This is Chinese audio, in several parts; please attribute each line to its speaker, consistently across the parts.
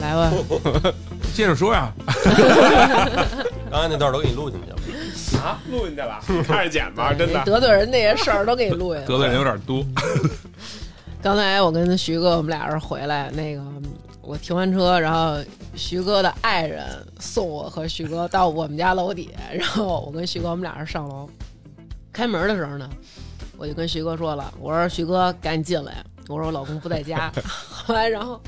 Speaker 1: 来吧，
Speaker 2: 接着说呀，
Speaker 3: 刚才那段都给你录进去了，
Speaker 4: 啊，录进去了，看着剪 吧，真
Speaker 1: 你
Speaker 4: 的。
Speaker 1: 得罪人那些事儿都给你录下来。
Speaker 2: 得罪人有点多。
Speaker 1: 刚才我跟徐哥我们俩人回来，那个我停完车，然后徐哥的爱人送我和徐哥到我们家楼底，然后我跟徐哥我们俩人上楼，开门的时候呢，我就跟徐哥说了，我说徐哥赶紧进来，我说我老公不 在家，后来然后。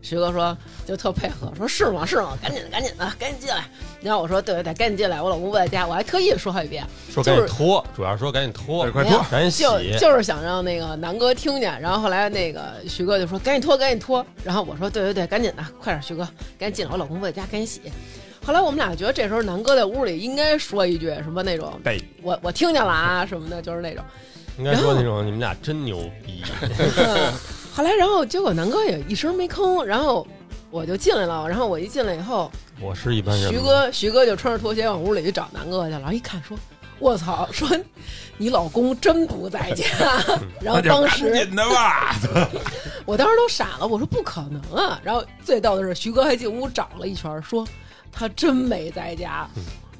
Speaker 1: 徐哥说，就特配合，说是吗？是吗？赶紧的，赶紧的，赶紧进来。然后我说，对对对，赶紧进来。我老公不在家，我还特意说好几遍，
Speaker 3: 说赶紧脱，主要是说赶紧脱
Speaker 2: 对，快
Speaker 1: 没有
Speaker 2: 脱，
Speaker 3: 赶紧洗。
Speaker 1: 就就是想让那个南哥听见，然后后来那个徐哥就说赶紧脱，赶紧脱，然后我说对对对，赶紧的，快点，徐哥，赶紧进来，我老公不在家，赶紧洗。后来我们俩觉得这时候南哥在屋里应该说一句什么那种，
Speaker 4: 对，
Speaker 1: 我我听见了啊什么的，就是 那种。
Speaker 3: 应该说那种你们俩真牛逼，
Speaker 1: 嗯后来然后结果南哥也一声没吭，然后我就进来了，然后我一进来以后，
Speaker 3: 我是一般人吗。
Speaker 1: 徐哥，徐哥就穿着拖鞋往屋里去找南哥去了，然后一看说：“我操，说你老公真不在家。”然后
Speaker 2: 嗯那就
Speaker 1: 当
Speaker 2: 赶
Speaker 1: 时
Speaker 2: 紧的吧。
Speaker 1: 我当时都傻了，我说不可能啊！然后最逗的是，徐哥还进屋找了一圈，说他真没在家。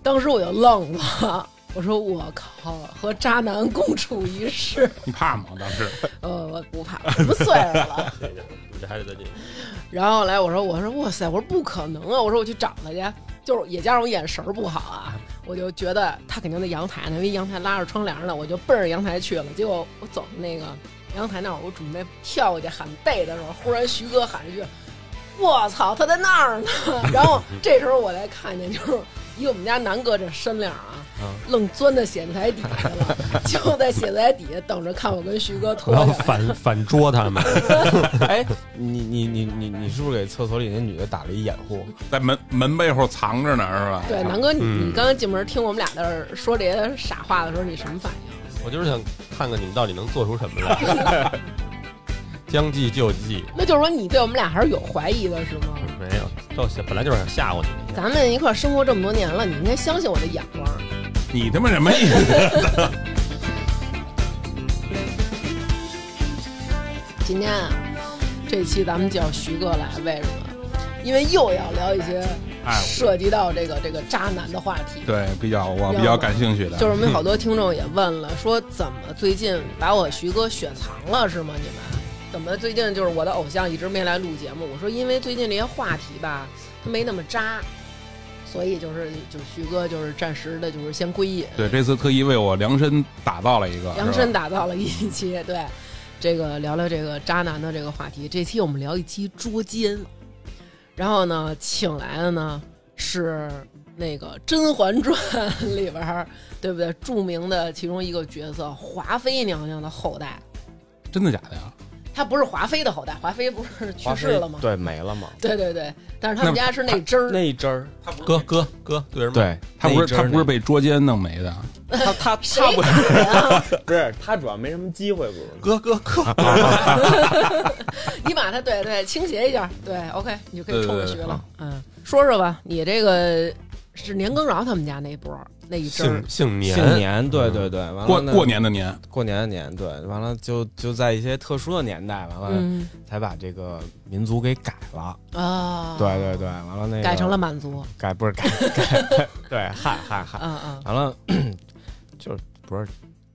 Speaker 1: 当时我就愣了，我说我靠，和渣男共处一室，
Speaker 2: 你怕吗？当时
Speaker 1: 呃，我不怕，什么岁数了？
Speaker 3: 你这还得再进。
Speaker 1: 然后后来我说我说哇塞，我说不可能啊！我说我去找他去，就是也加上我眼神儿不好啊，我就觉得他肯定在阳台呢，因为阳台拉着窗帘呢，我就奔着阳台去了。结果我走那个阳台那儿，我准备跳过去喊 day 的时候，忽然徐哥喊一句：“我操，他在那儿呢！” 然后这时候我才看见，就是以我们家南哥这身量啊。愣钻到写字台底下了，就在写字台底下等着看我跟徐哥脱
Speaker 3: 我要
Speaker 1: 下来。
Speaker 3: 反反捉他们，
Speaker 5: 哎，你你你你你是不是给厕所里那女的打了一掩护？
Speaker 2: 在门门背后藏着呢，是吧？
Speaker 1: 对，南哥，你
Speaker 2: 嗯
Speaker 1: 你刚刚进门听我们俩在这儿说这些傻话的时候，你什么反应？
Speaker 3: 我就是想看看你们到底能做出什么来。 将计就计，
Speaker 1: 那就是说你对我们俩还是有怀疑的，是吗？
Speaker 3: 没有，这本来就是想吓唬你。
Speaker 1: 咱们一块儿生活这么多年了，你应该相信我的眼光。
Speaker 2: 你他妈什么意思？
Speaker 1: 今天啊，这期咱们叫徐哥来，为什么？因为又要聊一些
Speaker 2: 哎，
Speaker 1: 涉及到这个这个渣男的话题。
Speaker 2: 对，比较我比较感兴趣的，
Speaker 1: 就是我们有好多听众也问了，说怎么最近把我徐哥雪藏了是吗？你们怎么最近就是我的偶像一直没来录节目？我说因为最近这些话题吧，他没那么渣，所以就是就徐哥就是暂时的，就是先归隐，
Speaker 2: 对，这次特意为我量身打造了一个
Speaker 1: 量身
Speaker 2: 打
Speaker 1: 打造了一期对。这个聊聊这个渣男的这个话题，这期我们聊一期捉奸，然后呢，请来的呢是那个《甄嬛传》 里边儿对不对？著名的其中一个角色华妃娘娘的后代，
Speaker 2: 真的假的呀？
Speaker 1: 她不是华妃的后代，华妃不是去世了吗？
Speaker 5: 对，没了吗？
Speaker 1: 对对对，但是他们家是那汁儿，
Speaker 5: 那一针儿，
Speaker 3: 哥哥哥，对什么？
Speaker 5: 对，
Speaker 2: 他不是他
Speaker 5: 那一针儿啊
Speaker 2: 不是被捉奸弄没的，
Speaker 5: 那他他
Speaker 1: 谁
Speaker 5: 他不是
Speaker 1: 打呀？
Speaker 5: 不是他主要没什么机会，不是吗？
Speaker 3: 哥哥哥，
Speaker 1: 你把它对对倾斜一下，对，OK，你就可以冲着
Speaker 2: 对对
Speaker 1: 学
Speaker 2: 对
Speaker 1: 了。嗯，说说吧，你这个是年羹尧他们家那波儿那一支儿
Speaker 3: 姓姓年，
Speaker 5: 姓年，对对对，完了
Speaker 2: 过
Speaker 5: 呢
Speaker 2: 过年的年，
Speaker 5: 过年的年，对，完了就就在一些特殊的年代，完了
Speaker 1: 嗯
Speaker 5: 才把这个民族给改了，
Speaker 1: 啊，
Speaker 5: 对，对对，完了那个
Speaker 1: 改成了满族，
Speaker 5: 改不是改改，对，嗨嗨嗨，
Speaker 1: 嗯嗯，
Speaker 5: 完了 就是不是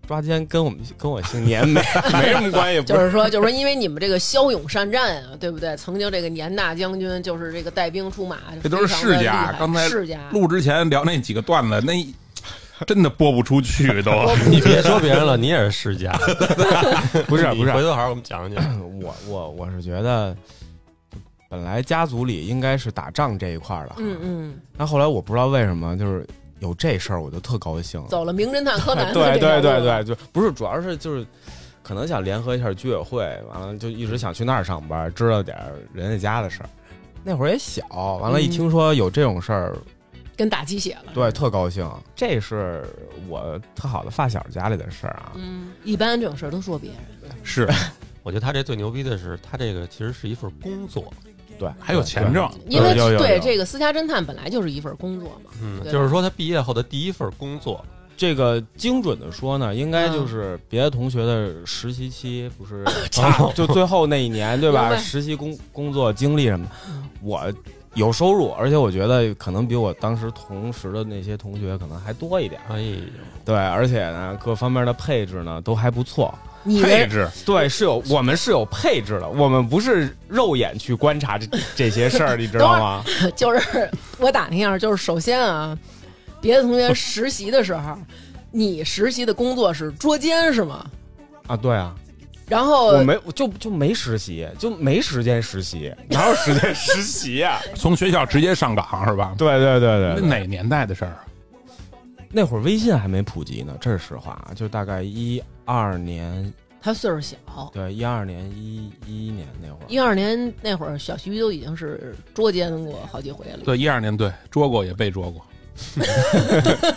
Speaker 5: 抓奸跟我们跟我姓年没没什么关系，不
Speaker 1: 就是是说，就是说，因为你们这个骁勇善战啊，对不对？曾经这个年大将军就是这个带兵出马，
Speaker 2: 这都是
Speaker 1: 非常的
Speaker 2: 世家
Speaker 1: 厉害
Speaker 2: 刚才
Speaker 1: 世家
Speaker 2: 录之前聊那几个段子，那 真的播不出去都。
Speaker 3: 你别说别人了，你也是世 家，
Speaker 5: 不是不
Speaker 3: 你回
Speaker 5: 是，
Speaker 3: 头好好给我们讲讲。
Speaker 5: 呃我我我是觉得本来家族里应该是打仗这一块儿的，
Speaker 1: 嗯嗯，
Speaker 5: 但后来我不知道为什么就是有这事儿我就特高兴，
Speaker 1: 走了名侦探柯南的
Speaker 5: 对
Speaker 1: 这条
Speaker 5: 对
Speaker 1: 路
Speaker 5: 对，对，就不是，主要是就是可能想联合一下居委会，完了就一直想去那儿上班，知道点儿人家家的事儿。那会儿也小，完了，一
Speaker 1: 嗯
Speaker 5: 听说有这种事儿，
Speaker 1: 跟打鸡血了。
Speaker 5: 对，特高兴。这是我特好的发小家里的事儿啊，
Speaker 1: 嗯，一般这种事儿都说别人，
Speaker 2: 是，
Speaker 3: 我觉得他这最牛逼的是，他这个其实是一份工作，
Speaker 5: 对，
Speaker 2: 还有钱挣，
Speaker 1: 因为
Speaker 5: 有有
Speaker 1: 对
Speaker 5: 有
Speaker 1: 这个私家侦探本来就是一份工作嘛。
Speaker 3: 嗯，
Speaker 1: 对
Speaker 3: 就是说他毕业后的第一份工作，
Speaker 5: 这个精准的说呢，应该就是别的同学的实习嗯 期，不是
Speaker 3: 差
Speaker 5: 就最后那一年对
Speaker 1: 明
Speaker 5: 吧？
Speaker 1: 白
Speaker 5: 实习工工作经历什么的，我有收入，而且我觉得可能比我当时同时的那些同学可能还多一点。
Speaker 3: 哎呦，
Speaker 5: 对，而且呢，各方面的配置呢都还不错。
Speaker 1: 你
Speaker 2: 配
Speaker 1: 的
Speaker 2: 置
Speaker 5: 对，是有我们是有配置的，我们不是肉眼去观察 这这些事儿，你知道吗？
Speaker 1: 就是我打听一下，就是首先啊，别的同学实习的时候，你实习的工作是捉奸是吗？
Speaker 5: 啊，对啊，
Speaker 1: 然后
Speaker 5: 我没我就就没实习，就没时间实 习。
Speaker 4: 哪有时间实习
Speaker 5: 啊
Speaker 4: 呀、
Speaker 2: 从学校直接上岗是吧？
Speaker 5: 对对对
Speaker 2: 那
Speaker 5: 对，
Speaker 2: 哪年代的事儿啊？
Speaker 5: 那会儿微信还没普及呢，这是实话，啊就大概一二年，
Speaker 1: 他岁数小，
Speaker 5: 对，一二年一一年那会儿，
Speaker 1: 一二年那会儿，小徐都已经是捉奸过好几回了。
Speaker 2: 对，一二年对，捉过也被捉 过，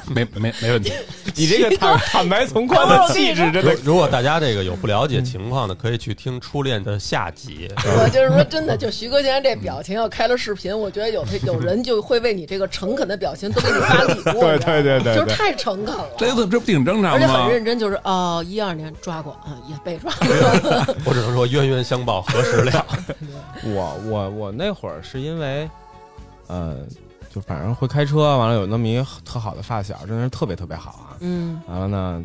Speaker 2: 没没没问题。
Speaker 5: 你这个坦坦白从宽
Speaker 1: 哦
Speaker 5: 的
Speaker 1: 我跟你
Speaker 5: 气质真
Speaker 3: 如
Speaker 5: 的
Speaker 3: 如果大家这个有不了解情况的，可以去听《初恋》的下集。
Speaker 1: 我就是说，真的，就徐哥现在这表情要开了视频，我觉得有的有人就会为你这个诚恳的表情都给你发礼物，
Speaker 5: 对
Speaker 1: 你知道吗
Speaker 5: 对对对对
Speaker 1: 就是太诚恳了，
Speaker 2: 这个这不挺正
Speaker 1: 而
Speaker 2: 常
Speaker 1: 且
Speaker 2: 吗
Speaker 1: 很？认真，就是哦，一二年抓过啊，也被抓过，
Speaker 3: 我只能说冤冤相报何时了。
Speaker 5: 我我我那会儿是因为，呃，就反正会开车，完了有那么一特好的发小，真的是特别特别好啊。
Speaker 1: 嗯，
Speaker 5: 完了呢，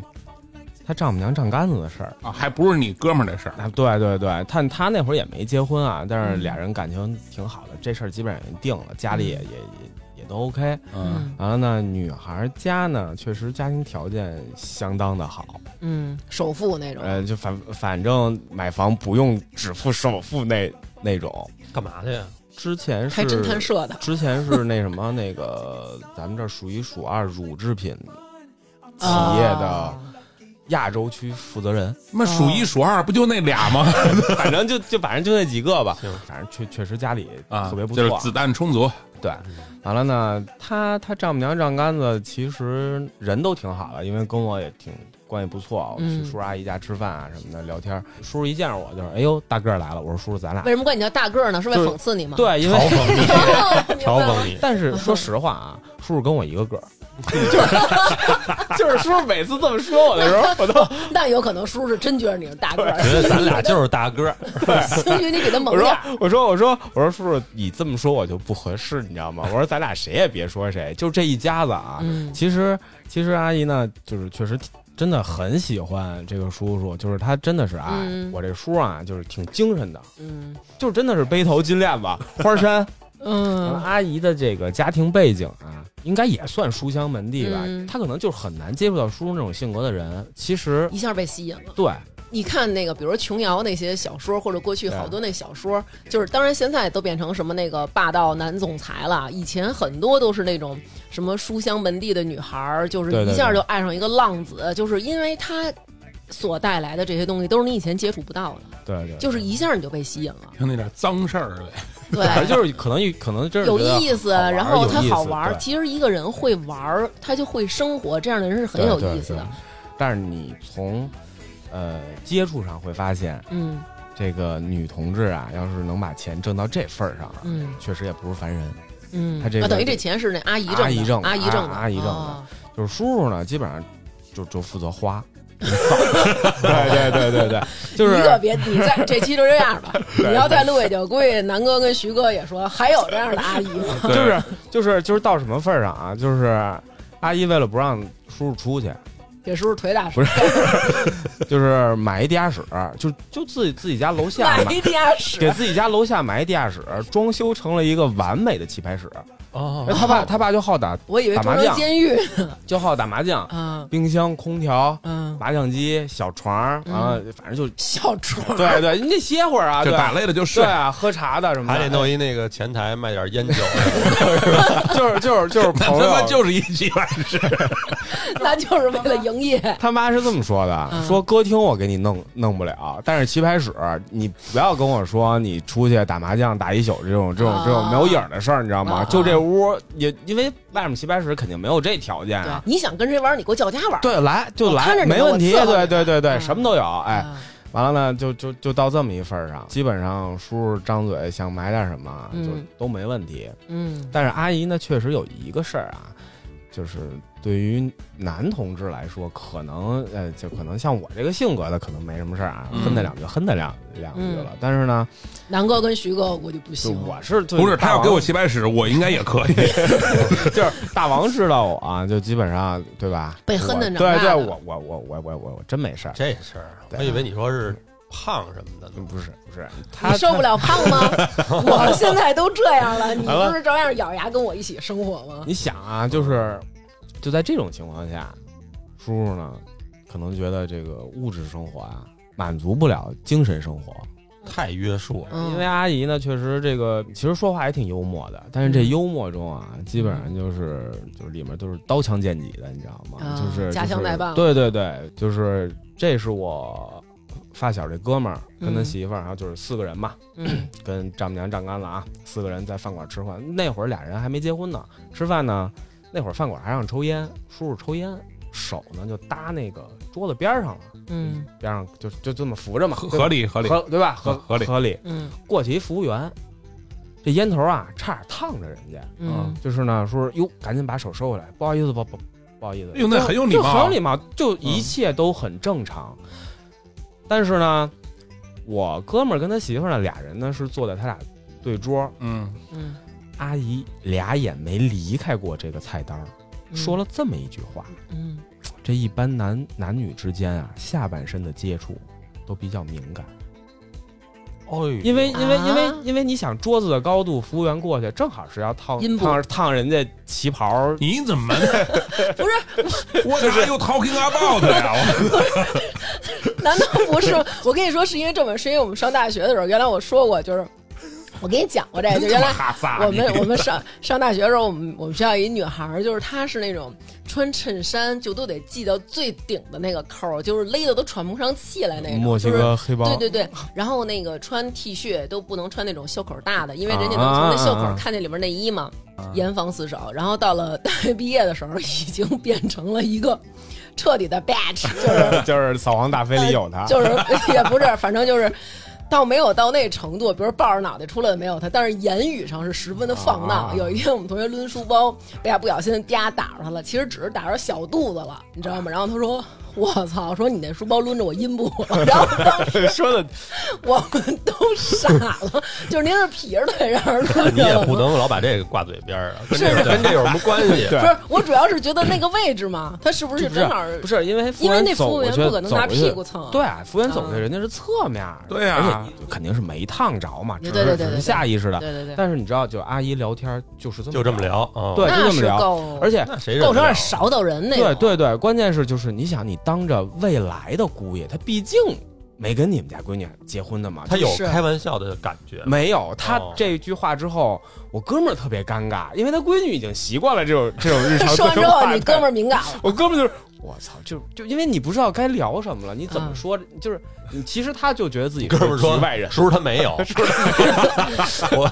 Speaker 5: 他丈母娘丈杆子的事儿，
Speaker 2: 啊，还不是你哥们儿的事儿，
Speaker 5: 啊，对对对，他他那会儿也没结婚啊，但是俩人感情挺好的，这事儿基本上已经定了，家里也也也也都 OK。
Speaker 2: 嗯，
Speaker 5: 完了呢，啊女孩家呢，确实家庭条件相当的好，
Speaker 1: 嗯，首付那种，
Speaker 5: 呃，就反反正买房不用只付首付那那种。
Speaker 3: 干嘛去呀？
Speaker 5: 之前是
Speaker 1: 开侦探社的，
Speaker 5: 之前是那什么那个，咱们这儿数一数二乳制品企
Speaker 1: 啊
Speaker 5: 业的亚洲区负 责人，
Speaker 2: 那数
Speaker 5: 哦
Speaker 2: 一数二不就那俩吗？
Speaker 5: 反正就就反正就那几个吧
Speaker 3: 行，
Speaker 5: 反正确确实家里
Speaker 2: 啊，
Speaker 5: 特别不
Speaker 2: 就
Speaker 5: 错。
Speaker 2: 是子弹充足，
Speaker 5: 对，完了呢，他他丈母娘丈杆子其实人都挺好的，因为跟我也挺关系不错，我去
Speaker 1: 嗯
Speaker 5: 叔叔阿姨家吃饭啊什么的聊天儿，叔叔一见着我就是哎呦大个儿来了，我说叔叔咱俩
Speaker 1: 为什么管你叫大个儿呢？是为
Speaker 5: 就是
Speaker 1: 讽刺你吗？
Speaker 5: 对，因为
Speaker 3: 嘲讽你，
Speaker 1: 哦，明白
Speaker 3: 嘲
Speaker 1: 了
Speaker 3: 讽你。
Speaker 5: 但是说实话啊，叔叔跟我一个个儿， 就是就是叔叔每次这么说我的时候，我都
Speaker 1: 那有可能叔是真觉得你是大个儿，
Speaker 3: 觉得咱俩就是大哥儿，
Speaker 1: 兴许你比他猛
Speaker 5: 我
Speaker 1: 点
Speaker 5: 说
Speaker 1: 儿，
Speaker 5: 我说我说我说叔叔，你这么说我就不合适，你知道吗？我说咱俩谁也别说谁，就这一家子啊。
Speaker 1: 嗯
Speaker 5: 其实其实阿姨呢，就是确实真的很喜欢这个叔叔，就是他真的是爱、
Speaker 1: 嗯
Speaker 5: 我这叔啊，就是挺精神的，
Speaker 1: 嗯
Speaker 5: 就真的是背头金链子、花衫。嗯
Speaker 1: 嗯
Speaker 5: 阿姨的这个家庭背景啊，应该也算书香门第吧。
Speaker 1: 嗯
Speaker 5: 她可能就是很难接触到叔叔那种性格的人。其实
Speaker 1: 一下被吸引了。
Speaker 5: 对，
Speaker 1: 你看那个，比如说琼瑶那些小说，或者过去
Speaker 5: 对啊
Speaker 1: 好多那小说，就是当然现在都变成什么那个霸道男总裁了，以前很多都是那种什么书香门第的女孩儿，就是
Speaker 5: 对对
Speaker 1: 一下就爱上一个浪子，就是因为她所带来的这些东西都是你以前接触不到的，
Speaker 5: 对对，
Speaker 1: 就是一下你就被吸引了，
Speaker 2: 听那点脏事儿呗。
Speaker 5: 反
Speaker 1: 对，
Speaker 5: 正 就是可能可能真是
Speaker 1: 有
Speaker 5: 觉得
Speaker 1: 意思，
Speaker 5: 好玩儿
Speaker 1: 然后
Speaker 5: 有
Speaker 1: 他
Speaker 5: 意思
Speaker 1: 好玩儿。
Speaker 5: 对
Speaker 1: 其实一个人会玩儿，他就会生活，这样的人是很有
Speaker 5: 对对
Speaker 1: 意思
Speaker 5: 对
Speaker 1: 的。
Speaker 5: 但是你从呃接触上会发现，
Speaker 1: 嗯
Speaker 5: 这个女同志啊，要是能把钱挣到这份儿上啊，
Speaker 1: 嗯
Speaker 5: 确实也不是凡人。
Speaker 1: 嗯，
Speaker 5: 他这
Speaker 1: 啊，
Speaker 5: 个
Speaker 1: 等于这钱是那阿姨挣的，
Speaker 5: 阿姨挣的啊
Speaker 1: 阿姨挣的，
Speaker 5: 阿姨挣的
Speaker 1: 哦
Speaker 5: 就是叔叔呢，基本上就就负责 花。对对对 对对，就是
Speaker 1: 一个别，你这这期就这样 吧。你要再录下去，我估计南哥跟徐哥也说，还有这样的阿姨吗？
Speaker 5: 就是啊 就是就是到什么份儿上啊？就是阿姨为了不让叔叔出去，
Speaker 1: 给叔叔腿打
Speaker 5: 不就是买一地下室，就就自己自己家楼下
Speaker 1: 买
Speaker 5: 买，
Speaker 1: 一啊地下
Speaker 5: 给
Speaker 1: 室，
Speaker 5: 自己家楼下买一地下室，装修成了一个完美的棋牌室。
Speaker 3: 哦
Speaker 5: 然后他爸他爸就好打
Speaker 1: 我以为
Speaker 5: 打麻
Speaker 1: 装
Speaker 5: 将
Speaker 1: 成监狱。
Speaker 5: 就好打麻将，
Speaker 1: 嗯
Speaker 5: 冰箱、空调、
Speaker 1: 嗯，
Speaker 5: 麻将机、小床儿，完了反正就
Speaker 1: 小床，
Speaker 5: 对对，你得歇会儿啊，
Speaker 2: 就
Speaker 5: 对
Speaker 2: 打累了就
Speaker 5: 对
Speaker 2: 睡，
Speaker 5: 啊，喝茶的什么
Speaker 3: 还
Speaker 5: 的，
Speaker 3: 得弄一那个前台卖点烟酒，
Speaker 5: 就是就是就是
Speaker 2: 那
Speaker 5: 朋
Speaker 2: 他妈
Speaker 5: 友。啊
Speaker 2: 就是一鸡巴事。
Speaker 1: 那就是为了营 业。
Speaker 5: 他妈是这么说的
Speaker 1: 嗯：“
Speaker 5: 说歌厅我给你弄弄不了，但是棋牌室你不要跟我说你出去打麻将打一宿这种这种这种
Speaker 1: 啊
Speaker 5: 没有影儿的事儿，你知道
Speaker 1: 啊
Speaker 5: 吗？
Speaker 1: 啊
Speaker 5: 就这屋也因为外面棋牌室肯定没有这条件
Speaker 1: 对
Speaker 5: 啊，。
Speaker 1: 你想跟谁玩，你给我叫家玩。
Speaker 5: 对，来就
Speaker 1: 我看着
Speaker 5: 来，
Speaker 1: 你呢
Speaker 5: 没问题。
Speaker 1: 我伺候
Speaker 5: 对
Speaker 1: 你
Speaker 5: 对对对，
Speaker 1: 嗯
Speaker 5: 什么都有。哎，
Speaker 1: 啊，
Speaker 5: 完了呢，就就就到这么一份儿上，基本上叔叔张嘴想买点什么，
Speaker 1: 嗯
Speaker 5: 就都没问题。
Speaker 1: 嗯
Speaker 5: 但是阿姨呢，确实有一个事儿啊，就是对于男同志来说，可能呃，就可能像我这个性格的，可能没什么事儿啊，
Speaker 2: 嗯
Speaker 5: 哼他两句，哼他两两句了。但是呢，
Speaker 1: 南哥跟徐哥我估计不
Speaker 5: 就
Speaker 1: 行，
Speaker 5: 我是就
Speaker 2: 不是他
Speaker 5: 大
Speaker 2: 要
Speaker 5: 王
Speaker 2: 给我齐白石，我应该也可 以。
Speaker 5: 就是大王知道我啊，就基本上对吧？
Speaker 1: 被哼的
Speaker 5: 我
Speaker 1: 长
Speaker 5: 对
Speaker 1: 大
Speaker 5: 对，
Speaker 1: 的
Speaker 5: 我我我我我我我真没事儿，
Speaker 3: 这事儿，啊
Speaker 5: 对嗯
Speaker 3: 我以为你说是胖什么的呢。
Speaker 5: 不是不是，他
Speaker 1: 你受不
Speaker 5: 了。
Speaker 1: 了胖 吗？我现在都这样了，你不是照样咬牙跟我一起生活吗？
Speaker 5: 你想啊，就是就在这种情况下，叔叔呢，可能觉得这个物质生活啊，满足不了精神生活。
Speaker 3: 太约束了。
Speaker 5: 因
Speaker 1: 嗯
Speaker 5: 为，阿姨呢，确实这个其实说话也挺幽默的，但是
Speaker 1: 嗯
Speaker 5: 这幽默中啊，基本上就是就是里面都是刀枪剑戟的，你知道吗？
Speaker 1: 啊
Speaker 5: 就是
Speaker 1: 夹枪带棒
Speaker 5: 就是对对对，就是这是我发小这哥们儿跟他
Speaker 1: 嗯
Speaker 5: 媳妇儿，然后就是四个人嘛，
Speaker 1: 嗯
Speaker 5: 跟丈母娘丈干了啊，四个人在饭馆吃饭。那会儿俩人还没结婚呢，吃饭呢，那会儿饭馆还让抽烟，叔叔抽烟，手呢就搭那个桌子边儿上了，
Speaker 1: 嗯，
Speaker 5: 边上就就这么扶着嘛，
Speaker 2: 合
Speaker 5: 对
Speaker 2: 合理合理，
Speaker 5: 合对吧？
Speaker 2: 合
Speaker 5: 合
Speaker 2: 合理
Speaker 5: 合理。
Speaker 1: 嗯
Speaker 5: 过去一服务员，这烟头啊差点烫着人家，
Speaker 1: 嗯，
Speaker 5: 啊就是呢说哟，赶紧把手收回来，不好意思，不不不好意思，
Speaker 2: 哎呦那很有礼
Speaker 5: 就
Speaker 2: 貌嗯
Speaker 5: 很有礼貌，就一切都很正常。但是呢，我哥们儿跟他媳妇儿呢，俩人呢是坐在他俩对桌，
Speaker 2: 嗯，
Speaker 1: 嗯，
Speaker 5: 阿姨俩眼没离开过这个菜单儿，说了这么一句话：
Speaker 1: 嗯，
Speaker 5: 这一般男男女之间啊，下半身的接触都比较敏感。
Speaker 3: 哦，
Speaker 5: 因为因为因为
Speaker 1: 啊
Speaker 5: 因为你想桌子的高度，服务员过去正好是要烫
Speaker 1: 阴部
Speaker 5: 烫烫人家旗袍，
Speaker 2: 你怎么 不是？我就是又 talking about 呀？我
Speaker 1: 嗯难道不是？我跟你说，是因为这本，是因为我们上大学的时候，原来我说过，就是我跟你讲过这个，就原来
Speaker 2: 哈萨
Speaker 1: 我们我们上上大学的时候，我们我们学校有一女孩儿，就是她是那种穿衬衫就都得系到最顶的那个扣儿，就是勒的都喘不上气来那种。
Speaker 5: 墨西哥黑
Speaker 1: 就
Speaker 5: 帮
Speaker 1: 是。对对对，然后那个穿 T 恤都不能穿那种袖口大的，因为人家能从那袖口看见里面内衣嘛，严防死守。然后到了大学毕业的时候，已经变成了一个彻底的 bitch，就是
Speaker 5: 就是《扫黄大飞》里有他，
Speaker 1: 就是 也不是，反正就是倒没有到那程度，比如抱着脑袋出来的没有他，但是言语上是十分的放荡。
Speaker 5: 啊
Speaker 1: 有一天我们同学抡书包，被他不小心啪打着他了，其实只是打着小肚子了，你知道吗？然后他说。我操！说你那书包抡着我阴部了，然后当时
Speaker 5: 说的
Speaker 1: 我们都傻了，就是您是劈着腿让人抡
Speaker 3: 你
Speaker 1: 着
Speaker 3: 也
Speaker 1: 了
Speaker 3: 不
Speaker 1: 吗，
Speaker 3: 能老把这个挂嘴边儿啊，跟
Speaker 1: 是
Speaker 3: 这个跟这有什么关 系？啊
Speaker 5: 对
Speaker 1: 不是我主要是觉得那个位置嘛，他是不是
Speaker 5: 不
Speaker 1: 正
Speaker 5: 是
Speaker 1: 好？
Speaker 5: 不是因为服务
Speaker 1: 因为
Speaker 5: 员
Speaker 1: 那服
Speaker 5: 走
Speaker 1: 务
Speaker 5: 过
Speaker 1: 员
Speaker 5: 去
Speaker 1: 不可能拿
Speaker 5: 走过去
Speaker 1: 屁股蹭，
Speaker 5: 对，服务员走过去，
Speaker 1: 啊
Speaker 5: 人家是侧面儿，
Speaker 2: 对啊
Speaker 5: 而且肯定是没烫着嘛，只
Speaker 1: 对
Speaker 5: 是
Speaker 1: 对对对
Speaker 5: 只
Speaker 1: 对
Speaker 5: 是
Speaker 1: 对
Speaker 5: 下意识的。
Speaker 1: 对对对，
Speaker 5: 但是你知道，就阿姨聊天儿就是这么
Speaker 3: 就这么，聊啊。
Speaker 5: 对，就
Speaker 1: 那
Speaker 5: 这么
Speaker 1: 是
Speaker 5: 聊，
Speaker 1: 够，
Speaker 5: 而且
Speaker 3: 那谁认
Speaker 1: 构
Speaker 3: 识
Speaker 1: 成
Speaker 3: 啊
Speaker 1: 点勺到人那
Speaker 5: 对
Speaker 1: 种。
Speaker 5: 对对，关键是就是你想，你当着未来的姑爷，她毕竟没跟你们家闺女结婚的嘛，
Speaker 3: 他有
Speaker 1: 是
Speaker 3: 开玩笑的感觉，
Speaker 5: 没有，他
Speaker 3: 哦
Speaker 5: 这句话之后，我哥们儿特别尴尬，因为他闺女已经习惯了这种这种 日常
Speaker 1: 说完之后，你哥们
Speaker 5: 儿，
Speaker 1: 儿敏感了。
Speaker 5: 我哥们儿就是我操，就就因为你不知道该聊什么了，你怎
Speaker 1: 嗯
Speaker 5: 么说？就是你其实他就觉得自己
Speaker 3: 哥们儿
Speaker 5: 是
Speaker 3: 说
Speaker 5: 局外人，
Speaker 3: 叔叔他没有，叔 我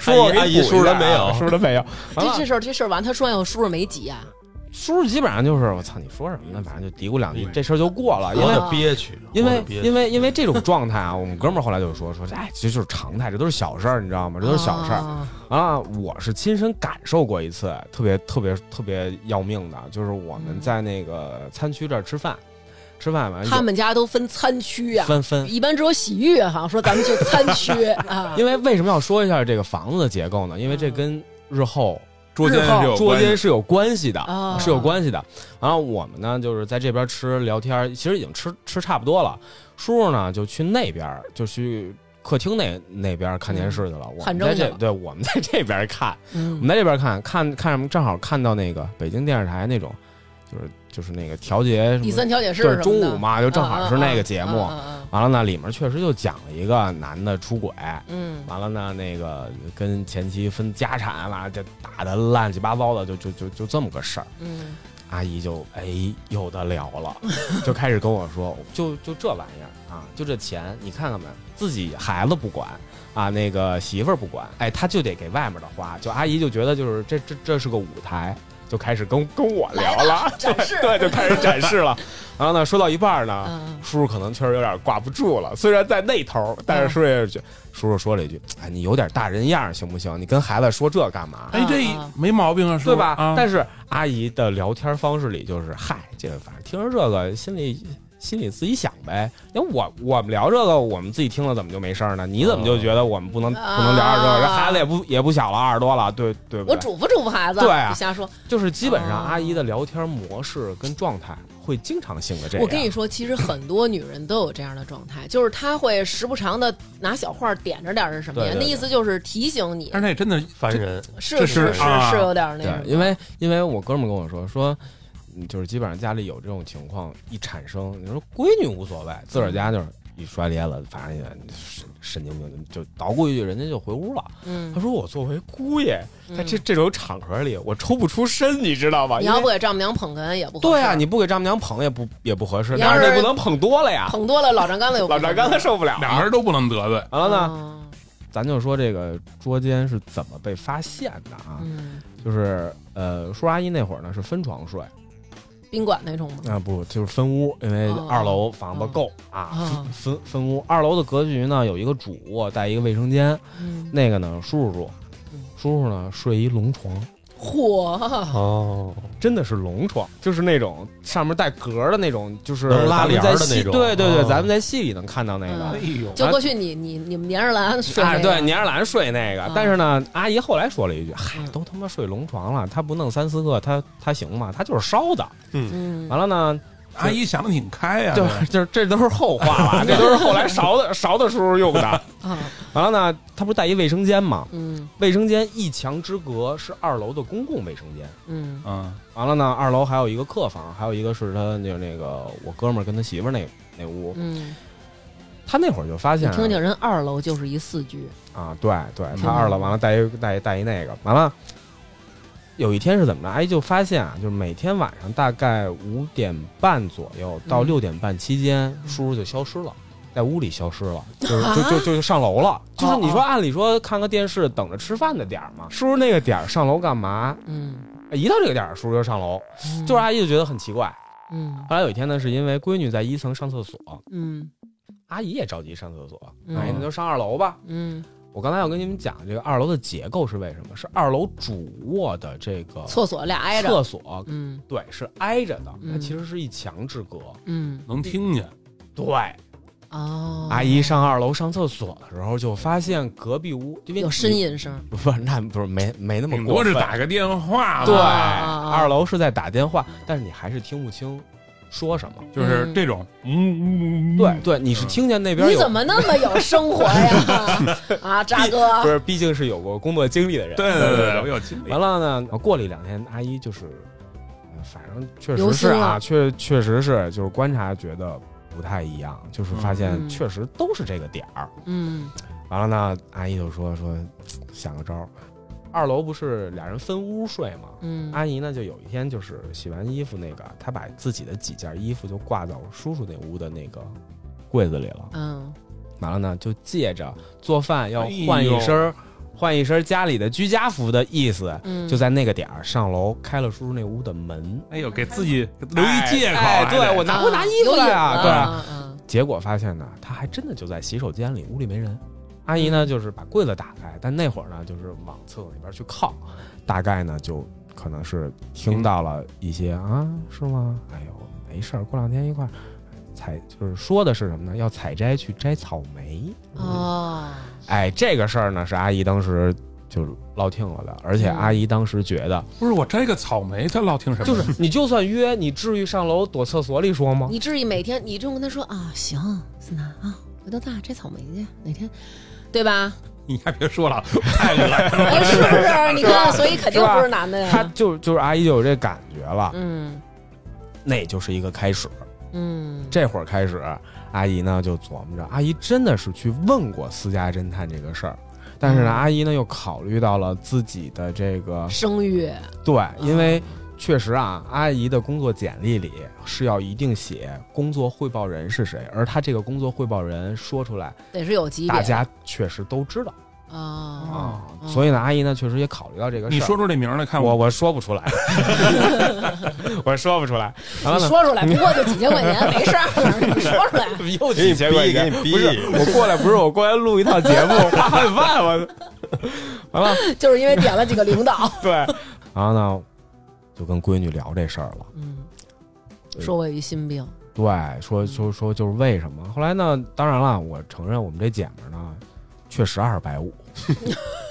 Speaker 5: 叔我
Speaker 3: 阿姨
Speaker 5: 给你
Speaker 3: 阿姨
Speaker 5: 补一
Speaker 3: 叔叔他
Speaker 5: 下啊
Speaker 3: 没有
Speaker 5: 叔叔他没有，
Speaker 1: 这
Speaker 5: 完了
Speaker 1: 这事儿这事儿完，他说完以后，叔叔没急啊，
Speaker 5: 叔叔基本上就是我操，你说什么呢？反正就嘀咕两句，这事儿就过了，因
Speaker 3: 我
Speaker 5: 为
Speaker 3: 得憋屈，
Speaker 5: 因
Speaker 3: 我
Speaker 5: 为
Speaker 3: 得憋屈
Speaker 5: 因为因为这种状态啊，我们哥们儿后来就说说，哎，其实就是常态，这都是小事儿，你知道吗？这都是小事儿
Speaker 1: 啊
Speaker 5: 啊。我是亲身感受过一次，特别特别特别要命的，就是我们
Speaker 1: 嗯
Speaker 5: 在那个餐区这儿吃饭，吃饭完
Speaker 1: 他们家都分餐区
Speaker 5: 有
Speaker 1: 呀，
Speaker 5: 分分。
Speaker 1: 一般只有洗浴好像说咱们去餐区啊，
Speaker 5: 因为为什么要说一下这个房子的结构呢？因为这跟日后
Speaker 2: 捉奸是有
Speaker 5: 捉
Speaker 2: 关系
Speaker 5: 奸是有关系的，
Speaker 1: 啊
Speaker 5: 是有关系的。然后我们呢，就是在这边吃聊天，其实已经吃吃差不多了。叔叔呢就去那边，就去客厅那那边看电视去了。我
Speaker 1: 看
Speaker 5: 们
Speaker 1: 中
Speaker 5: 在
Speaker 1: 去
Speaker 5: 这
Speaker 1: 了
Speaker 5: 对，我们在这边看，我们
Speaker 1: 嗯
Speaker 5: 在这边看看看什么？正好看到那个北京电视台那种，就是就是那个调节
Speaker 1: 第
Speaker 5: 什么
Speaker 1: 三。调解室
Speaker 5: 对，
Speaker 1: 什
Speaker 5: 中
Speaker 1: 么的
Speaker 5: 午嘛，就正好是那个节目。
Speaker 1: 啊啊啊啊啊
Speaker 5: 完了呢，里面确实就讲了一个男的出轨，
Speaker 1: 嗯
Speaker 5: 完了呢，那个跟前妻分家产，完了就打的乱七八糟的，就就就就这么个事儿。
Speaker 1: 嗯
Speaker 5: 阿姨就哎有的聊了， 就开始跟我说，就就这玩意儿啊，就这钱，你看看没，自己孩子不管啊，那个媳妇儿不管，哎，他就得给外面的花。就阿姨就觉得就是这这这是个舞台，就开始跟跟我聊了，
Speaker 1: 展示
Speaker 5: 对，就开始展示了。然后呢，说到一半呢，
Speaker 1: 嗯
Speaker 5: 叔叔可能确实有点挂不住了，虽然在那头，
Speaker 1: 嗯
Speaker 5: 但是叔叔也觉叔叔说了一句：“哎，你有点大人样儿行不行？你跟孩子说这干嘛？”
Speaker 2: 哎，这
Speaker 1: 啊啊
Speaker 2: 没毛病啊，是
Speaker 5: 嗯对吧？
Speaker 2: 啊
Speaker 5: 但是阿姨的聊天方式里就是，嗨，这反正听着这个，心里心里自己想呗。因为我我们聊这个，我们自己听了怎么就没事儿呢？你怎
Speaker 1: 哦
Speaker 5: 么就觉得我们不能、
Speaker 1: 啊
Speaker 5: 不能聊点这个？人孩子也不也不小了，二十多了，对对不
Speaker 1: 我
Speaker 5: 对？
Speaker 1: 嘱咐嘱咐孩子，
Speaker 5: 对啊
Speaker 1: 你瞎说。
Speaker 5: 就是基本上
Speaker 1: 啊
Speaker 5: 阿姨的聊天模式跟状态会经常性的这样。
Speaker 1: 我跟你说，其实很多女人都有这样的状态，就是她会时不常的拿小话点着点儿是什么呀？
Speaker 5: 对对
Speaker 1: 那
Speaker 5: 对
Speaker 1: 意思就是提醒你，
Speaker 2: 但是那真的
Speaker 3: 烦人，
Speaker 1: 是
Speaker 2: 这
Speaker 1: 是
Speaker 2: 是
Speaker 1: 是
Speaker 2: 啊
Speaker 1: 是有点儿那
Speaker 5: 对
Speaker 1: 个，，
Speaker 5: 因为因为我哥们儿跟我说说，嗯就是基本上家里有这种情况一产生，你说闺女无所谓，自
Speaker 1: 嗯
Speaker 5: 个儿家就是一摔咧了，反正也神神经病，就捣鼓一句，人家就回屋了。
Speaker 1: 嗯
Speaker 5: 他，说我作为姑爷，在这
Speaker 1: 嗯
Speaker 5: 这种场合里，我抽不出身，你知道吗？
Speaker 1: 你
Speaker 5: 因
Speaker 1: 要
Speaker 5: 为
Speaker 1: 不给丈母娘捧哏也不合
Speaker 5: 对啊，
Speaker 1: 适
Speaker 5: 你不给丈母娘捧也不也不合适，
Speaker 1: 你
Speaker 5: 但
Speaker 1: 要
Speaker 5: 是
Speaker 1: 是
Speaker 5: 那不能捧多了呀，
Speaker 1: 捧嗯多了老丈杆子有哦
Speaker 5: 老丈干他受不了。
Speaker 2: 两个人都不能得罪。
Speaker 5: 完了呢，
Speaker 1: 呢，
Speaker 5: 咱就说这个捉奸是怎么被发现的啊？
Speaker 1: 嗯，
Speaker 5: 就是呃，叔叔阿姨那会儿呢是分床睡。
Speaker 1: 宾馆那种吗？
Speaker 5: 啊，不，就是分屋，因为
Speaker 1: 哦
Speaker 5: 二楼房子够、啊
Speaker 1: 哦，
Speaker 5: 分分分屋。二楼的格局呢，有一个主卧带一个卫生间，
Speaker 1: 嗯，
Speaker 5: 那个呢叔叔住
Speaker 1: 嗯，
Speaker 5: 叔叔呢睡一龙床，
Speaker 1: 嚯，
Speaker 3: 哦，
Speaker 5: 真的是龙床，就是那种上面带格的那种，就是
Speaker 3: 能拉
Speaker 5: 咱们
Speaker 3: 帘
Speaker 5: 在
Speaker 3: 儿的
Speaker 5: 戏
Speaker 3: 那种
Speaker 5: 对对对，
Speaker 3: 哦
Speaker 5: 咱们在戏里能看到那个
Speaker 1: 嗯。
Speaker 2: 哎呦，
Speaker 1: 就过去你你你们年儿兰啊睡
Speaker 5: 哎，
Speaker 1: 那个
Speaker 5: 对，年儿兰睡那个
Speaker 1: 嗯，
Speaker 5: 但是呢，阿姨后来说了一句：“嗨
Speaker 1: 嗯，
Speaker 5: 都他妈睡龙床了，他不弄三四个，他他行吗？他就是烧的。”
Speaker 1: 嗯，
Speaker 5: 完了呢，
Speaker 2: 阿姨想的挺开呀，
Speaker 5: 就
Speaker 2: 这
Speaker 5: 就这都是后话 了，这都是后来勺的勺的叔叔用的。
Speaker 1: 啊，
Speaker 5: 完了呢，他不是带一卫生间吗？
Speaker 1: 嗯
Speaker 5: 卫生间一墙之隔是二楼的公共卫生间。
Speaker 1: 嗯
Speaker 2: 嗯，
Speaker 5: 完了呢，二楼还有一个客房，还有一个是他那那个我哥们儿跟他媳妇儿那那屋。
Speaker 1: 嗯，
Speaker 5: 他那会儿就发
Speaker 1: 你
Speaker 5: 现啊
Speaker 1: 听听人二楼就是一四居，
Speaker 5: 啊，对对，
Speaker 2: 嗯
Speaker 5: 他二楼完了带一带一带一那个，完了有一天是怎么着？哎，就发现啊，就是每天晚上大概五点半左右到
Speaker 1: 嗯
Speaker 5: 六点半期间，叔叔就消失了。在屋里消 失了，就是
Speaker 1: 啊
Speaker 5: 就就就就上楼 了。就是你说，
Speaker 1: 哦
Speaker 5: 按理说看个电视，等着吃饭的点儿嘛。叔叔那个点儿上楼干嘛？
Speaker 1: 嗯，
Speaker 5: 哎一到这个点儿，叔叔就上楼。
Speaker 1: 嗯
Speaker 5: 就是阿姨就觉得很奇怪。
Speaker 1: 嗯
Speaker 5: 后来有一天呢，是因为闺女在一层上厕所，
Speaker 1: 嗯
Speaker 5: 阿姨也着急上厕所，
Speaker 1: 嗯
Speaker 5: 哎，那就上二楼吧。
Speaker 1: 嗯，
Speaker 5: 我刚才要跟你们讲，这个二楼的结构是为什么？是二楼主卧的这个
Speaker 1: 厕所俩挨着，
Speaker 5: 厕所，
Speaker 1: 嗯
Speaker 5: 对，是挨着的，
Speaker 1: 嗯
Speaker 5: 它其实是一墙之隔。
Speaker 1: 嗯
Speaker 2: 能听见，
Speaker 5: 对，
Speaker 1: 哦，
Speaker 5: 阿姨上二楼上厕所的时候，就发现隔壁屋因为
Speaker 1: 有呻，吟声，
Speaker 5: 不是那不是没没那么
Speaker 2: 顶
Speaker 5: 过
Speaker 2: 多
Speaker 5: 分
Speaker 2: 是，打个电话
Speaker 5: 对，
Speaker 2: 吧，
Speaker 1: 啊
Speaker 5: 二楼是在打电话，但是你还是听不清说什么。
Speaker 2: 就是这种，嗯，嗯嗯嗯
Speaker 5: 对对，你是听见那边
Speaker 1: 你
Speaker 5: 有
Speaker 1: 怎么那么有生活呀？ 啊，渣
Speaker 5: 不
Speaker 1: 哥，
Speaker 5: 是，毕竟是有过工作经历的人。
Speaker 2: 对对
Speaker 5: 对
Speaker 2: 对，我有经历。
Speaker 5: 完了呢，过了一两天，阿姨就是，呃反正确
Speaker 1: 留
Speaker 5: 实是
Speaker 1: 心
Speaker 5: 啊，
Speaker 1: 了
Speaker 5: 确确实是，就是观察觉得不太一样，就是发现
Speaker 1: 嗯
Speaker 5: 确实都是这个点儿。
Speaker 1: 嗯
Speaker 5: 完了呢，阿姨就说说想个招儿，二楼不是俩人分屋睡吗？
Speaker 1: 嗯，
Speaker 5: 阿姨呢，就有一天就是洗完衣服那个，她把自己的几件衣服就挂到叔叔那屋的那个柜子里了。
Speaker 1: 嗯
Speaker 5: 完了呢，就借着做饭要
Speaker 2: 哎呦
Speaker 5: 换一身儿、换一身儿家里的居家服的意思，
Speaker 1: 嗯，
Speaker 5: 就在那个点儿上楼开了叔叔那屋的门，
Speaker 2: 哎呦，给自己留一借口，啊
Speaker 5: 哎，哎
Speaker 2: 还得
Speaker 5: 对我拿不拿衣服来啊？对啊，
Speaker 1: 啊，嗯
Speaker 5: 结果发现呢，他还真的就在洗手间里，屋里没人。阿姨呢，就是把柜子打开，但那会儿呢，就是嗯往厕所那边去靠，大概呢就可能是听到了一些啊，是吗？哎呦，没事儿，过两天一块儿采，就是说的是什么呢？要采摘去摘草莓。
Speaker 1: 哦，
Speaker 5: 哎，这个事儿呢是阿姨当时就落听了的，而且
Speaker 1: 嗯
Speaker 5: 阿姨当时觉得，
Speaker 2: 不是我摘个草莓，他老听什么？
Speaker 5: 就是你就算约，你至于上楼躲厕所里说吗？
Speaker 1: 你至于每天你这么跟他说啊？行，思南啊，回头咱俩摘草莓去，哪天？对吧？
Speaker 2: 你还别说了，太恶心了。
Speaker 1: 哎，是不是？你看，所以肯定
Speaker 5: 是吧
Speaker 1: 不是男的
Speaker 5: 她
Speaker 1: 呀。
Speaker 5: 就就是阿姨就有这感觉了，
Speaker 1: 嗯
Speaker 5: 那就是一个开始。
Speaker 1: 嗯，
Speaker 5: 这会儿开始，阿姨呢就琢磨着，阿姨真的是去问过私家侦探这个事儿。但是呢，
Speaker 1: 嗯
Speaker 5: 阿姨呢又考虑到了自己的这个
Speaker 1: 生育，
Speaker 5: 对，因为确实啊，阿姨的工作简历里是要一定写工作汇报人是谁，而她这个工作汇报人说出来，
Speaker 1: 得是有级别，
Speaker 5: 大家确实都知道。
Speaker 1: 啊，
Speaker 5: 啊
Speaker 1: 哦，
Speaker 5: 所以呢，阿姨呢确实也考虑到这个事儿。
Speaker 2: 你说出这名儿来看
Speaker 5: 我我说不出 来，我说不出来。然
Speaker 1: 你
Speaker 5: 后呢，
Speaker 1: 说出来，不过就几千块钱，没事儿，你说出来。
Speaker 5: 又
Speaker 3: 给
Speaker 5: 几
Speaker 3: 你
Speaker 5: 千块
Speaker 3: 逼，给，
Speaker 5: 钱
Speaker 3: 你逼
Speaker 5: 不，是我过来，不是我过来录一套节 目，花很万，我完了。
Speaker 1: 就是因为点了几个领导。
Speaker 5: 对，然后呢，就跟闺女聊这事儿了。
Speaker 1: 嗯， 说我有一心病，
Speaker 5: 对，说说说就是为什么？后来呢，当然了，我承认我们这姐们儿呢，确实二百五，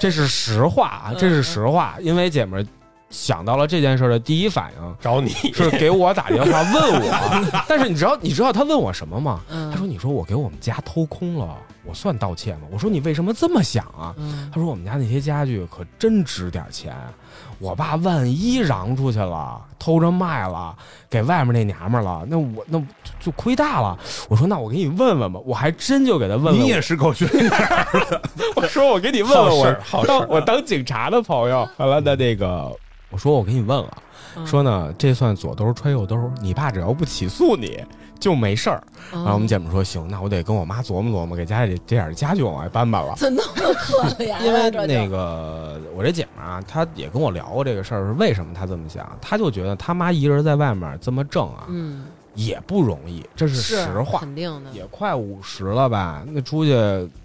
Speaker 5: 这是实话啊，这是实话。因为姐们儿想到了这件事儿的第一反应
Speaker 3: 找你，
Speaker 5: 是给我打电话问我，但是你知道你知道她问我什么吗？她说：“
Speaker 1: 嗯
Speaker 5: 你说我给我们家偷空了，我算盗窃吗？”我说：“你为什么这么想啊？”
Speaker 1: 嗯
Speaker 5: 他说我们家那些家具可真值点钱，我爸万一嚷出去了，偷着卖了，给外面那娘们儿了，那我那就就亏大了。我说那我给你问问吧，我还真就给他问问。
Speaker 2: 你也是 狗血，
Speaker 5: 我说我给你问
Speaker 3: 好
Speaker 5: 问
Speaker 3: 事
Speaker 5: 我
Speaker 3: 儿，好事
Speaker 5: 当
Speaker 3: 儿，
Speaker 5: 我当警察的朋友。啊完了那那个我说我给你问了，
Speaker 1: 嗯
Speaker 5: 说呢这算左兜揣右兜，你爸只要不起诉你就没事儿。
Speaker 1: 嗯
Speaker 5: 然
Speaker 1: 啊
Speaker 5: 后我们姐们说行，那我得跟我妈琢磨琢磨，给家里这点儿家具往外搬搬 了。
Speaker 1: 怎那么可 怜啊？
Speaker 5: 因为
Speaker 1: 这就
Speaker 5: 那个我这姐们儿啊，她也跟我聊过这个事儿，是为什么她这么想？她就觉得她妈一人在外面这么挣啊，
Speaker 1: 嗯，
Speaker 5: 也不容易，这是实话。
Speaker 1: 肯定的，
Speaker 5: 也快五十了吧？那出去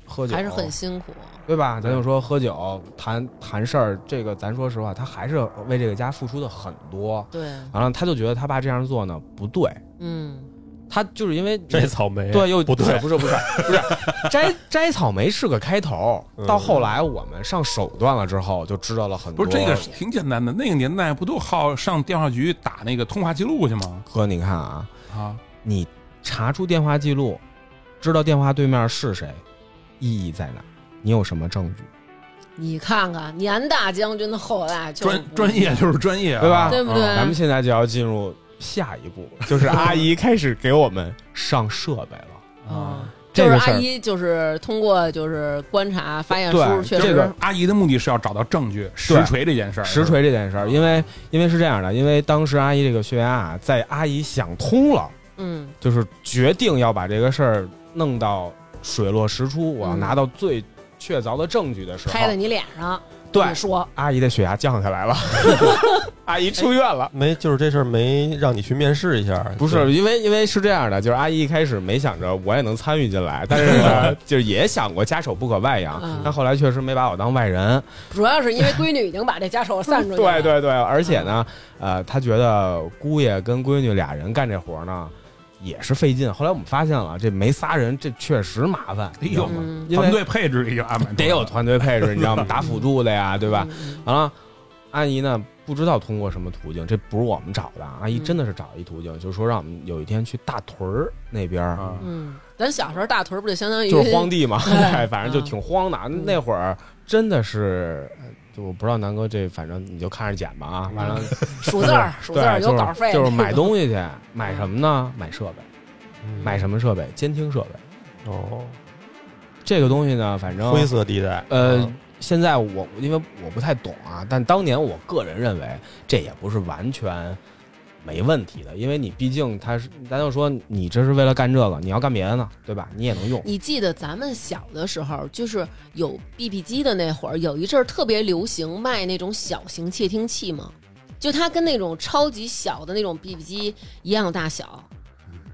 Speaker 5: 喝酒
Speaker 1: 还是很辛苦。
Speaker 5: 对吧？咱就说喝酒谈谈事儿，这个咱说实话，她还是为这个家付出的很多。
Speaker 1: 对，
Speaker 5: 完了，她就觉得她爸这样做呢不对，
Speaker 1: 嗯
Speaker 5: 她就是因为
Speaker 3: 这草莓，
Speaker 5: 对，又
Speaker 3: 不
Speaker 5: 是
Speaker 3: 对，
Speaker 5: 哎不是不是不是， 摘摘草莓是个开头，到后来我们上手段了之后，就知道了很
Speaker 2: 嗯不
Speaker 5: 多。
Speaker 2: 是这个是挺简单的。那个年代不都好上电话局打那个通话记录去吗？
Speaker 5: 哥，你看啊，
Speaker 2: 啊，
Speaker 5: 你查出电话记录，知道电话对面是谁，意义在哪？你有什么证据？
Speaker 1: 你看看，年大将军的后代就
Speaker 2: 专专业就是专业啊，
Speaker 5: 对 吧
Speaker 1: 对不对
Speaker 2: 啊
Speaker 5: 咱们现在就要进入下一步，就是阿 姨开始给我们上设备了。
Speaker 1: 啊
Speaker 2: 啊，
Speaker 1: 就
Speaker 5: 这
Speaker 1: 是
Speaker 5: 个
Speaker 1: 阿
Speaker 5: 事儿，
Speaker 1: 姨就是通过就是观察发现叔
Speaker 5: 对
Speaker 1: 叔确
Speaker 5: 这
Speaker 1: 实
Speaker 5: 个
Speaker 2: 阿姨的目的是要找到证据，实锤这件事儿。
Speaker 5: 实锤这件事儿，因为因为是这样的，因为当时阿姨这个血压啊，在阿姨想通了。
Speaker 1: 嗯
Speaker 5: 就是决定要把这个事儿弄到水落石出，我要
Speaker 1: 嗯
Speaker 5: 拿到最确凿的证据的时候，
Speaker 1: 拍在你脸上，
Speaker 5: 对
Speaker 1: 你说
Speaker 5: 阿姨的血压降下来了， 阿姨出院了。
Speaker 3: 没就是这事儿没让你去面试一下，
Speaker 5: 不是因为因为是这样的，就是阿姨一开始没想着我也能参与进来，但是 呢，就是也想过家丑不可外扬
Speaker 1: 嗯，
Speaker 5: 但后来确实没把我当外人。
Speaker 1: 主要是因为闺女已经把这家丑散出去了，
Speaker 5: 对对对，而且呢，呃，他觉得姑爷跟闺女俩人干这活儿呢也是费劲。后来我们发现了，这没仨人，这确实麻烦。
Speaker 2: 哎呦
Speaker 1: 嗯，
Speaker 5: 因为
Speaker 2: 团队配置已经安排出来了
Speaker 5: 得有团队配置，你知道吗？打辅助的呀，对
Speaker 1: 对
Speaker 5: 吧？？完了，阿姨呢不知道通过什么途径，这不是我们找的，啊阿姨
Speaker 1: 嗯
Speaker 5: 真的是找一途径，就是说让我们有一天去大屯儿那边儿，
Speaker 2: 啊，
Speaker 1: 嗯，咱小时候大屯儿不就相当于
Speaker 5: 就是荒地嘛，
Speaker 1: 对
Speaker 5: 对，反正就挺荒的。啊
Speaker 1: 嗯
Speaker 5: 那会儿真的是，就我不知道南哥这，反正你就看着捡吧啊。完了，
Speaker 1: 数字儿，数字儿
Speaker 5: 对，
Speaker 1: 嗯有
Speaker 5: 就
Speaker 1: 稿费，
Speaker 5: 是就 是买东西去，买什么呢？买设备，
Speaker 3: 嗯
Speaker 5: 买什么设备？监听设备。
Speaker 3: 哦，
Speaker 5: 这个东西呢，反正
Speaker 3: 灰色地带，
Speaker 5: 呃
Speaker 3: 啊，
Speaker 5: 现在我因为我不太懂啊，但当年我个人认为这也不是完全没问题的，因为你毕竟他是，咱就说你这是为了干这个，你要干别的呢，对吧？你也能用。
Speaker 1: 你记得咱们小的时候，就是有 BB 机的那会儿，有一阵儿特别流行卖那种小型窃听器嘛，就它跟那种超级小的那种 BB 机一样大小。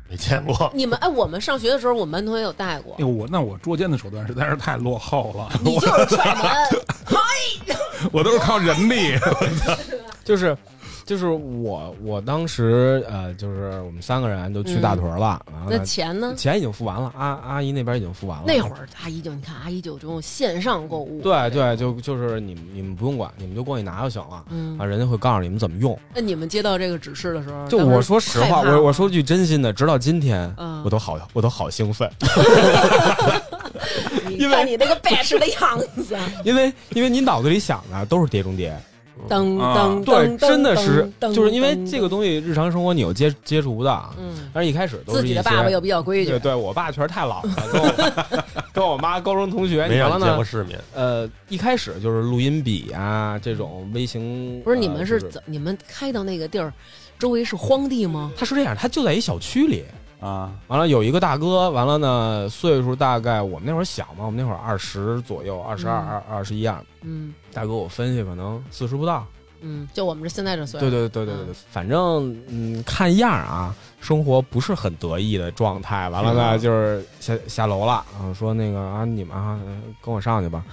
Speaker 3: 没见过，
Speaker 1: 你们哎，我们上学的时候，我们班同学有带过
Speaker 2: 哎呦，。我那我捉奸的手段实在是太落后了，
Speaker 1: 你就是踹门，
Speaker 2: 我都是靠人力。
Speaker 5: 就是就是我我当时呃，就是我们三个人就去大屯了，然后
Speaker 1: 嗯那
Speaker 5: 呢
Speaker 1: 钱 呢？
Speaker 5: 钱已经付完了，阿阿姨那边已经付完了。
Speaker 1: 那会儿阿姨就你看，阿姨就有这种线上购物。
Speaker 5: 对对，就就是你们你们不用管，你们就过去拿就行了。
Speaker 1: 嗯
Speaker 5: 啊，，人家会告诉你们怎么用。
Speaker 1: 那你们接到这个指示的时候，
Speaker 5: 就
Speaker 1: 啊当时
Speaker 5: 我说实话，
Speaker 1: 害怕吗啊
Speaker 5: 我我说句真心的，直到今天，
Speaker 1: 嗯
Speaker 5: 我都好，我都好兴奋，
Speaker 1: 你
Speaker 5: 因为
Speaker 1: 看你那个败事的样 子，
Speaker 5: 因为因为你脑子里想的都是碟中谍，
Speaker 1: 噔噔
Speaker 2: 啊
Speaker 5: 对，
Speaker 1: 噔，
Speaker 5: 真的是，
Speaker 1: 噔
Speaker 5: 就是因为这，
Speaker 1: 噔
Speaker 5: 个东西日常生活你有接接触不到啊
Speaker 1: 噔，嗯，
Speaker 5: 但是一开始都是
Speaker 1: 自己的
Speaker 5: 一些
Speaker 1: 爸爸又比较规矩
Speaker 5: 对，对，我爸确实太老了，跟我 跟我妈高中同学，
Speaker 3: 没让
Speaker 5: 完了
Speaker 3: 你见过
Speaker 5: 呢，
Speaker 3: 世面，
Speaker 5: 呃，一开始就是录音笔啊这种微型，
Speaker 1: 不是
Speaker 5: 呃
Speaker 1: 你们
Speaker 5: 就是
Speaker 1: 怎你们开到那个地儿，周围是荒地吗？
Speaker 5: 他是这样，他就在一小区里，
Speaker 2: 啊，
Speaker 5: 完了有一个大哥，完了呢岁数大概我们那会儿小嘛，我们那会儿二十左右，二十二、二二十一啊。
Speaker 1: 嗯
Speaker 5: 大哥，我分析可能四十不到，
Speaker 1: 嗯，就我们这现在这岁数，
Speaker 5: 对对对对对
Speaker 1: 嗯
Speaker 5: 对，反正嗯，看样儿啊，生活不是很得意的状态。完了呢，
Speaker 2: 嗯
Speaker 5: 就是下下楼了，啊，说那个啊，你们啊，跟我上去吧。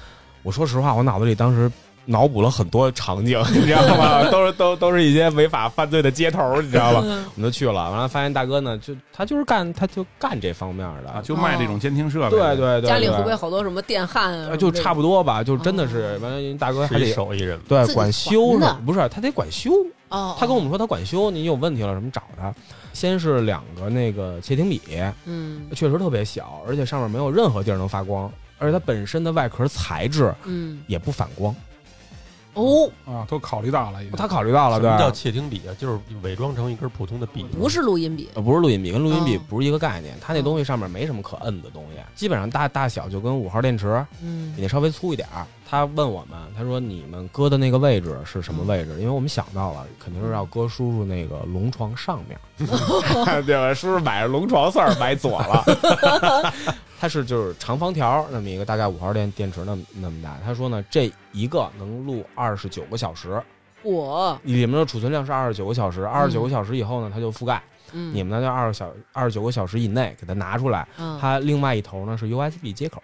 Speaker 5: 我说实话，我脑子里当时脑补了很多场景， 你知道吗？都是都都是一些违法犯罪的街头，你知道吧？
Speaker 1: 嗯
Speaker 5: 我们就去了，完了发现大哥呢，就他就是干他就干这方面的，
Speaker 2: 啊就卖这种监听设备，
Speaker 5: 对对对，
Speaker 1: 家里
Speaker 5: 对
Speaker 1: 会不会好多什么电焊啊
Speaker 5: 呃？就差
Speaker 1: 不
Speaker 5: 不多吧，就真的
Speaker 1: 哦
Speaker 5: 是，完了人大哥还
Speaker 3: 是一
Speaker 5: 得
Speaker 3: 手艺人，
Speaker 5: 对
Speaker 1: 自己
Speaker 5: 管修
Speaker 1: 传的
Speaker 5: 是不是？他得管修，
Speaker 1: 多哦，
Speaker 5: 他跟我们说他管修，你有问题了什么找他。先是两个那个窃听笔，
Speaker 1: 嗯
Speaker 5: 确实特别小，而且上面没有任何地儿能发光，而且它本身的外壳材质
Speaker 1: 嗯
Speaker 5: 也不反光。
Speaker 1: 哦，
Speaker 2: 啊，都考虑到了已经，
Speaker 5: 他考虑到
Speaker 3: 嗯
Speaker 5: 了，
Speaker 3: 什么叫
Speaker 5: 对，
Speaker 3: 窃听笔啊？就是伪装成一根普通的笔，
Speaker 1: 不是录音笔，
Speaker 5: 呃不是录音笔跟录音笔
Speaker 1: 哦
Speaker 5: 不是一个概念，它那东西上面没什么可摁的东西，基本上大大小就跟五号电池，比
Speaker 1: 嗯
Speaker 5: 那稍微粗一点儿。他问我们，他说你们搁的那个位置是什么位置？因为我们想到了，肯定是要搁叔叔那个龙床上面， 对吧？叔叔买龙床四儿买左 了，它是就是长方条儿那么一个，大概五号电电池那么那么大。他说呢，这一个能录二十九个小时，
Speaker 1: 我
Speaker 5: 里面的储存量是二十九个小时，二十九个小时以后呢，它就覆盖。
Speaker 1: 嗯
Speaker 5: 你们呢，在二十小二十九个小时以内给它拿出来，
Speaker 1: 嗯
Speaker 5: 它另外一头呢是 USB 接口。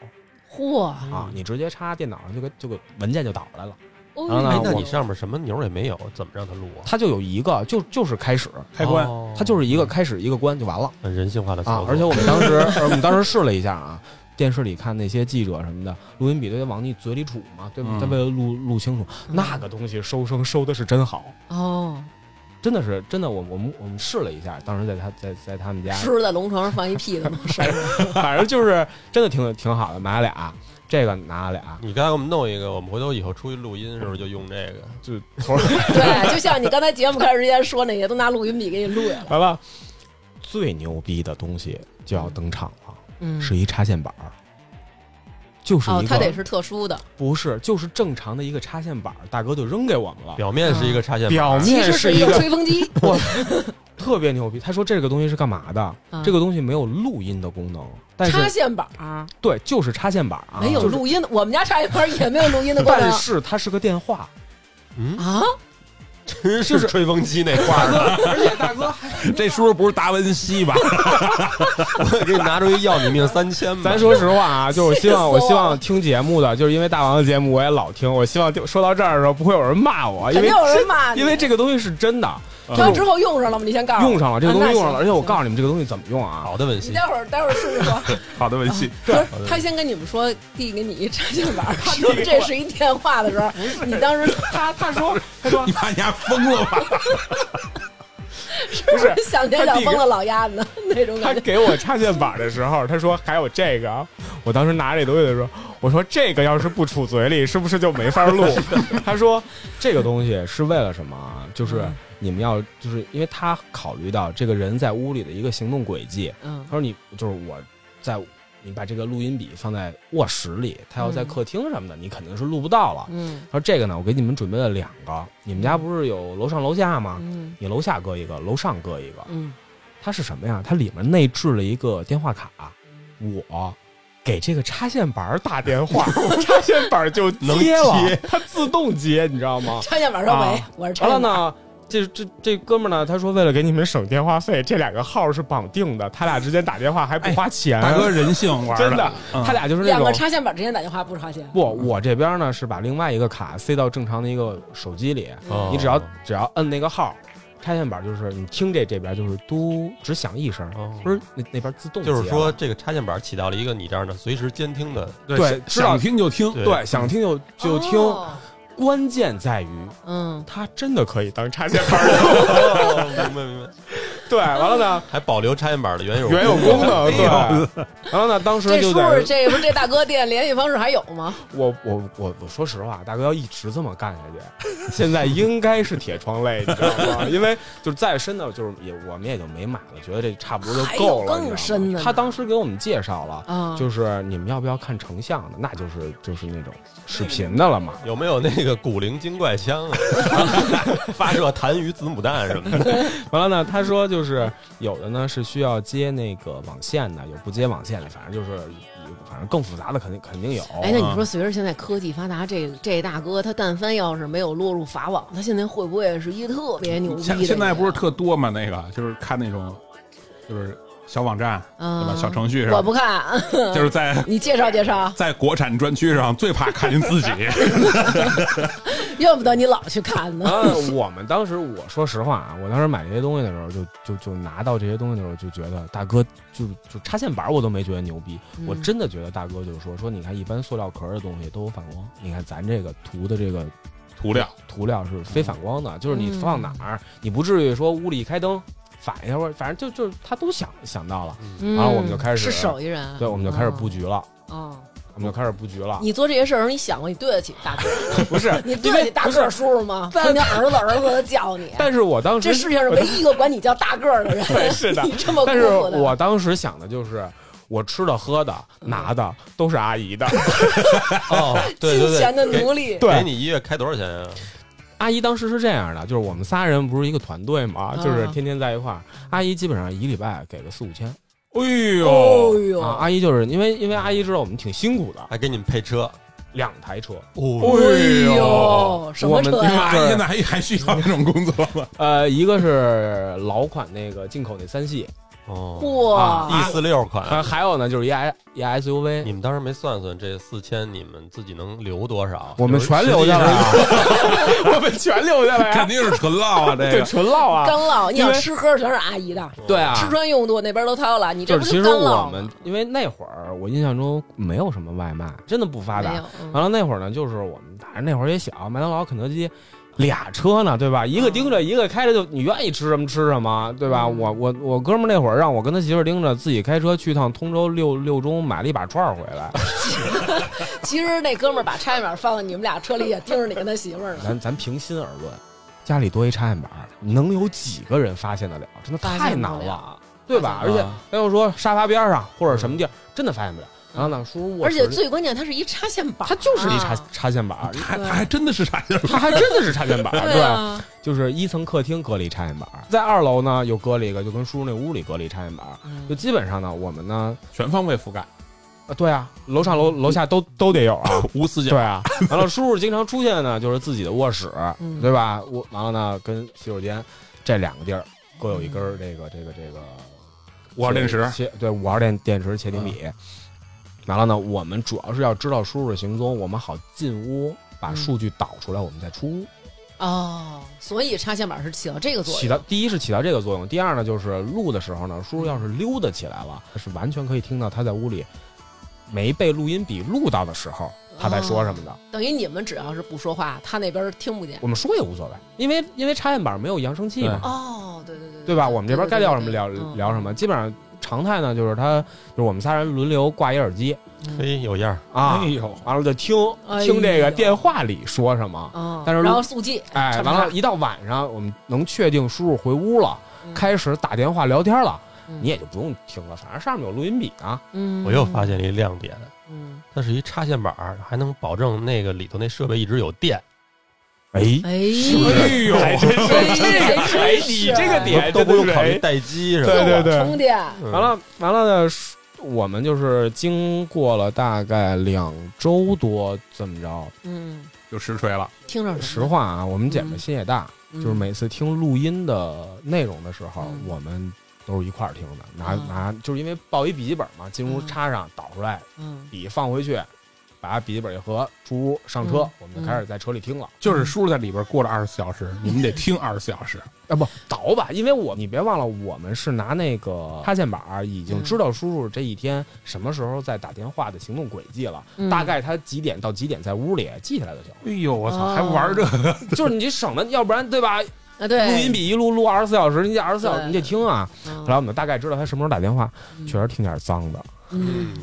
Speaker 1: 嚯
Speaker 5: 啊，你直接插电脑上就给就给文件就导出来了，
Speaker 1: 哦
Speaker 5: 然后呢
Speaker 3: 哎，
Speaker 5: 我
Speaker 3: 那你上面什么钮儿也没有，怎么让他录啊？
Speaker 5: 它就有一个就就是开始，
Speaker 2: 开关，
Speaker 3: 哦
Speaker 5: 它就是一个开始一个关就完了
Speaker 3: 很人性化
Speaker 1: 嗯
Speaker 3: 的操
Speaker 5: 啊
Speaker 3: 作。。
Speaker 5: 而且我们当时呃我们当时试了一下啊，电视里看那些记者什么的，录音笔都得往你嘴里杵嘛，对吧？
Speaker 2: 嗯
Speaker 5: 他为了录录清楚，
Speaker 1: 嗯
Speaker 5: 那个东西收声收的是真好，
Speaker 1: 哦，
Speaker 5: 真的是真的，我我们我们试了一下，当时在他在在他们家，
Speaker 1: 吃在龙床上放一屁的能
Speaker 5: 反正就是真的挺挺好的，买了俩，这个拿了俩，
Speaker 3: 你刚才给我们弄一个，我们回头以后出去录音的时候就用这个。
Speaker 5: 就头
Speaker 1: 对，就像你刚才节目开始之前说那些，都拿录音笔给你录下来。
Speaker 5: 完了，最牛逼的东西就要登场了。
Speaker 1: 嗯
Speaker 5: 是一插线板儿，就是
Speaker 1: 哦
Speaker 5: 一，
Speaker 1: 它
Speaker 5: 个、
Speaker 1: 得是特殊的，
Speaker 5: 不是就是正常的一个插线板儿，大哥就扔给我们了，
Speaker 3: 表面是一个插线板，
Speaker 2: 表
Speaker 1: 其
Speaker 2: 面
Speaker 1: 实
Speaker 2: 是
Speaker 1: 一
Speaker 2: 一
Speaker 1: 个
Speaker 2: 个
Speaker 1: 吹风机。
Speaker 5: 特别牛逼。他说这个东西是干嘛的？
Speaker 1: 嗯
Speaker 5: 这个东西没有录音的功能，但
Speaker 1: 插
Speaker 5: 是
Speaker 1: 线板儿
Speaker 5: 对，就是插线板儿、啊，
Speaker 1: 没有
Speaker 5: 就是
Speaker 1: 录音的，我们家插线板儿也没有录音的功
Speaker 5: 但
Speaker 1: 能
Speaker 5: 是它是个 电话，
Speaker 3: 嗯，
Speaker 1: 啊。
Speaker 3: 真是吹风机那块儿 的。
Speaker 5: 而且大哥还
Speaker 2: 这叔叔不是达文西 吧？
Speaker 3: 我给你拿出一要你命三千吧
Speaker 5: 咱。说实话啊，就是我希望，
Speaker 1: 气死我
Speaker 5: 我希望听节目的，就是因为大王的节目我也老听，我希望就说到这儿的时候不会有人骂我，因
Speaker 1: 肯定
Speaker 5: 为
Speaker 1: 有人骂你，
Speaker 5: 因为这个东西是真的，
Speaker 1: 然
Speaker 2: 啊
Speaker 1: 后之后用上了吗？你先告诉我。
Speaker 5: 用上了这个东
Speaker 1: 啊
Speaker 5: 西
Speaker 1: 那
Speaker 5: 用上了，
Speaker 1: 行
Speaker 5: 而且我
Speaker 1: 行
Speaker 5: 告诉你们这个东西怎么用啊，
Speaker 3: 好的，文
Speaker 1: 你
Speaker 3: 心，
Speaker 1: 待会儿待会儿试试 说。
Speaker 4: 好的文戏，
Speaker 1: 不是，他先跟你们说递给你一插线板儿，他说这是一电话的时候，你当时
Speaker 5: 他他 说他 说
Speaker 2: 你把人家疯了吧？
Speaker 1: 是不是想天想疯了老鸭子呢那 种
Speaker 5: 他
Speaker 1: 感觉？
Speaker 5: 给我插线板的时候，他说还有这个啊，我当时拿这东西的时候，我说这个要是不杵嘴里，是不是就没法录？ 他说这个东西是为了什么啊？就是
Speaker 1: 嗯
Speaker 5: 你们要，就是因为他考虑到这个人在屋里的一个行动轨迹。
Speaker 1: 嗯
Speaker 5: 他说你就是我在你把这个录音笔放在卧室里，他要在客厅什么的，你肯定是录不到了。
Speaker 1: 嗯
Speaker 5: 他说这个呢，我给你们准备了两个，你们家不是有楼上楼下吗？
Speaker 1: 嗯
Speaker 5: 你楼下搁一个，楼上搁一个。
Speaker 1: 嗯，
Speaker 5: 它是什么呀？它里面内置了一个电话卡，我给这个插线板儿打电话，插线板儿就
Speaker 3: 能
Speaker 5: 接了，
Speaker 3: 接
Speaker 5: 它自动接，你知道吗？
Speaker 1: 插线板儿说喂
Speaker 5: 啊，
Speaker 1: 我是插
Speaker 5: 完了
Speaker 1: 线板儿。
Speaker 5: 呢，这这这哥们儿呢，他说为了给你们省电话费，这两个号是绑定的，他俩之间打电话还不花钱，
Speaker 2: 大哥人 性玩
Speaker 5: 真的，
Speaker 2: 嗯
Speaker 5: 他俩就是那
Speaker 1: 两个
Speaker 5: 种。
Speaker 1: 插线板儿之间打电话不花钱，
Speaker 5: 不，我这边呢是把另外一个卡塞到正常的一个手机里，
Speaker 3: 哦
Speaker 5: 你只要只要摁那个号，插线板就是你听这这边就是嘟，只响一声，
Speaker 3: 哦
Speaker 5: 不是那那边自动接
Speaker 3: 就
Speaker 5: 了
Speaker 3: 是说这个插线板起到了一个你这样的随时监听的，
Speaker 5: 对知道
Speaker 2: 想听就听，
Speaker 5: 对，哎想听就就听。
Speaker 1: 哦
Speaker 5: 关键在于
Speaker 1: 嗯，
Speaker 5: 它真的可以当插线板儿
Speaker 3: 哦明白明白，
Speaker 5: 对，完了呢，
Speaker 3: 还保留插线板的原有
Speaker 5: 原有功能。对，完了呢，当时
Speaker 1: 这
Speaker 5: 就
Speaker 1: 叔
Speaker 5: 在
Speaker 1: 叔这不是这大哥店联系方式还有吗？
Speaker 5: 我我我我说实话，大哥要一直这么干下去，现在应该是铁窗泪，你知道吗？因为就是再深的，就是也我们也就没买了，觉得这差不多就够了。
Speaker 1: 还有
Speaker 5: 你知道吗
Speaker 1: 更深的呢
Speaker 5: 他当时给我们介绍了。
Speaker 1: 啊，
Speaker 5: 就是你们要不要看成像的？那就是就是那种视频的了嘛。
Speaker 3: 有没有那个古灵精怪枪啊？发射弹鱼子母弹什么的？
Speaker 5: 完了呢，他说就就是有的呢是需要接那个网线的，有不接网线的，反正就是反正更复杂的肯定肯定有。
Speaker 1: 哎，那你说随着现在科技发达，这这大哥他但凡要是没有落入法网，他现在会不会是一个特别牛逼的
Speaker 2: 现
Speaker 1: 人？啊
Speaker 2: 现在不是特多吗？那个就是看那种，就是小网站对
Speaker 1: 啊
Speaker 2: 吧？，小程序
Speaker 1: 我
Speaker 2: 上，
Speaker 1: 不看，
Speaker 2: 就是在
Speaker 1: 你介绍介 绍，
Speaker 2: 在国产专区上最怕看见自己。
Speaker 1: 怨不得你老去看呢。
Speaker 5: 啊，我们当时我说实话啊，我当时买这些东西的时候，就就就拿到这些东西的时候，就觉得大哥就就插线板我都没觉得牛逼， 我
Speaker 1: 嗯
Speaker 5: 真的觉得大哥就是说说你看一般塑料壳的东西都有反光，你看咱这个涂的这个
Speaker 2: 涂料，
Speaker 5: 涂料是非反光
Speaker 1: 嗯
Speaker 5: 的，就是你放哪儿，你不至于说屋里一开灯反一下，或者反正就就是他都想想到了，
Speaker 1: 嗯
Speaker 5: 然啊后我们就开
Speaker 1: 是
Speaker 5: 始
Speaker 1: 手艺人，
Speaker 5: 对，我们就开始布局了，
Speaker 1: 哦。
Speaker 5: 我们就开始布局了
Speaker 1: 哦，。你做这些事儿，你想过你对得起大哥，
Speaker 5: 不是，
Speaker 1: 你对得起大
Speaker 5: 不是
Speaker 1: 个叔叔吗？
Speaker 5: 但
Speaker 1: 说你儿子儿子都叫你，啊
Speaker 5: 但是我当时
Speaker 1: 这世界上唯一一个管你叫大个儿的人，
Speaker 5: 对是 的
Speaker 1: 你这么
Speaker 5: 但是
Speaker 1: 辜负的，
Speaker 5: 我当时想的就是，我吃的、喝的、拿的都是阿姨的。
Speaker 3: 哦，对
Speaker 1: 金
Speaker 3: 对对，
Speaker 1: 钱的奴隶，
Speaker 3: 给，哎你一月开多少钱啊？
Speaker 5: 阿姨当时是这样的，就是我们仨人不是一个团队嘛，就是天天在一块儿。阿姨基本上一个礼拜给个四五千
Speaker 2: 哎
Speaker 1: 哦
Speaker 2: 呦，
Speaker 1: 呦，
Speaker 5: 啊。阿姨就是因为因为阿姨知道我们挺辛苦的，
Speaker 3: 还给你们配车，
Speaker 5: 两台车，
Speaker 2: 哦
Speaker 1: 哎
Speaker 2: 呦
Speaker 1: 呦，什么车
Speaker 5: 我们
Speaker 1: 呀？
Speaker 2: 妈呀，啊 现在还还需要那种工作吗？
Speaker 5: 呃，一个是老款那个进口那三系，
Speaker 3: 哦，
Speaker 1: 哇，
Speaker 5: 啊
Speaker 3: 一四六款。
Speaker 5: 还还有呢就是一 i 一 SUV，
Speaker 3: 你们当时没算算这四千，你们自己能留多少？
Speaker 5: 我们全留下来啊， 我们全留下来
Speaker 2: 肯
Speaker 5: 啊，
Speaker 2: 定是纯浪啊，这
Speaker 5: 对，
Speaker 2: 个。
Speaker 5: 纯唠啊，
Speaker 1: 干酪，你
Speaker 5: 因
Speaker 1: 想
Speaker 5: 为
Speaker 1: 吃喝全是阿姨的，
Speaker 5: 对啊，
Speaker 1: 吃穿用度那边都掏了，你这
Speaker 5: 就
Speaker 1: 不
Speaker 5: 是其实
Speaker 1: 干
Speaker 5: 我
Speaker 1: 酪
Speaker 5: 们
Speaker 1: 吗？
Speaker 5: 因为那会儿我印象中没有什么外卖，真的不啊发
Speaker 1: 没
Speaker 5: 达。
Speaker 1: 有，嗯
Speaker 5: 完了那会儿呢，就是我们反正那会儿也小，麦当劳、肯德基俩车呢，对吧？一个盯着，一个开着就，你愿意吃什么吃什么，对吧？
Speaker 1: 嗯
Speaker 5: 我我我哥们儿那会儿让我跟他媳妇儿盯着，自己开车去趟通州六六中买了一把串儿回来。
Speaker 1: 嗯其实那哥们儿把插线板放在你们俩车里，也盯着你跟他媳妇儿呢。
Speaker 5: 咱咱平心而论，家里多一插线板，能有几个人发现得了？真的
Speaker 1: 发
Speaker 5: 太
Speaker 1: 现不
Speaker 5: 难
Speaker 1: 了
Speaker 5: 了，对吧？
Speaker 1: 发
Speaker 5: 而
Speaker 1: 现嗯
Speaker 5: 且咱又说沙发边儿上或者什么地儿，真的发现不了。然后呢，叔叔卧
Speaker 1: 而
Speaker 5: 室
Speaker 1: 且
Speaker 5: 里
Speaker 1: 最关键，它是一插线板，
Speaker 5: 它就是一插
Speaker 1: 啊
Speaker 5: 插线板儿，
Speaker 2: 还还真的是啥样？
Speaker 5: 它还真的是插线板儿，
Speaker 1: 对啊，
Speaker 5: 就是一层客厅隔离插线板儿，在二楼呢又隔了一个，就跟叔叔那屋里隔离插线板儿，就基本上呢我们呢，
Speaker 2: 全方位覆盖，
Speaker 5: 啊对啊，楼上楼楼下都都得有啊，
Speaker 2: 无死角
Speaker 5: 对。啊，完了叔叔经常出现呢就是自己的卧室
Speaker 1: 嗯，
Speaker 5: 啊对吧？我完了呢跟洗手间这两个地儿各有一根
Speaker 1: 嗯
Speaker 5: 儿这个这个这个
Speaker 2: 五号电池，
Speaker 5: 切对五号电电池
Speaker 1: 嗯
Speaker 5: 窃听笔。完了呢，我们主要是要知道叔叔的行踪，我们好进屋把
Speaker 1: 嗯
Speaker 5: 数据导出来，我们再出屋。
Speaker 1: 哦，所以插线板是起到这个作用，
Speaker 5: 起到第一是起到这个作用，第二呢就是录的时候呢，叔叔要是
Speaker 1: 嗯
Speaker 5: 溜达起来了，是完全可以听到他在屋里没被录音笔录到的时候，他在
Speaker 1: 哦
Speaker 5: 说什么的。
Speaker 1: 等于你们只要是不说话，他那边听不见。
Speaker 5: 我们说也无所谓，因为因为插线板没有扬声器嘛，
Speaker 1: 哦，对对对，嗯
Speaker 5: 对吧？我们这边该聊什么聊聊什，么，基本上常态呢就是他就是我们仨人轮流挂一耳机
Speaker 1: 对对对对嗯
Speaker 3: 嘿，有样儿，
Speaker 5: 啊
Speaker 2: 哎，呦，
Speaker 5: 完了就听
Speaker 1: 哎呦
Speaker 5: 听这个电话里说什么。
Speaker 1: 哦，
Speaker 5: 但是
Speaker 1: 然后速记，
Speaker 5: 哎，
Speaker 1: 查不
Speaker 5: 完了，
Speaker 1: 查
Speaker 5: 一到晚上，我们能确定叔叔回屋了，
Speaker 1: 嗯，
Speaker 5: 开始打电话聊天了，
Speaker 1: 嗯
Speaker 5: 你也就不用听了，反正上面有录音笔啊呢。
Speaker 1: 嗯，
Speaker 3: 我又发现了一亮点，
Speaker 1: 嗯，
Speaker 3: 它是一插线板儿，还能保证那个里头那设备一直有电。
Speaker 5: 哎，
Speaker 1: 哎，
Speaker 2: 哎 呦，
Speaker 1: 真是
Speaker 5: 哎，你这个点
Speaker 3: 都
Speaker 5: 真的
Speaker 3: 不用
Speaker 5: 是
Speaker 3: 考虑
Speaker 5: 哎
Speaker 3: 待机是吧？
Speaker 5: 对对对
Speaker 1: 自我充电，
Speaker 3: 嗯
Speaker 5: 完，了完了呢，是我们就是经过了大概两周多，这么着？
Speaker 1: 嗯，
Speaker 2: 就实锤了。
Speaker 1: 听着
Speaker 5: 实话啊，我们姐
Speaker 1: 嗯
Speaker 5: 妹心也大，
Speaker 1: 就
Speaker 5: 就是每次听录音的内容的时候，
Speaker 1: 嗯
Speaker 5: 我们都是一块儿听的，拿、
Speaker 1: 嗯
Speaker 5: 拿就是因为抱一笔记本嘛，进屋
Speaker 1: 嗯
Speaker 5: 插上导出来，
Speaker 1: 嗯
Speaker 5: 笔放回去。把笔记本一合，出屋上车
Speaker 1: 嗯，
Speaker 5: 我们就开始在车里听了。
Speaker 2: 就是叔叔在里边过了二十四小时，你们得听二十四小时。
Speaker 5: 啊，不倒吧，因为我你别忘了，我们是拿那
Speaker 1: 嗯
Speaker 5: 个插线板儿，已经知道叔叔这一天什么时候在打电话的行动轨迹了，
Speaker 1: 嗯
Speaker 5: 大概他几点到几点在屋里记下来就 行了。
Speaker 2: 哎呦，我
Speaker 1: 哦
Speaker 2: 操，还玩这个？
Speaker 5: 就是你省得，要不然对吧？录
Speaker 1: 啊，对，
Speaker 5: 音笔一录录二十四小时，你得二十四小时
Speaker 1: 对
Speaker 5: 你得听啊。
Speaker 1: 嗯，
Speaker 5: 后来我们大概知道他什么时候打电话，
Speaker 1: 嗯
Speaker 5: 确实听点脏的。
Speaker 1: 嗯，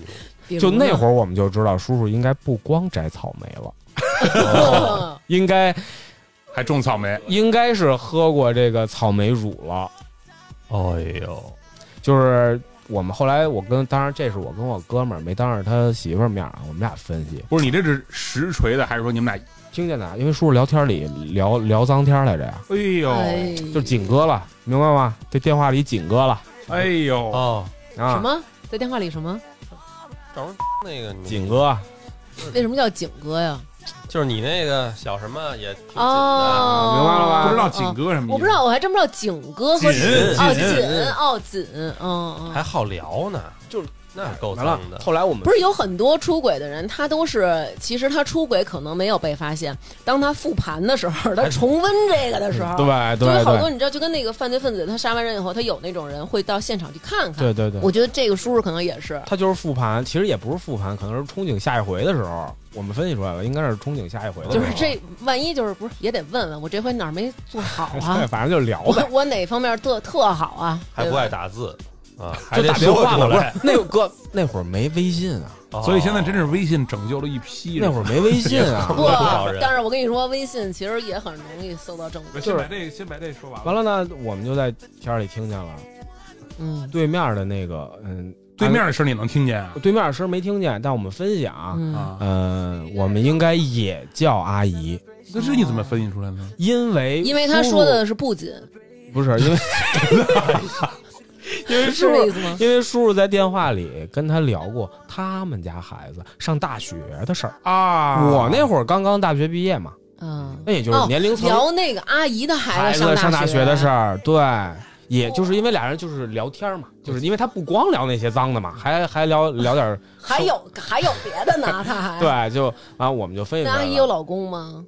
Speaker 1: 比
Speaker 5: 就
Speaker 1: 如
Speaker 5: 那
Speaker 1: 呢
Speaker 5: 会儿我们就知道，叔叔应该不光摘草莓了， 应该
Speaker 2: 还种草莓？
Speaker 5: 应该是喝过这个草莓乳了。
Speaker 3: 哎呦，
Speaker 5: 就是我们后来我跟当然这是我跟我哥们儿没当着他媳妇儿面儿啊，我们俩分析
Speaker 2: 不是你这是实锤的，还是说你们俩？
Speaker 5: 听见的，因为叔叔聊天里聊聊脏天儿来着呀，
Speaker 2: 哎呦，
Speaker 1: 哎，
Speaker 5: 就是紧哥了，明白吗？这电话里紧哥了
Speaker 2: 哎呦，
Speaker 3: 哦，
Speaker 1: 什
Speaker 5: 啊，
Speaker 1: 么在电话里什么？
Speaker 3: 找人那个你
Speaker 5: 紧哥
Speaker 1: 为什么叫景哥呀？
Speaker 3: 就是你那个小什么也挺紧的，
Speaker 1: 哦，
Speaker 5: 啊明白了吧
Speaker 2: 不知道
Speaker 1: 景
Speaker 2: 锦，哥什么意思？
Speaker 1: 哦我不知道，我还真不知道景哥和
Speaker 2: 锦
Speaker 1: 哦
Speaker 2: 锦
Speaker 1: 锦哦锦，嗯
Speaker 3: 还
Speaker 1: 嗯。
Speaker 3: 好聊呢，
Speaker 5: 就是
Speaker 3: 那够
Speaker 5: 完了
Speaker 3: 脏。的。
Speaker 5: 后来我们
Speaker 1: 不是有很多出轨的人，他都是其实他出轨可能没有被发现，当他复盘的时候，他重温这个的时候，
Speaker 5: 对嗯对
Speaker 1: 就有好多
Speaker 5: 对
Speaker 1: 你知道，就跟那个犯罪分子，他杀完人以后，他有那种人会到现场去看看。
Speaker 5: 对对对，
Speaker 1: 我觉得这个叔叔可能也是，
Speaker 5: 他就是复盘，其实也不是复盘，可能是憧憬下一回的时候，我们分析出来了，应该是憧憬下一回的时
Speaker 1: 就
Speaker 5: 候。
Speaker 1: 是这万一就是不是也得问问我这回哪儿没做好啊？
Speaker 5: 反正就聊
Speaker 1: 我
Speaker 5: 呗，
Speaker 1: 我哪方面特特好啊？
Speaker 3: 还不爱打字啊，还
Speaker 5: 就
Speaker 3: 得
Speaker 5: 打电
Speaker 3: 说
Speaker 5: 话
Speaker 3: 出
Speaker 5: 嘛。不
Speaker 3: 来
Speaker 5: 是。那个哥， 那会儿没微信啊，
Speaker 3: 哦
Speaker 2: 所以现在真是微信拯救了一批人。
Speaker 5: 那会儿没微信啊
Speaker 1: 不。
Speaker 3: 多少人，
Speaker 1: 但是我跟你说，微信其实也很容易搜到证据。
Speaker 2: 先把这先把这说完
Speaker 5: 完
Speaker 2: 了，
Speaker 5: 了呢，我们就在天儿里听见了
Speaker 1: 嗯
Speaker 5: 对面的那个，嗯，
Speaker 2: 对面的声你能听见啊？
Speaker 5: 对面声没听见，但我们分析啊，
Speaker 1: 嗯，
Speaker 5: 嗯、我们应该也叫阿姨，
Speaker 2: 那这你怎么分析出来呢？
Speaker 5: 因为
Speaker 1: 因为他
Speaker 5: 叔叔
Speaker 1: 说的是不仅，
Speaker 5: 不是 因为因
Speaker 1: 是
Speaker 5: 为叔
Speaker 1: 这
Speaker 5: 叔
Speaker 1: 意思吗？
Speaker 5: 因为叔叔在电话里跟他聊过他们家孩子上大学的事儿。
Speaker 2: 啊
Speaker 5: 我那会儿刚刚大学毕业嘛，
Speaker 1: 嗯，
Speaker 5: 那也就是年龄层、
Speaker 1: 聊那个阿姨的孩
Speaker 5: 孩子上
Speaker 1: 大
Speaker 5: 大学的事
Speaker 1: 儿，
Speaker 5: 儿，对。也就是因为俩人就是聊天嘛，就是因为他不光聊那些脏的嘛，还还聊聊点儿
Speaker 1: 还有还有别的呢，他还。
Speaker 5: 对，就啊，我们就分析出
Speaker 1: 那
Speaker 5: 来
Speaker 1: 阿姨
Speaker 5: 了
Speaker 1: 有老公吗？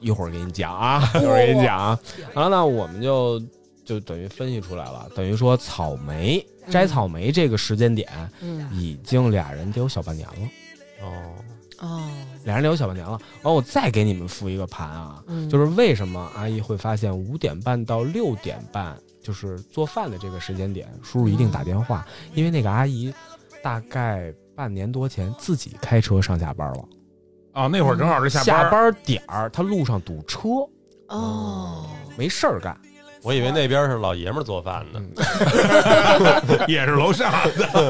Speaker 5: 一会儿给你讲啊，一会儿给你讲啊。然后呢，我们就就等于分析出来了，等于说草莓摘草莓这个时间点，
Speaker 1: 嗯
Speaker 5: 已经俩人得有小半年了，
Speaker 3: 哦，
Speaker 1: 哦，
Speaker 5: 俩人得有小半年了。完、我再给你们复一个盘啊，
Speaker 1: 嗯
Speaker 5: 就是为什么阿姨会发现五点半到六点半就是做饭的这个时间点，叔叔一定打电话，
Speaker 2: 嗯
Speaker 5: 因为那个阿姨大概半年多前自己开车上下班了，
Speaker 2: 啊，那会儿正好是下班
Speaker 5: 下
Speaker 2: 儿，
Speaker 5: 班点儿她路上堵车，
Speaker 1: 哦，
Speaker 5: 没 事儿干。
Speaker 3: 我以为那边是老爷们儿做饭呢。
Speaker 2: 也是楼上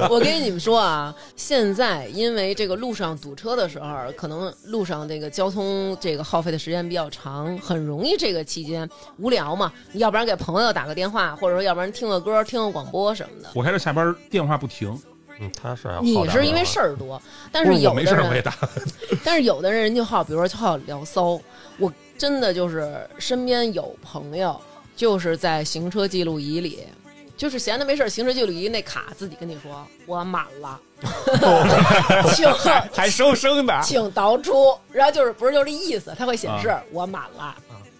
Speaker 1: 我跟你们说啊，现在因为这个路上堵车的时候，可能路上这个交通这个耗费的时间比较长，很容易这个期间无聊嘛，要不然给朋友打个电话，或者说要不然听个歌、听个广播什么的。
Speaker 2: 我开始下班电话不停，
Speaker 3: 嗯，他是还好
Speaker 1: 你
Speaker 3: 点儿
Speaker 1: 是因为
Speaker 3: 的
Speaker 1: 事儿多，但
Speaker 2: 不
Speaker 1: 是
Speaker 2: 是
Speaker 1: 有
Speaker 2: 我
Speaker 1: 的
Speaker 2: 没事儿我也
Speaker 1: 人，
Speaker 2: 打，
Speaker 1: 但是有的人就好，比如说就好聊骚。我真的就是身边有朋友，就是在行车记录仪里，就是闲的没事儿，行车记录仪那卡自己跟你说我满了，请
Speaker 4: 还收声的，
Speaker 1: 请导出，然后就是不是就这意思，它会显示、我满了，
Speaker 2: 啊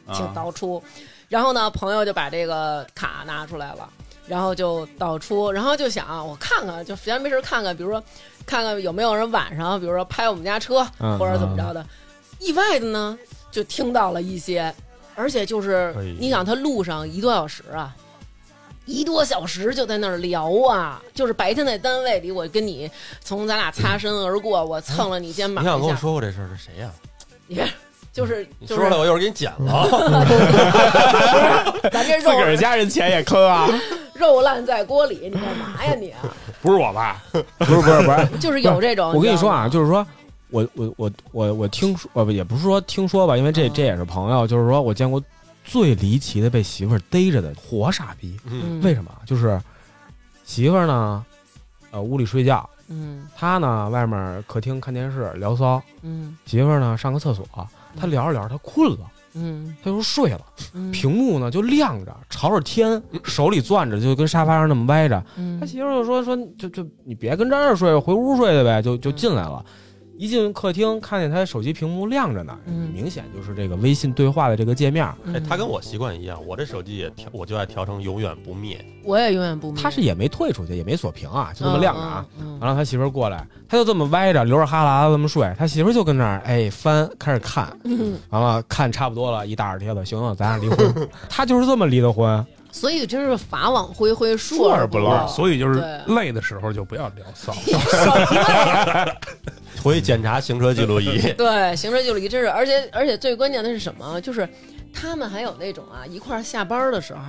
Speaker 3: 啊
Speaker 1: 请导出。然后呢，朋友就把这个卡拿出来了，然后就导出，然后就想我看看，就闲着没事看看，比如说看看有没有人晚上，比如说拍我们家车
Speaker 5: 嗯
Speaker 1: 或者怎么着的。意外的呢，就听到了一些，而且就是
Speaker 3: 哎
Speaker 1: 你想，他路上一多小时啊。一多小时就在那儿聊啊，就是白天在单位里，我跟你从咱俩擦身而过，我蹭了你肩膀
Speaker 3: 你
Speaker 1: 一下，
Speaker 3: 想跟我说过这事儿是谁呀？
Speaker 1: 就是
Speaker 3: 你
Speaker 1: 就
Speaker 3: 说
Speaker 1: 是
Speaker 3: 出来，我一会儿给你剪了。
Speaker 1: 咱这
Speaker 4: 自个儿
Speaker 1: 肉
Speaker 4: 家人钱也坑啊！
Speaker 1: 肉烂在锅里，你干嘛呀你啊？
Speaker 2: 不是我吧？
Speaker 5: 不是不是不是，
Speaker 2: 哦
Speaker 1: 就是有这种。
Speaker 5: 我跟你说啊，
Speaker 1: 知道吗
Speaker 5: 就是说我我我我我听说，呃，不也不是说听说吧，因为这
Speaker 1: 嗯
Speaker 5: 这也是朋友，就是说我见过最离奇的被媳妇儿逮着的活傻逼。
Speaker 3: 嗯，
Speaker 5: 为什么？就是媳妇儿呢，呃，屋里睡觉，
Speaker 1: 嗯
Speaker 5: 他呢外面客厅看电视聊骚，
Speaker 1: 嗯
Speaker 5: 媳妇儿呢上个厕所，他聊着聊着他困了，
Speaker 1: 嗯
Speaker 5: 他就睡了，
Speaker 1: 嗯，
Speaker 5: 屏幕呢就亮着，朝着天，手里攥着，就跟沙发上那么歪着。
Speaker 1: 嗯
Speaker 5: 他媳妇儿就说说就就你别跟这儿睡，回屋睡去呗，就
Speaker 1: 嗯
Speaker 5: 就进来了。一进客厅，看见他手机屏幕亮着呢，
Speaker 1: 嗯
Speaker 5: 明显就是这个微信对话的这个界面，
Speaker 3: 哎，他跟我习惯一样，我这手机也调，我就爱调成永远不灭。
Speaker 1: 嗯我也永远不明白，
Speaker 5: 他是也没退出去，也没锁屏啊，就这么亮着啊。
Speaker 1: 嗯。嗯
Speaker 5: 完了，他媳妇儿过来，他就这么歪着，流着哈喇子这么睡。他媳妇儿就跟那儿哎翻，开始看，
Speaker 1: 嗯
Speaker 5: 完了看差不多了，一大耳贴子，行，咱俩离婚。 他就是这么离的婚，
Speaker 1: 所以真是法网恢恢，疏
Speaker 2: 不
Speaker 1: 而
Speaker 2: 不
Speaker 1: 漏。
Speaker 2: 漏， 所以就是
Speaker 1: 对，
Speaker 2: 累的时候就不要聊骚。
Speaker 3: 回去检查行车记录仪
Speaker 1: 对，行车记录仪真是，而且而且最关键的是什么？就是他们还有那种啊，一块儿下班儿的时候，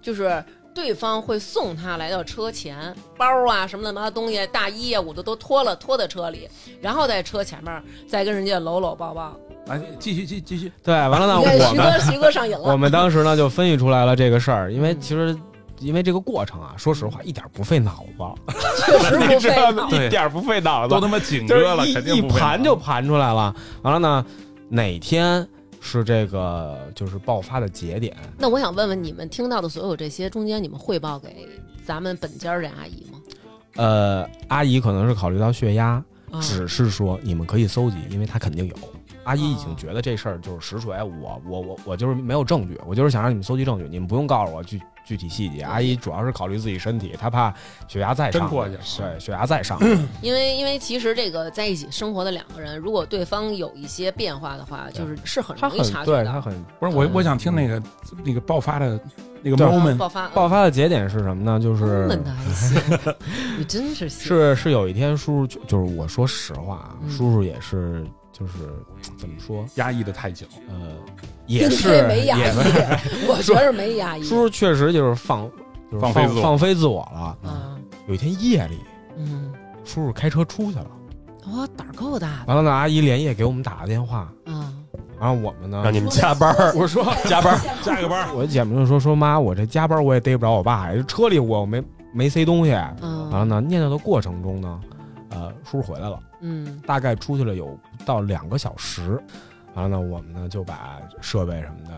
Speaker 1: 就是对方会送他来到车前，包啊什么乱七八糟东西、大衣啊、我的都脱了，拖在车里，然后在车前面再跟人家搂搂抱抱。
Speaker 2: 啊，继续继继续，
Speaker 5: 对，完了呢，
Speaker 1: 你看
Speaker 5: 我
Speaker 1: 徐
Speaker 5: 们
Speaker 1: 哥，徐哥上瘾
Speaker 5: 我
Speaker 1: 了。
Speaker 5: 们当时呢就分析出来了这个事儿，因为其实因为这个过程啊，说实话一点不费脑子，
Speaker 1: 确实
Speaker 4: 你
Speaker 1: 不
Speaker 4: 知
Speaker 1: 费
Speaker 4: 道
Speaker 1: 脑
Speaker 4: 吗？
Speaker 1: 子，
Speaker 2: 哎
Speaker 4: 一点儿不费脑
Speaker 2: 都他
Speaker 4: 子，
Speaker 2: 妈紧
Speaker 4: 就是
Speaker 2: 哥了，
Speaker 5: 一
Speaker 2: 肯定
Speaker 5: 一
Speaker 2: 不会
Speaker 5: 盘
Speaker 2: 拿
Speaker 5: 就盘出来了。完了呢，哪天是这个就是爆发的节点？
Speaker 1: 那我想问问你们听到的所有这些中间，你们汇报给咱们本家这阿姨吗？
Speaker 5: 呃，阿姨可能是考虑到血压，
Speaker 2: 嗯
Speaker 1: 啊
Speaker 5: 只是说你们可以搜集，因为她肯定有。阿
Speaker 2: 嗯
Speaker 5: 姨已经觉得这事儿就是实锤，我我我我就是没有证据，我就是想让你们搜集证据，你们不用告诉我具具体细节。阿姨主要是考虑自己身体，她怕血压再上
Speaker 2: 真过去了嗯
Speaker 5: 对，血压再上，
Speaker 1: 因为因为其实这个在一起生活的两个人，如果对方有一些变化的话，就是是很
Speaker 5: 她
Speaker 1: 容易察觉
Speaker 5: 很对，
Speaker 1: 到
Speaker 5: 她很
Speaker 2: 不是我，我想听那个那个爆发的那个
Speaker 5: 对
Speaker 1: 然后
Speaker 2: moment，
Speaker 1: 爆发
Speaker 5: 爆发的节点是什么呢？就
Speaker 1: 我
Speaker 5: 是
Speaker 1: 们的还行， 你真是行
Speaker 5: 是是有一天叔叔就就是我说实话啊，
Speaker 1: 嗯
Speaker 5: 叔叔也是就是怎么说
Speaker 2: 压抑的太久，
Speaker 5: 呃，也
Speaker 1: 你
Speaker 5: 是
Speaker 1: 这没压抑
Speaker 5: 也没，
Speaker 1: 我觉得没压抑。
Speaker 5: 叔叔确实就是放就是
Speaker 2: 放
Speaker 5: 放
Speaker 2: 飞自我嗯
Speaker 5: 放飞自我了。
Speaker 1: 啊，
Speaker 5: 有一天夜里，
Speaker 1: 嗯，
Speaker 5: 叔叔开车出去了，
Speaker 1: 哇，胆儿够大
Speaker 5: 完了呢，阿姨连夜给我们打个电话，
Speaker 1: 的 啊！
Speaker 5: 然后我们呢，
Speaker 3: 让你们加班儿，
Speaker 5: 我 说
Speaker 3: 加班儿，
Speaker 2: 加个班，
Speaker 5: 我姐们就说说妈，我这加班我也逮不着我爸，这车里我没没塞东西。
Speaker 1: 嗯，
Speaker 5: 完了呢，念叨的过程中呢，呃，叔叔回来了。
Speaker 1: 嗯，
Speaker 5: 大概出去了有不到两个小时，完了呢，我们呢就把设备什么的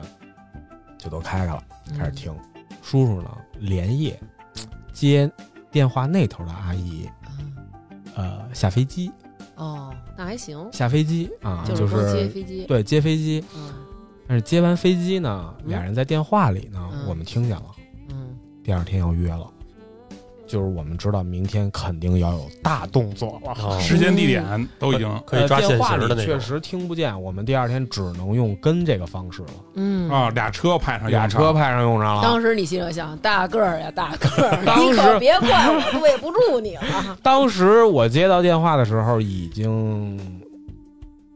Speaker 5: 就都开开了，
Speaker 1: 嗯
Speaker 5: 开始听。叔叔呢连夜接电话那头的阿姨，
Speaker 1: 嗯
Speaker 5: 呃，下飞机，
Speaker 1: 哦，那还行，
Speaker 5: 下飞机啊，
Speaker 1: 就
Speaker 5: 就是
Speaker 1: 说接飞机，
Speaker 5: 对接飞机。
Speaker 1: 嗯
Speaker 5: 但是接完飞机呢，
Speaker 1: 嗯
Speaker 5: 俩人在电话里呢，
Speaker 1: 嗯
Speaker 5: 我们听见了，
Speaker 1: 嗯，
Speaker 5: 第二天要约了。就是我们知道明天肯定要有大动作了，
Speaker 3: 哦
Speaker 2: 时间地点都已经
Speaker 3: 可以抓现
Speaker 5: 呃电话
Speaker 3: 行
Speaker 5: 里
Speaker 3: 的那
Speaker 5: 确
Speaker 3: 种。
Speaker 5: 实听不见，我们第二天只能用跟这个方式了。
Speaker 1: 嗯
Speaker 2: 啊，俩车派上
Speaker 5: 俩
Speaker 2: 用场
Speaker 5: 车派上用场了。
Speaker 1: 当时你心里想，大个儿呀，大个儿，
Speaker 5: 当时
Speaker 1: 你可别怪我对不住你 了。
Speaker 5: 当时我接到电话的时候已经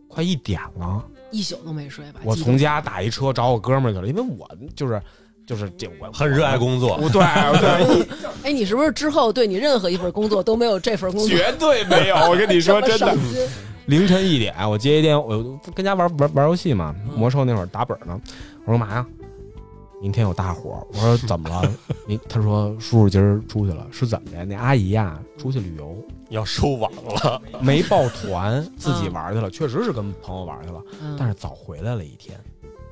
Speaker 5: 快一点了，
Speaker 1: 一宿都没睡吧？
Speaker 5: 我
Speaker 1: 激
Speaker 5: 从
Speaker 1: 动
Speaker 5: 家打一车找我哥们儿去了，因为我就是就是这我
Speaker 3: 很热爱工作，
Speaker 5: 我对对，
Speaker 1: 哎，你是不是之后对你任何一份工作都没有这份工作
Speaker 4: 绝对 没有。我跟你说，
Speaker 1: 这么
Speaker 4: 真的
Speaker 1: 上，心？
Speaker 5: 凌晨一点我接一电，我跟家玩玩玩游戏嘛，
Speaker 1: 嗯
Speaker 5: 魔兽那会儿打本呢，我说干嘛呀？明天有大火，我说怎么了？ 你他说叔叔今儿出去了，是怎么的？那阿姨呀、出去旅游
Speaker 3: 要收网了，
Speaker 1: 嗯
Speaker 5: 没报团，自己玩去了，确实是跟朋友玩去了，
Speaker 1: 嗯
Speaker 5: 但是早回来了一天。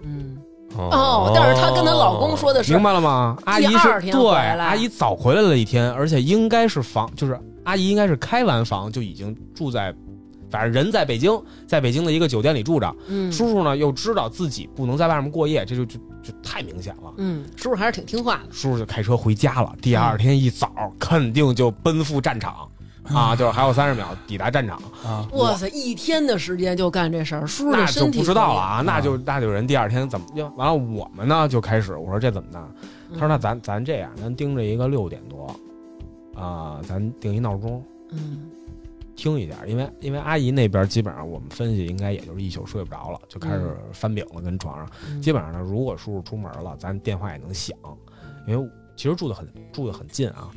Speaker 1: 嗯，哦，但是她跟她老公
Speaker 3: 哦
Speaker 1: 说的是
Speaker 5: 哦明白了吗？阿姨
Speaker 1: 第
Speaker 5: 是
Speaker 1: 二天
Speaker 5: 对，
Speaker 1: 回来
Speaker 5: 阿姨早回来了一天，而且应该是房，就是阿姨应该是开完房就已经住在，反正人在北京，在北京的一个酒店里住着。
Speaker 1: 嗯
Speaker 5: 叔叔呢又知道自己不能在外面过夜，这就就就太明显了。
Speaker 1: 嗯，叔叔还是挺听话的。
Speaker 5: 叔叔就开车回家了，第二天一早肯定就奔赴战场。
Speaker 1: 嗯
Speaker 5: 啊，就是还有三十秒抵达战场，
Speaker 2: 啊，
Speaker 1: 哇塞，一天的时间就干这事儿，叔叔这
Speaker 5: 那就
Speaker 1: 身体嗯
Speaker 5: 不知道了
Speaker 1: 可
Speaker 5: 啊，那就那就人第二天怎么就完了？我们呢就开始我说这怎么办？
Speaker 1: 以，
Speaker 5: 他说：“那咱咱这样，咱盯着一个六点多，啊、咱定一闹钟
Speaker 1: 嗯
Speaker 5: 听一下，因为因为阿姨那边基本上我们分析应该也就是一宿睡不着了，就开始翻饼了，跟床上。
Speaker 1: 嗯
Speaker 5: 基本上呢，如果叔叔出门了，咱电话也能响，因为其实住的很住的很近啊。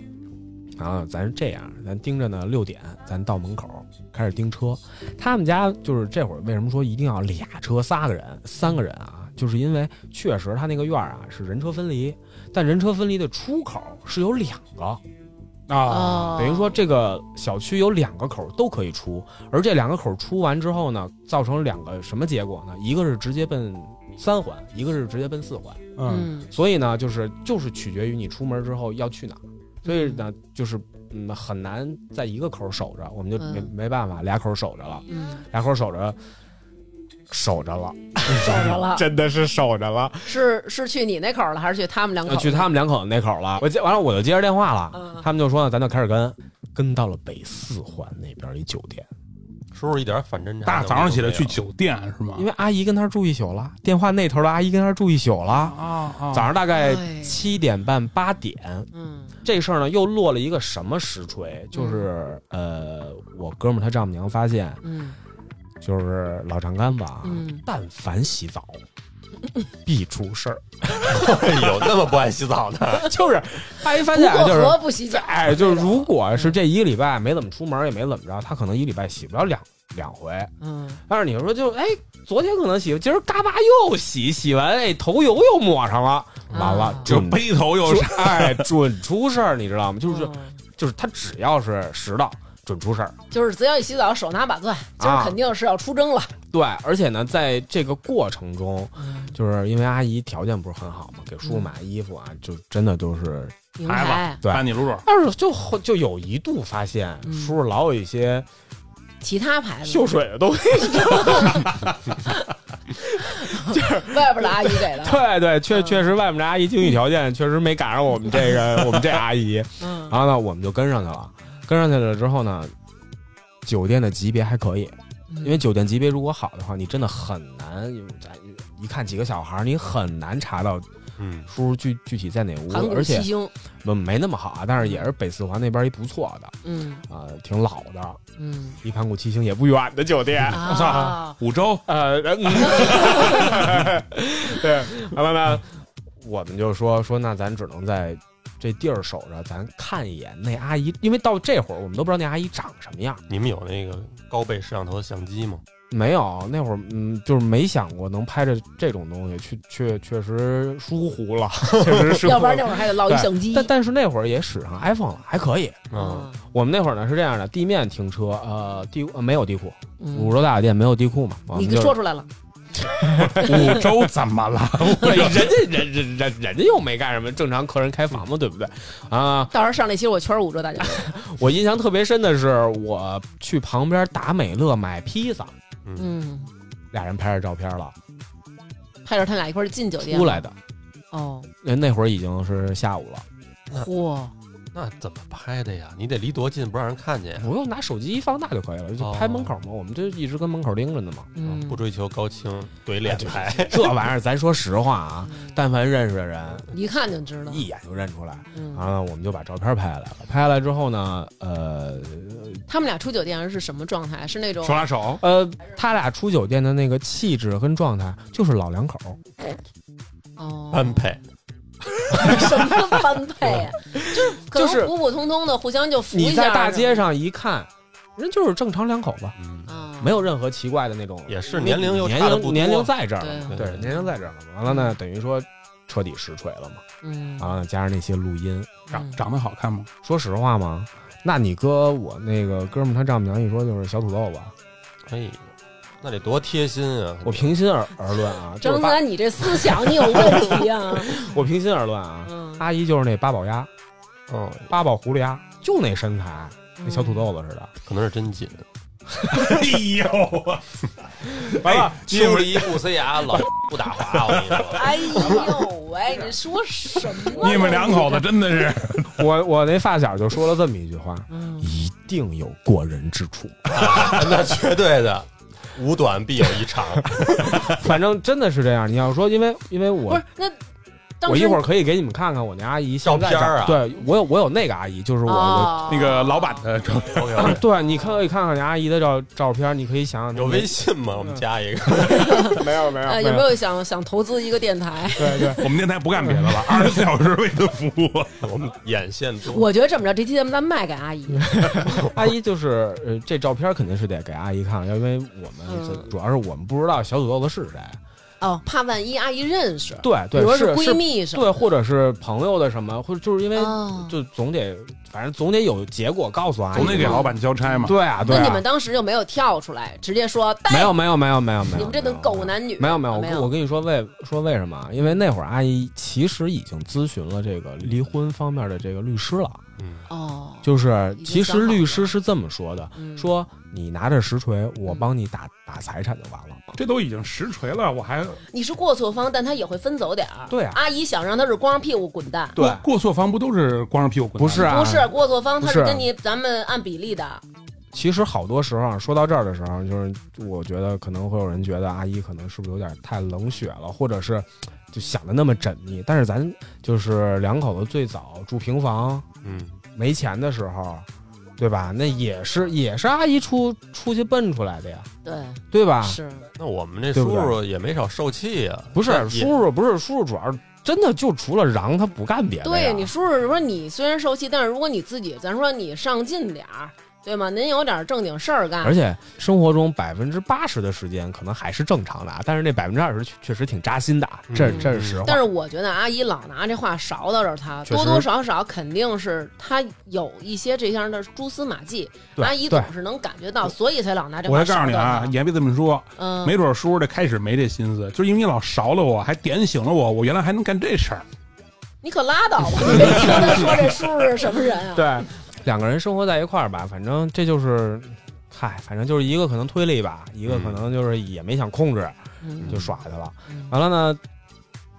Speaker 5: 然后咱这样，咱盯着呢六点，咱到门口开始盯车。他们家就是这会儿为什么说一定要俩车仨个人三个人啊？就是因为确实他那个院儿啊是人车分离，但人车分离的出口是有两个，
Speaker 2: 啊，
Speaker 1: 哦，
Speaker 5: 等于说这个小区有两个口都可以出，而这两个口出完之后呢，造成两个什么结果呢？一个是直接奔三环，一个是直接奔四环。
Speaker 2: 嗯，
Speaker 1: 嗯
Speaker 5: 所以呢，就是就是取决于你出门之后要去哪儿。所以呢，就是嗯很难在一个口守着，我们就没、
Speaker 1: 嗯
Speaker 5: 没办法俩口守着了，
Speaker 1: 嗯，
Speaker 5: 俩口守着守着了，
Speaker 1: 守着了，
Speaker 5: 真的是守着了，
Speaker 1: 是是去你那口儿了，还是去他们两口
Speaker 5: 呃
Speaker 1: 儿？
Speaker 5: 去他们两口子那口了。我接完了我就接着电话了，
Speaker 1: 嗯
Speaker 5: 他们就说呢，咱就开始跟跟到了北四环那边一酒店，
Speaker 3: 叔叔一点反侦查。
Speaker 2: 大早上起来去， 酒店是吗
Speaker 5: 因？为阿姨跟他住一宿了，电话那头的阿姨跟他住一宿了，
Speaker 2: 啊啊，
Speaker 5: 早上大概
Speaker 1: 哎
Speaker 5: 七点半八点
Speaker 1: 嗯
Speaker 5: 这事儿呢，又落了一个什么实锤？就是、呃，我哥们儿他丈母娘发现，
Speaker 1: 嗯
Speaker 5: 就是老丈杆子啊，
Speaker 1: 嗯
Speaker 5: 但凡洗澡，必出事儿。
Speaker 3: 哎有那么不爱洗澡 的？
Speaker 5: 就是他一发
Speaker 1: 不
Speaker 5: 啊现
Speaker 1: 过
Speaker 5: 就是
Speaker 1: 河不洗脚，
Speaker 5: 哎，就是如果是这一个礼拜没怎么出门，也没怎么着，他可能一礼拜洗不了两两回。
Speaker 1: 嗯，
Speaker 5: 但是你说就哎，昨天可能洗，今儿嘎巴又洗，洗完哎头油又抹上了，完了、
Speaker 1: 啊
Speaker 2: 就
Speaker 5: 准
Speaker 2: 背头又
Speaker 5: 出
Speaker 2: 是
Speaker 5: 哎准出事儿，你知道吗？就是、
Speaker 1: 嗯
Speaker 5: 就是他只要是拾到准出事儿。
Speaker 1: 就是只要一洗澡，手拿把钻，今儿
Speaker 5: 啊
Speaker 1: 肯定是要出征了。
Speaker 5: 对，而且呢，在这个过程中，就是因为阿姨条件不是很好嘛，给叔叔买衣服啊，就真的都是
Speaker 1: 明
Speaker 2: 孩子
Speaker 1: 白，
Speaker 5: 对
Speaker 2: 看你叔叔，
Speaker 5: 但是就后就有一度发现，
Speaker 1: 嗯
Speaker 5: 叔叔老有一些
Speaker 1: 其他牌子
Speaker 5: 秀水的东西，
Speaker 1: 外边的阿姨给的，
Speaker 5: 对对，确
Speaker 1: 嗯
Speaker 5: 确实外面的阿姨经济条件确 实没赶上我们这 个我们这阿姨，
Speaker 1: 嗯
Speaker 5: 然后呢，我们就跟上去了，跟上去了之后呢，酒店的级别还可
Speaker 1: 嗯
Speaker 5: 以，因为酒店级别如果好的话，你真的很难，咱一看几个小孩儿，你很难查到
Speaker 3: 嗯，
Speaker 5: 叔叔具具体在哪屋
Speaker 1: 嗯韩，
Speaker 5: 而
Speaker 1: 国
Speaker 5: 且
Speaker 1: 七星，
Speaker 5: 不没那么好啊，但是也是北四环那边一不错的
Speaker 1: 嗯
Speaker 5: 啊、挺老的，
Speaker 1: 嗯
Speaker 5: 离盘古七星也不远的 酒店。
Speaker 1: 啊，
Speaker 2: 五洲
Speaker 5: 呃，嗯对，完了呢，我们就说说，那咱只能在这地儿守着，咱看一眼那阿姨，因为到这会儿我们都不知道那阿姨长什么样。
Speaker 3: 你们有那个高倍摄像头的相机吗？
Speaker 5: 没有，那会儿嗯，就是没想过能拍着这种东西，确确确实疏忽 了，确实是。
Speaker 1: 要不然那会儿还得落一
Speaker 5: 对
Speaker 1: 相机。
Speaker 5: 但嗯但是那会儿也使上 iPhone 了，还可以。
Speaker 3: 哦
Speaker 1: 啊，
Speaker 5: 我们那会儿呢是这样的，地面停车，呃，地呃没有地库，
Speaker 1: 嗯，
Speaker 5: 五十多大酒店没有地库嘛，我们
Speaker 1: 你
Speaker 5: 就
Speaker 1: 说出来了，
Speaker 2: 五洲怎么了？
Speaker 5: 对，人家人人人人家又没干什么，正常客人开房嘛，对不对？啊，
Speaker 1: 到时候上那期我圈捂住大家。
Speaker 5: 哎我印象特别深的是，我去旁边达美乐买披萨，
Speaker 3: 嗯，
Speaker 1: 嗯，
Speaker 5: 俩人拍着照片了，
Speaker 1: 拍着他俩一块儿进酒店
Speaker 5: 出来的。
Speaker 1: 哦，
Speaker 5: 那那会儿已经是下午了，
Speaker 1: 嚯，
Speaker 3: 那怎么拍的呀？你得离多近，不让人看见呀。
Speaker 5: 不用拿手机一放大就可以了，就
Speaker 3: 哎哦
Speaker 5: 拍门口嘛。我们这一直跟门口盯着呢嘛。
Speaker 1: 嗯，
Speaker 3: 不追求高清怼脸拍，
Speaker 5: 这玩意儿，咱说实话啊，但凡认识的人，
Speaker 1: 一看就嗯知道。
Speaker 5: 一眼就认出来。然
Speaker 1: 嗯，
Speaker 5: 后呢，我们就把照片拍下来了。拍下来之后呢，呃
Speaker 1: 他们俩出酒店是什么状态？是那种
Speaker 2: 手拉手，
Speaker 5: 呃，他俩出酒店的那个气质跟状态，就是老两口。
Speaker 1: 哦，
Speaker 3: 般配。
Speaker 1: 什么般配呀？就是可
Speaker 5: 就是
Speaker 1: 能普普通通的，互相就扶一下。
Speaker 5: 你在大街上一看，人就是正常两口子，
Speaker 3: 嗯，
Speaker 1: 啊，
Speaker 5: 没有任何奇怪的那种。
Speaker 3: 也是年龄又
Speaker 5: 年
Speaker 3: 差的不多
Speaker 5: 龄年龄在这儿了嘛，
Speaker 1: 对
Speaker 5: 对，年龄在这儿了嘛。完了呢，等于说彻底实锤了嘛。
Speaker 1: 嗯，
Speaker 5: 然后呢，加上那些录音，
Speaker 2: 长
Speaker 1: 嗯
Speaker 2: 长得好看吗？
Speaker 5: 说实话嘛，那你哥我那个哥们儿他丈母娘一说就是小土豆吧，
Speaker 3: 哎，那得多贴心啊！
Speaker 5: 我平心而而论啊，就
Speaker 1: 张
Speaker 5: 是八
Speaker 1: 三，你这思想你有问题 啊！
Speaker 5: 我平心而论啊，
Speaker 1: 嗯，
Speaker 5: 阿姨就是那八宝鸭，
Speaker 3: 哦，
Speaker 5: 八宝葫芦鸭，就那身材，跟小土豆子似的。
Speaker 3: 可能是真紧。
Speaker 2: 哎呦，哎
Speaker 5: 完了，你
Speaker 3: 修理不塞牙，老 不打滑，我跟你说。
Speaker 1: 哎呦喂，你说什么？
Speaker 2: 你们两口子真的是
Speaker 5: 我我那发小就说了这么一句话：
Speaker 1: 嗯，
Speaker 5: 一定有过人之处。
Speaker 3: 那绝对的，五短必有一 长。
Speaker 5: 反正真的是这样。你要说，因为因为
Speaker 1: 不
Speaker 5: 我
Speaker 1: 是那当
Speaker 5: 我
Speaker 1: 时
Speaker 5: 一会儿可以给你们看看我那阿姨
Speaker 3: 照
Speaker 5: 现在
Speaker 3: 片儿啊
Speaker 5: 长对我有我有那个阿姨，就是我、
Speaker 1: 哦
Speaker 2: 那个老板的
Speaker 3: 哎
Speaker 2: 照片，
Speaker 5: 我
Speaker 3: OK，
Speaker 5: 对，你可以看看那阿姨的照照片，你可以想想
Speaker 3: 有微信吗？我们加一个。
Speaker 5: 没有没有
Speaker 1: 呃，有没有想想投资一个电台？
Speaker 5: 对对，
Speaker 2: 我们电台不干别的了，二十四小时为他服务。
Speaker 3: 我们眼线多，
Speaker 1: 我觉得这么着，这期节目咱卖给阿姨。
Speaker 5: 嗯阿姨就是呃，这照片肯定是得给阿姨看了，因为我们、
Speaker 1: 嗯
Speaker 5: 主要是我们不知道小土豆子是谁，
Speaker 1: 哦，怕万一阿姨认识，
Speaker 5: 对
Speaker 1: 比
Speaker 5: 对
Speaker 1: 如说
Speaker 5: 是
Speaker 1: 闺蜜
Speaker 5: 是
Speaker 1: 什么
Speaker 5: 对，啊或者是朋友的什么，或者就是因为
Speaker 1: 的。哦，
Speaker 5: 就总得反正总得有结果告诉阿姨，
Speaker 2: 总得给老板交差嘛。
Speaker 5: 对啊对
Speaker 1: 那你
Speaker 5: 啊
Speaker 1: 们，当时就没有跳出来，直接说带
Speaker 5: 没有没有没有没有没有，
Speaker 1: 你们这
Speaker 5: 没
Speaker 1: 等
Speaker 5: 有
Speaker 1: 狗男女
Speaker 5: 没有没
Speaker 1: 啊
Speaker 5: 有，我
Speaker 1: 没
Speaker 5: 跟我跟你说为说为什么啊？因为那会儿阿姨其实已经咨询了这个离婚方面的这个律师了，
Speaker 3: 嗯，
Speaker 1: 哦，
Speaker 5: 就是
Speaker 1: 已经
Speaker 5: 其
Speaker 1: 想
Speaker 5: 实
Speaker 1: 好
Speaker 5: 律
Speaker 1: 了
Speaker 5: 师是这么说的，
Speaker 1: 嗯
Speaker 5: 说你拿着实锤，我
Speaker 1: 嗯
Speaker 5: 帮你打打财产就完了。
Speaker 2: 这都已经实锤了，我还
Speaker 1: 你是过错方，但他也会分走点儿。
Speaker 5: 对啊
Speaker 1: 阿姨想让他是光着屁股滚蛋，
Speaker 5: 对
Speaker 2: 过过错方不都是光着屁股滚蛋？
Speaker 5: 不是啊，
Speaker 1: 不是过错方，他
Speaker 5: 不是
Speaker 1: 跟你咱们按比例的。
Speaker 5: 其实好多时候啊，说到这儿的时候，就是我觉得可能会有人觉得阿姨可能是不是有点太冷血了，或者是就想的那么缜密。但是咱就是两口子最早住平房
Speaker 3: 嗯，
Speaker 5: 没钱的时候，对吧？那也是也是阿姨出出去奔出来的呀，
Speaker 1: 对，
Speaker 5: 对吧？
Speaker 1: 是
Speaker 3: 那我们这
Speaker 5: 对
Speaker 3: 叔
Speaker 5: 不对
Speaker 3: 叔也没少受气呀、
Speaker 5: 不是
Speaker 3: 那也
Speaker 5: 叔叔，不是叔叔，主要是真的就除了嚷，他不干别的呀。
Speaker 1: 对你叔叔说你虽然受气，但是如果你自己，咱说你上进点儿，对吗？您有点正经事儿干
Speaker 5: 而，且生活中百分之八十的时间可能还是正常的啊，但是那百分之二十确实挺扎心的啊，这
Speaker 1: 嗯
Speaker 5: 这是实话。
Speaker 1: 但是我觉得阿姨老拿这话勺叨着他，
Speaker 5: 确实
Speaker 1: 多多少少肯定是他有一些这样的蛛丝马迹，
Speaker 5: 对
Speaker 1: 阿姨
Speaker 5: 对
Speaker 1: 总是能感觉到，所以才老拿这
Speaker 2: 我
Speaker 1: 话勺
Speaker 2: 再告诉
Speaker 1: 叨
Speaker 2: 你啊，
Speaker 1: 他。
Speaker 2: 也别这么说，
Speaker 1: 嗯，
Speaker 2: 没准儿叔叔这开始没这心思，就是因为你老勺了我，还点醒了我，我原来还能干这事儿。
Speaker 1: 你可拉倒吧，你没听他说这叔叔是什么人啊？
Speaker 5: 对，两个人生活在一块儿吧，反正这就是，嗨，反正就是一个可能推了一把，一个可能就是也没想控制
Speaker 1: 嗯，
Speaker 5: 就耍去了。
Speaker 1: 嗯
Speaker 5: 完了呢，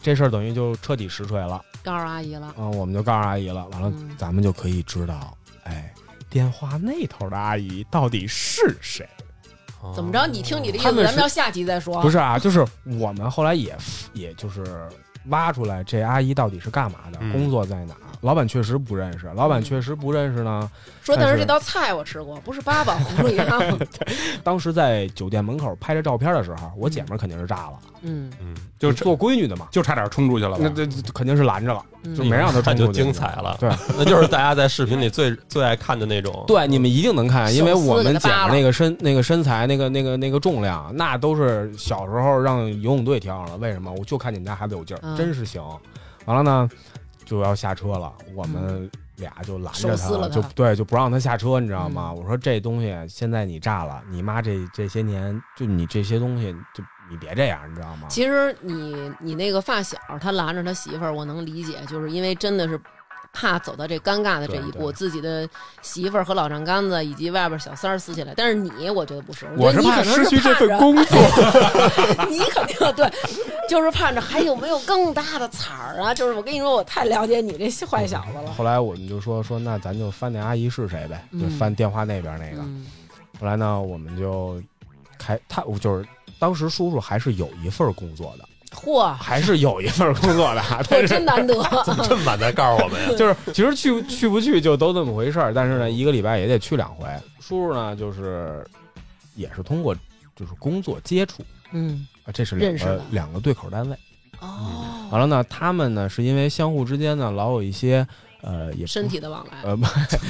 Speaker 5: 这事儿等于就彻底实锤了啊、
Speaker 1: 告诉阿姨了，
Speaker 5: 嗯我们就告诉阿姨了。完了，
Speaker 1: 嗯
Speaker 5: 咱们就可以知道，哎，电话那头的阿姨到底是谁。
Speaker 3: 哦
Speaker 1: 怎么着？你听你的意
Speaker 5: 他
Speaker 1: 思，
Speaker 5: 们
Speaker 1: 咱
Speaker 5: 是
Speaker 1: 们要下集再说。
Speaker 5: 不是啊，就是我们后来也也就是挖出来这阿姨到底是干嘛的，
Speaker 3: 嗯
Speaker 5: 工作在哪儿。老板确实不认识，老板确实不认识呢。
Speaker 1: 说，但
Speaker 5: 但
Speaker 1: 是
Speaker 5: 是
Speaker 1: 这道菜我吃过，不是八宝葫 芦鸭吗？
Speaker 5: 当时在酒店门口拍着照片的时候，我姐们儿肯定是炸了，
Speaker 1: 嗯，
Speaker 3: 嗯，
Speaker 2: 就
Speaker 5: 做闺女的嘛，
Speaker 2: 就差点冲出去了
Speaker 5: 那
Speaker 2: 吧？
Speaker 5: 这这肯定是拦着了。
Speaker 1: 嗯
Speaker 5: 就没让他
Speaker 3: 那
Speaker 5: 冲
Speaker 3: 就
Speaker 5: 出去
Speaker 3: 精彩了，
Speaker 5: 对，
Speaker 3: 那就是大家在视频里最最爱看的那种。
Speaker 5: 对，你们一定能看，因为我们姐们儿那个身、那个身材、那个、那个、那个重量，那都是小时候让游泳队挑上了。为什么？我就看你们家孩子有劲儿，
Speaker 1: 嗯
Speaker 5: 真是行。完了呢，就要下车了，我们俩就拦着
Speaker 1: 手嗯撕了他嗯
Speaker 5: 就对，就不让他下车，你知道吗？我说这东西现在你炸了，你妈这这些年就你这些东西就你别这样，你知道吗？
Speaker 1: 其实你你那个发小，他拦着他媳妇儿，我能理解，就是因为真的是怕走到这尴尬的这一
Speaker 5: 对
Speaker 1: 步，
Speaker 5: 对
Speaker 1: 自己的媳妇儿和老丈杆子以及外边小三儿撕起来。但是你，我觉得不是，
Speaker 4: 我是
Speaker 1: 觉得你
Speaker 4: 怕
Speaker 1: 可能
Speaker 4: 失
Speaker 1: 是
Speaker 4: 去这
Speaker 1: 盼
Speaker 4: 份
Speaker 1: 着，
Speaker 4: 工作，
Speaker 1: 你肯定对，就是盼着还有没有更大的彩儿啊！就是我跟你说，我太了解你这坏小子了。
Speaker 5: 后来我们就说说，那咱就翻那阿姨是谁呗，就
Speaker 1: 嗯
Speaker 5: 翻电话那边那个。
Speaker 1: 嗯
Speaker 5: 后来呢，我们就开他，我就是当时叔叔还是有一份工作的，
Speaker 1: 嚯，
Speaker 5: 还是有一份工 作的，但
Speaker 1: 这
Speaker 5: 是
Speaker 1: 真难得，
Speaker 3: 怎么这么晚才告诉我们呀？
Speaker 5: 就是其实去去不去就都那么回事儿，但是呢，一个礼拜也得去两回。叔叔呢，就是也是通过就是工作接触
Speaker 1: 嗯，
Speaker 5: 啊，这是两
Speaker 1: 认识
Speaker 5: 个
Speaker 1: 了
Speaker 5: 两个对口单位。
Speaker 1: 哦，
Speaker 5: 完了呢，他们呢是因为相互之间呢老有一些呃也不
Speaker 1: 身体的往来，
Speaker 5: 呃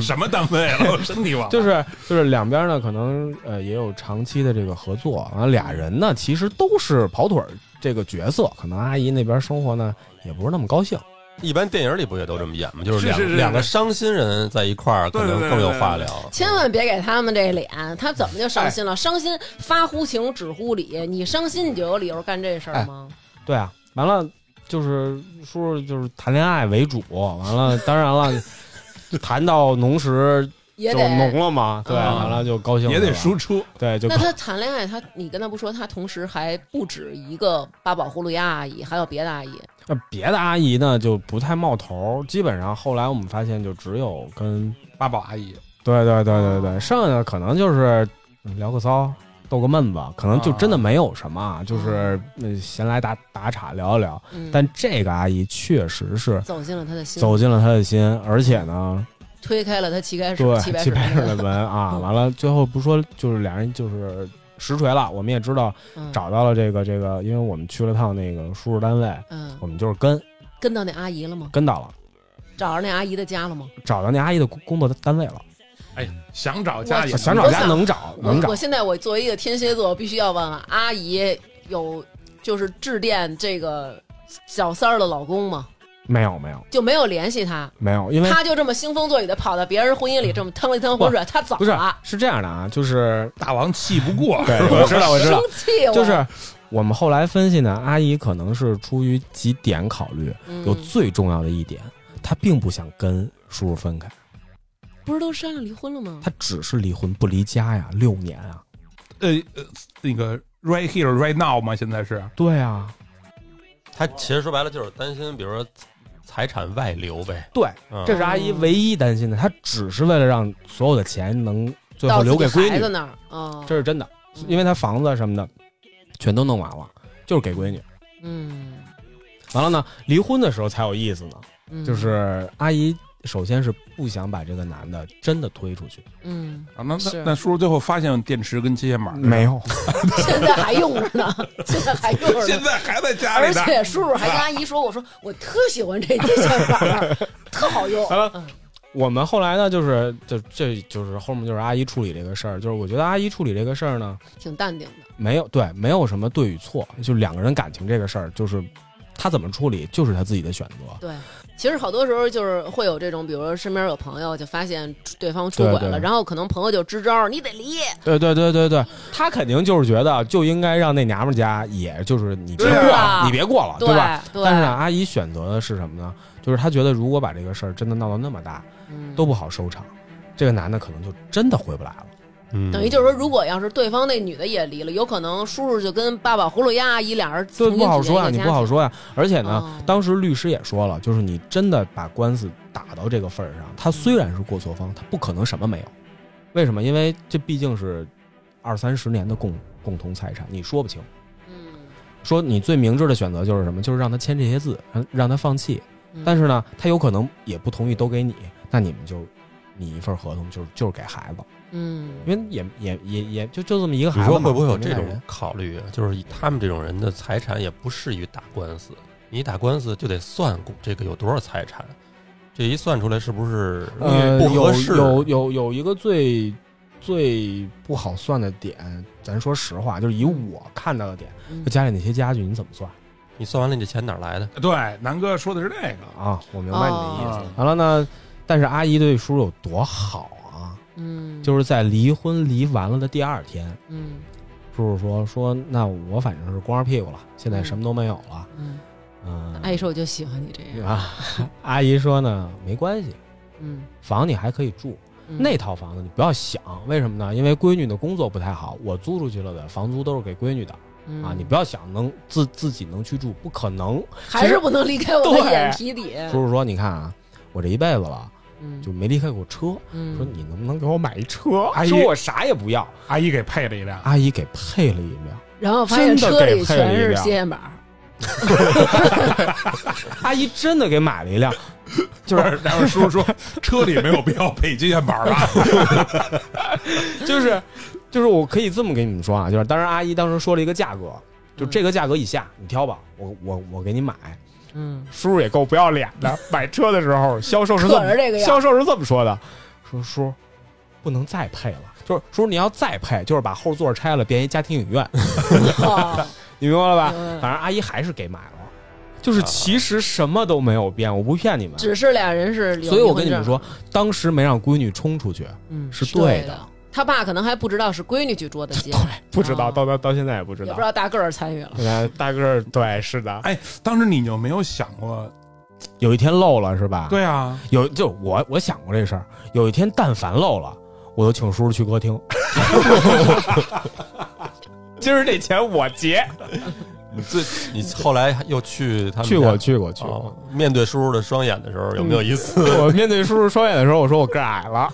Speaker 2: 什么单位了？我身体吧，
Speaker 5: 就是就是两边呢，可能呃也有长期的这个合作，完了俩人呢其实都是跑腿儿这个角色，可能阿姨那边生活呢也不是那么高兴，
Speaker 3: 一般电影里不也都这么演吗？就是
Speaker 2: 是
Speaker 3: 两
Speaker 2: 是是
Speaker 3: 两个伤心人在一块儿，可能
Speaker 2: 对对对
Speaker 3: 更有
Speaker 2: 对对
Speaker 3: 话聊。
Speaker 1: 千万别给他们这脸，他怎么就伤
Speaker 5: 哎
Speaker 1: 心了？伤心发乎情，止乎礼。你伤心，你就有理由干这事儿吗？
Speaker 5: 对啊，完了就是叔叔就是谈恋爱为主，完了当然了，谈到浓时
Speaker 1: 也
Speaker 5: 就
Speaker 1: 得
Speaker 5: 浓。了嘛，对，
Speaker 1: 嗯
Speaker 5: 完了就高兴
Speaker 2: 也得
Speaker 5: 了
Speaker 2: 输出。
Speaker 5: 对就
Speaker 1: 那他谈恋爱，他你跟他不说，他同时还不止一个八宝葫芦鸭阿姨，还有别的阿姨。
Speaker 5: 那别的阿姨呢就不太冒头儿，基本上后来我们发现就只有跟
Speaker 2: 八宝阿姨，
Speaker 5: 对对对对
Speaker 1: 哦
Speaker 5: 对，剩下的可能就是嗯聊个骚，逗个闷子，可能就真的
Speaker 2: 啊
Speaker 5: 没有什么，啊、就是呃闲来打打岔聊一聊。
Speaker 1: 哦嗯，
Speaker 5: 但这个阿姨确实是
Speaker 1: 走进了他的心，
Speaker 5: 走进了他的心，而且呢，
Speaker 1: 推开了他七开始
Speaker 5: 对
Speaker 1: 七百
Speaker 5: 七百
Speaker 1: 室
Speaker 5: 室的门啊，
Speaker 1: 嗯
Speaker 5: 完了最后不是说就是俩人就是实锤了，我们也知道
Speaker 1: 嗯
Speaker 5: 找到了这个这个，因为我们去了趟那个叔叔单位，
Speaker 1: 嗯，
Speaker 5: 我们就是跟
Speaker 1: 跟到那阿姨了吗？
Speaker 5: 跟到了，
Speaker 1: 找着那阿姨的家了吗？
Speaker 5: 找到那阿姨的工工作单位了，
Speaker 2: 哎呀，想找家也
Speaker 1: 我
Speaker 5: 想
Speaker 2: 能
Speaker 1: 哎
Speaker 5: 找
Speaker 1: 我
Speaker 5: 家
Speaker 1: 想
Speaker 5: 能找
Speaker 1: 我
Speaker 5: 能找
Speaker 1: 我，现在我作为一个天蝎座，我必须要问问阿姨有就是致电这个小三儿的老公吗？
Speaker 5: 没有没有
Speaker 1: 就没有联系他，
Speaker 5: 没有，因为
Speaker 1: 他就这么兴风作雨的跑到别人婚姻里这么趟了一趟浑水，他怎
Speaker 5: 不
Speaker 1: 么
Speaker 5: 是
Speaker 1: 了？
Speaker 5: 是这样的啊，就是
Speaker 2: 大王气不过，
Speaker 5: 对，我知道，我知
Speaker 1: 生
Speaker 5: 道，
Speaker 1: 气我
Speaker 5: 就是我们后来分析呢，阿姨可能是出于几点考虑，
Speaker 1: 嗯
Speaker 5: 有最重要的一点，她并不想跟叔叔分开，
Speaker 1: 不是都商量离婚了吗？
Speaker 5: 她只是离婚不离家呀，六年啊，
Speaker 2: 呃呃，那个 right here right now 吗？现在是
Speaker 5: 对啊，
Speaker 3: 他其实说白了就是担心，比如说财产外流呗。
Speaker 5: 对，
Speaker 3: 嗯，
Speaker 5: 这是阿姨唯一担心的，她只是为了让所有的钱能最后留给
Speaker 1: 到自己
Speaker 5: 闺
Speaker 1: 孩子
Speaker 5: 女，
Speaker 1: 那儿啊，
Speaker 5: 这是真的，
Speaker 1: 嗯
Speaker 5: 因为她房子什么的全都弄完了，就是给闺女。
Speaker 1: 嗯，
Speaker 5: 完了呢，离婚的时候才有意思呢，
Speaker 1: 嗯
Speaker 5: 就是阿姨首先是不想把这个男的真的推出去，
Speaker 1: 嗯，
Speaker 2: 啊，那
Speaker 1: 是
Speaker 2: 那那叔叔最后发现电池跟接线板儿
Speaker 5: 没有，
Speaker 1: 现在还用着 呢，现在还用着
Speaker 2: 现
Speaker 1: 呢。
Speaker 2: 在还在家
Speaker 1: 而
Speaker 2: 里呢。
Speaker 1: 且叔叔还跟阿姨说：“我说我特喜欢这接线板儿，特好 用。
Speaker 5: 完了
Speaker 1: 嗯
Speaker 5: 我们后来呢，就是就这就是后面就是阿姨处理这个事儿，就是我觉得阿姨处理这个事儿呢，
Speaker 1: 挺淡定的。
Speaker 5: 没有对，没有什么对与错，就两个人感情这个事儿，就是她怎么处理，就是她自己的选择。
Speaker 1: 对，其实好多时候就是会有这种，比如说身边有朋友就发现对方出轨
Speaker 5: 对
Speaker 1: 了，
Speaker 5: 对
Speaker 1: 然后可能朋友就支招，你得离。
Speaker 5: 对对对对对，她肯定就是觉得就应该让那娘们儿家，也就是你别
Speaker 1: 是
Speaker 5: 过了，
Speaker 1: 啊
Speaker 5: 你别过了，
Speaker 1: 对
Speaker 5: 吧？
Speaker 1: 对，
Speaker 5: 但是呢，啊阿姨选择的是什么呢？就是她觉得如果把这个事儿真的闹到那么大，
Speaker 1: 嗯
Speaker 5: 都不好收场，这个男的可能就真的回不来了。
Speaker 3: 嗯
Speaker 1: 等于就是说，如果要是对方那女的也离了，有可能叔叔就跟爸爸葫芦丫阿姨俩人
Speaker 5: 对，
Speaker 1: 重新
Speaker 5: 不好说呀、啊
Speaker 1: 组建一
Speaker 5: 你
Speaker 1: 个家
Speaker 5: 不好说呀、而且呢，
Speaker 1: 哦
Speaker 5: 当时律师也说了，就是你真的把官司打到这个份儿上，
Speaker 1: 嗯
Speaker 5: 他虽然是过错方，他不可能什么没有。为什么？因为这毕竟是二三十年的共共同财产，你说不清。
Speaker 1: 庭。
Speaker 5: 说你最明智的选择就是什么？就是让他签这些字，让让他放弃。
Speaker 1: 嗯，
Speaker 5: 但是呢，他有可能也不同意都给你，那你们就你一份合同就是就是给孩子，
Speaker 1: 嗯，
Speaker 5: 因为也也也也就就这么一个孩
Speaker 3: 你
Speaker 5: 子
Speaker 3: 说
Speaker 5: 嘛
Speaker 3: 会不会有
Speaker 5: 也没
Speaker 3: 这
Speaker 5: 俩
Speaker 3: 种
Speaker 5: 人
Speaker 3: 考虑啊？就是以他们这种人的财产也不适于打官司，你打官司就得算这个有多少财产，这一算出来是不是
Speaker 5: 呃，
Speaker 3: 不合适？
Speaker 5: 有有有有一个最最不好算的点，咱说实话，就是以我看到的点，
Speaker 1: 嗯
Speaker 5: 就家里那些家具你怎么算
Speaker 3: 你算完了，你这钱哪儿来的？
Speaker 2: 对，南哥说的是这个，
Speaker 5: 啊？我明白你的意思。
Speaker 3: 嗯
Speaker 2: 哦
Speaker 5: 完了呢，但是阿姨对叔叔有多好啊？
Speaker 1: 嗯，
Speaker 5: 就是在离婚离完了的第二天，
Speaker 1: 嗯
Speaker 5: 叔叔说说那我反正是光着屁股了，现在什么都没有了。
Speaker 1: 嗯，
Speaker 5: 嗯，
Speaker 1: 爱说我就喜欢你这样。
Speaker 5: 啊，阿姨说呢，没关系，
Speaker 1: 嗯，
Speaker 5: 房你还可以住。
Speaker 1: 嗯
Speaker 5: 那套房子你不要想，为什么呢？因为闺女的工作不太好，我租出去了的房租都是给闺女的
Speaker 1: 嗯
Speaker 5: 啊，你不要想能自自己能去住，不可能。
Speaker 1: 还是不能离开我的眼皮底。
Speaker 5: 叔叔说，你看啊，我这一辈子了
Speaker 1: 嗯，
Speaker 5: 就没离开过车，
Speaker 1: 嗯
Speaker 5: 说你能不能给我买一车？
Speaker 2: 阿姨
Speaker 5: 说我啥也不要，
Speaker 2: 阿姨给配了一辆，
Speaker 5: 阿姨给配了一辆，
Speaker 1: 然后发现车里
Speaker 5: 真
Speaker 1: 全
Speaker 5: 的给配了一
Speaker 1: 是
Speaker 5: 辆
Speaker 1: 接线板儿，
Speaker 5: 阿姨真的给买了一 辆， 就是
Speaker 2: 然后叔叔说车里没有必要配接线板吧？
Speaker 5: 就是就是我可以这么给你们说啊，就是当然阿姨当时说了一个价格，就这个价格以下你挑吧，我我我给你买。
Speaker 1: 嗯，
Speaker 5: 叔叔也够不要脸的，买车的时候销售是这
Speaker 1: 可着这个
Speaker 5: 么
Speaker 1: 样
Speaker 5: 销售是这么说的，说叔不能再配了，就是叔你要再配，就是把后座拆了变一家庭影院，
Speaker 1: 哦
Speaker 5: 你明白了吧？
Speaker 1: 明白
Speaker 5: 反正阿姨还是给买了，就是其实什么都没有变，我不骗你们。
Speaker 1: 只是俩人是有离婚证，
Speaker 5: 所以我跟你们说，当时没让闺女冲出去，
Speaker 1: 嗯，
Speaker 5: 是
Speaker 1: 是
Speaker 5: 对的
Speaker 1: 的。他爸可能还不知道是闺女去捉的奸，
Speaker 5: 不知道
Speaker 1: 哦
Speaker 5: 到到到现在也不知
Speaker 1: 也
Speaker 5: 道
Speaker 1: 不知。道大个儿参与了。
Speaker 5: 现在大个儿对是
Speaker 1: 啊
Speaker 5: 的，
Speaker 2: 哎，当时你就没有想过？
Speaker 5: 有一天漏了是吧？，
Speaker 2: 对啊，
Speaker 5: 有就我我想过这事儿，有一天但凡漏了，我就请叔叔去歌厅。 今儿这钱我结，
Speaker 3: 你最你后来又去他们
Speaker 5: 去过
Speaker 3: 家
Speaker 5: 去嗯过去
Speaker 3: 哦
Speaker 5: 过。，
Speaker 3: 面对叔叔的双眼的时候，有没有一次？
Speaker 5: 我面对叔叔双眼的时候，我说我个儿矮了，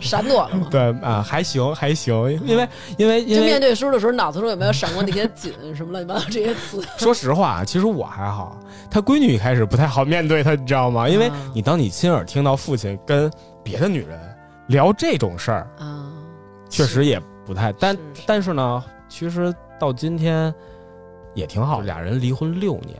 Speaker 1: 闪躲了吗？
Speaker 5: 对啊，还行还行，因为因为因
Speaker 1: 就面
Speaker 5: 为
Speaker 1: 对书的时候，脑子中有没有闪过那些紧什么乱七八糟这些词？
Speaker 5: 说实话，啊其实我还好，他闺女一开始不太好面对他，你知道吗？因为
Speaker 1: 啊
Speaker 5: 你当你亲耳听到父亲跟别的女人聊这种事儿，
Speaker 1: 啊，
Speaker 5: 确实也不太，但
Speaker 1: 是
Speaker 5: 但是呢，其实到今天也挺好，俩人离婚六年，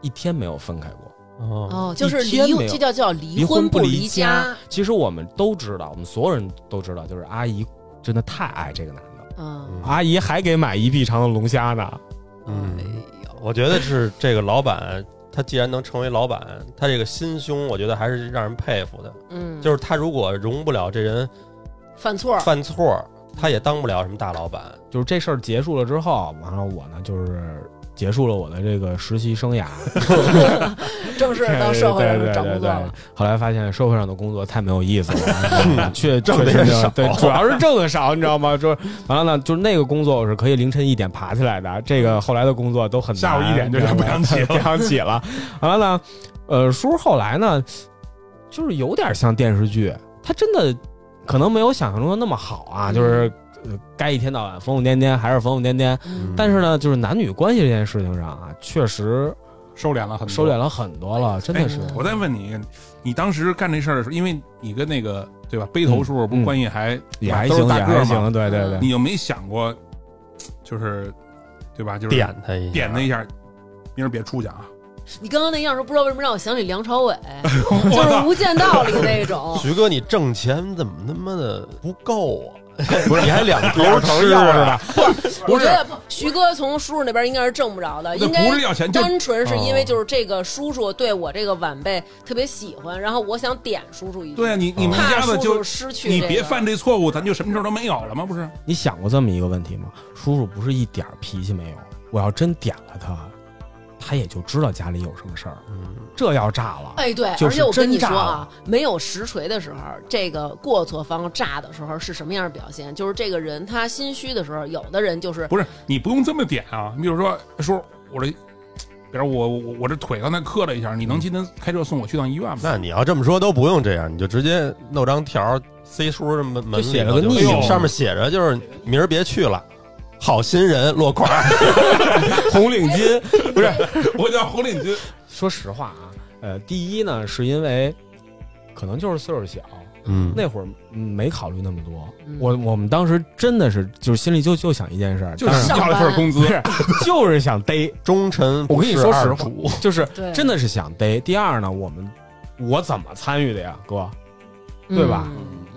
Speaker 5: 一天没有分开过。
Speaker 3: 哦，
Speaker 1: 哦，就是
Speaker 5: 一天
Speaker 1: 离
Speaker 5: 没有
Speaker 1: 这叫叫离婚不
Speaker 5: 离
Speaker 1: 家。。
Speaker 5: 其实我们都知道，我们所有人都知道，就是阿姨真的太爱这个男的了，
Speaker 1: 嗯，
Speaker 5: 阿姨还给买一臂长的龙虾呢。
Speaker 1: 哎
Speaker 3: 嗯，
Speaker 1: 呦，
Speaker 3: 我觉得是这个老板，他既然能成为老板，他这个心胸，我觉得还是让人佩服的。
Speaker 1: 嗯，
Speaker 3: 就是他如果容不了这人
Speaker 1: 犯错儿，
Speaker 3: 犯错，他也当不了什么大老板。
Speaker 5: 就是这事儿结束了之后，完了我呢就是。结束了我的这个实习生涯，
Speaker 1: 正 式到社会
Speaker 5: 对
Speaker 1: 上
Speaker 5: 对对
Speaker 1: 找工作
Speaker 5: 对
Speaker 1: 了
Speaker 5: 对。后来发现社会上的工作太没有意思 了，确
Speaker 3: 挣得也
Speaker 5: 确实没有
Speaker 3: 少
Speaker 5: 对，主要是挣的少，你知道吗？ 就是完了呢，就是那个工作我是可以凌晨一点爬起来的，这个后来的工作都很难
Speaker 2: 下午一点就是不想起了
Speaker 5: 不想起了。完了呢，呃，叔叔后来呢，就是有点像电视剧，他真的可能没有想象中的那么好
Speaker 2: 嗯
Speaker 5: 啊，就是。呃该一天到晚
Speaker 2: 嗯
Speaker 1: 嗯
Speaker 5: 嗯疯疯癫癫还是疯疯癫癫，但是呢，就是男女关系这件事情上啊，确实
Speaker 2: 收敛了很多，哎
Speaker 5: 收敛了很多了，真的是。
Speaker 2: 我再问你，你当时干这事儿的时候，因为你跟那个对吧，背头叔不是关系还、
Speaker 5: 嗯也还
Speaker 2: 啊都是
Speaker 5: 行，
Speaker 2: 大
Speaker 5: 也
Speaker 2: 个
Speaker 5: 还
Speaker 2: 儿嘛，嗯
Speaker 5: 行，对对对。
Speaker 2: 你有没想过，就是对吧，
Speaker 5: 嗯
Speaker 2: 就是
Speaker 3: 点他一下，
Speaker 2: 点他一下，明儿别 出去啊！
Speaker 1: 你刚刚那样说，不知道为什么让我想起梁朝伟，就是《无间道》里那
Speaker 5: 哦
Speaker 1: 种。
Speaker 3: 徐哥，你挣钱怎么他妈的不 够啊？
Speaker 2: 不是
Speaker 3: 你还两头
Speaker 2: 两头
Speaker 3: 吃
Speaker 2: 要
Speaker 3: 啊
Speaker 2: 是吧？
Speaker 1: 我觉得不徐哥从叔叔那边应该是挣不着的，
Speaker 2: 那
Speaker 1: 应该
Speaker 2: 不是要钱，就
Speaker 1: 单纯是因为就是这个叔叔对我这个晚辈特别喜欢，然后我想点叔叔一句，
Speaker 2: 对啊，你你们一
Speaker 1: 怕
Speaker 2: 家子
Speaker 1: 叔
Speaker 2: 就
Speaker 1: 叔失去、
Speaker 2: 你别犯。这错误，咱就什么事儿都没有了吗？不是？
Speaker 5: 你想过这么一个问题吗？叔叔不是一点儿脾气没有，我要真点了他，他也就知道家里有什么事儿。
Speaker 3: 嗯，
Speaker 5: 这要炸了，
Speaker 1: 哎，对，
Speaker 5: 就
Speaker 1: 而
Speaker 5: 是
Speaker 1: 且我跟你说啊
Speaker 5: 真炸了，
Speaker 1: 没有实锤的时候，这个过错方炸的时候是什么样的表现？就是这个人他心虚的时候，有的人就是
Speaker 2: 不是，你不用这么点啊。你比如说，叔，我这，比如我我我这腿刚才磕了一下，你
Speaker 5: 嗯
Speaker 2: 能今天开车送我去趟医院吗？
Speaker 3: 那你要这么说都不用这样，你就直接弄张条塞叔这门门
Speaker 5: 就
Speaker 3: 里
Speaker 5: 写了个
Speaker 3: 头
Speaker 5: 逆
Speaker 2: 行
Speaker 3: 上面写着就是明儿别去了，好心人落款 儿，
Speaker 5: 红领巾。
Speaker 2: 不是，我叫红领巾。
Speaker 5: 说实话啊，呃，第一呢，是因为可能就是岁数小，
Speaker 3: 嗯
Speaker 5: 那会儿嗯没考虑那么多。
Speaker 1: 嗯
Speaker 5: 我我们当时真的是就是心里就就想一件事儿，
Speaker 2: 就是
Speaker 5: 当然
Speaker 1: 上
Speaker 2: 啊要了份
Speaker 1: 班
Speaker 2: 工资
Speaker 5: 不，是就是想逮，
Speaker 3: 忠臣
Speaker 5: 我
Speaker 3: 不
Speaker 5: 跟你
Speaker 3: 是
Speaker 5: 说实
Speaker 3: 二
Speaker 5: 话
Speaker 3: 主，
Speaker 5: 就是
Speaker 1: 对
Speaker 5: 真的是想逮。第二呢，我们我怎么参与的呀，哥？对吧？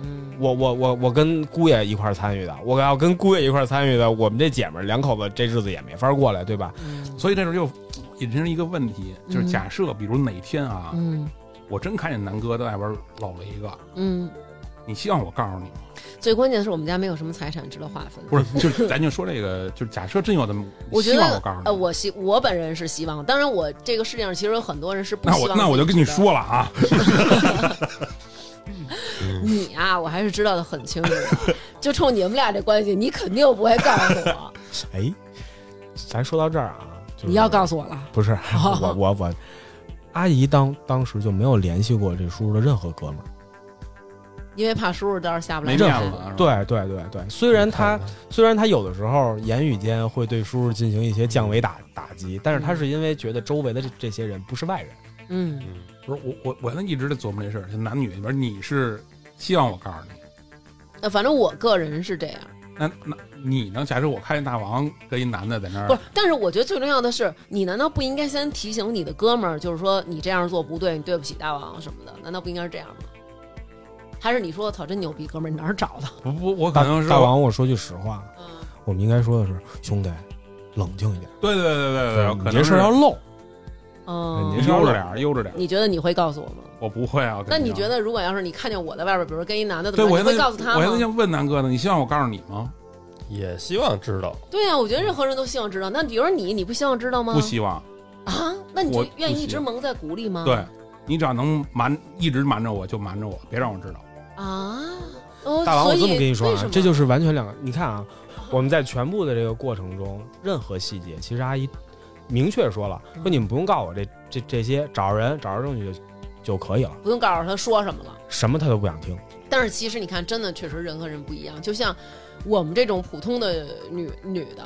Speaker 1: 嗯，
Speaker 5: 我我我我跟姑爷一块儿参与的，我要跟姑爷一块儿参与的，我们这姐们儿两口子这日子也没法过来，对吧？
Speaker 1: 嗯
Speaker 2: 所以这时候就引申一个问题，就是假设比如哪天啊，
Speaker 1: 嗯
Speaker 2: 我真看见南哥在外边搂了一个，
Speaker 1: 嗯，
Speaker 2: 你希望我告诉你吗？
Speaker 1: 最关键的是我们家没有什么财产值得划分。
Speaker 2: 不是，就是咱就说这个，就是假设真有这么，
Speaker 1: 我觉
Speaker 2: 希望我
Speaker 1: 得
Speaker 2: 告诉，你，
Speaker 1: 呃，我希我本人是希望，当然我这个世界上其实有很多人是不
Speaker 2: 那
Speaker 1: 希
Speaker 2: 我
Speaker 1: 望。
Speaker 2: 那我就跟你，说了啊，
Speaker 1: 你啊，我还是知道的很清楚的，就冲你们俩这关系，你肯定不会告诉我，
Speaker 5: 哎，咱说到这儿啊，就是、
Speaker 1: 你要告诉我了。
Speaker 5: 不是
Speaker 1: 哦
Speaker 5: 我我我，阿姨当当时就没有联系过这叔叔的任何哥们儿。
Speaker 1: 因为怕叔叔到时候下不来
Speaker 2: 没
Speaker 1: 台
Speaker 2: 面子，啊，
Speaker 5: 对对对对，虽然他虽然他有的时候言语间会对叔叔进行一些降维打打击，但是他是因为觉得周围的这这些人不是外人，
Speaker 1: 嗯，
Speaker 2: 不是我我我那一直在琢磨这事儿，就男女里边你是希望我告诉你，
Speaker 1: 呃反正我个人是这样，
Speaker 2: 那那你呢？假设我看见大王跟一男的在那
Speaker 1: 不是
Speaker 2: 儿，。
Speaker 1: 但是我觉得最重要的是，你难道不应该先提醒你的哥们儿，就是说你这样做不对，你对不起大王什么的？难道不应该是这样吗？还是你说操真牛逼，哥们儿，你哪儿找的？
Speaker 2: 不不，我可
Speaker 5: 大
Speaker 2: 能是
Speaker 5: 大王，我说句实话，
Speaker 1: 嗯，
Speaker 5: 我们应该说的是，兄弟，冷静一点，
Speaker 2: 对对对对对，
Speaker 5: 你
Speaker 2: 可
Speaker 5: 这
Speaker 2: 能
Speaker 5: 事儿要露。
Speaker 1: 哦
Speaker 5: 您
Speaker 2: 悠着点儿，悠着点儿，
Speaker 1: 你觉得你会告诉我吗？
Speaker 2: 我不会啊。
Speaker 1: 那你
Speaker 2: 肯定
Speaker 1: 觉得，如果要是你看见我在外边，比如说跟一男的怎
Speaker 2: 对
Speaker 1: 么
Speaker 2: 我
Speaker 1: 样，
Speaker 2: 现
Speaker 1: 你
Speaker 2: 在
Speaker 1: 会告诉他
Speaker 2: 我现在
Speaker 1: 吗？
Speaker 2: 想问南哥呢，你希望我告诉你吗？
Speaker 3: 也希望知道，
Speaker 1: 对呀、我觉得任何人都希望知道。那比如说你，你不希望知道吗？
Speaker 2: 不希望。
Speaker 1: 啊，那你
Speaker 2: 我
Speaker 1: 就
Speaker 2: 不
Speaker 1: 愿意
Speaker 2: 希
Speaker 1: 一直蒙在鼓里吗？
Speaker 2: 对你只要能瞒，一直瞒着我就瞒着我，别让我知道。
Speaker 1: 啊，哦，
Speaker 5: 大王，我
Speaker 1: 所以
Speaker 5: 这么跟你说
Speaker 1: 为什
Speaker 5: 啊
Speaker 1: 么，
Speaker 5: 这就是完全两个。你看啊，我们在全部的这个过程中，任何细节，其实阿姨明确说了，说你们不用告我这这这些，找着人找着证据就就可以了，
Speaker 1: 不用告诉他说什么了。
Speaker 5: 什么她都不想听。
Speaker 1: 但是其实你看，真的确实人和人不一样，就像。我们这种普通的女女的，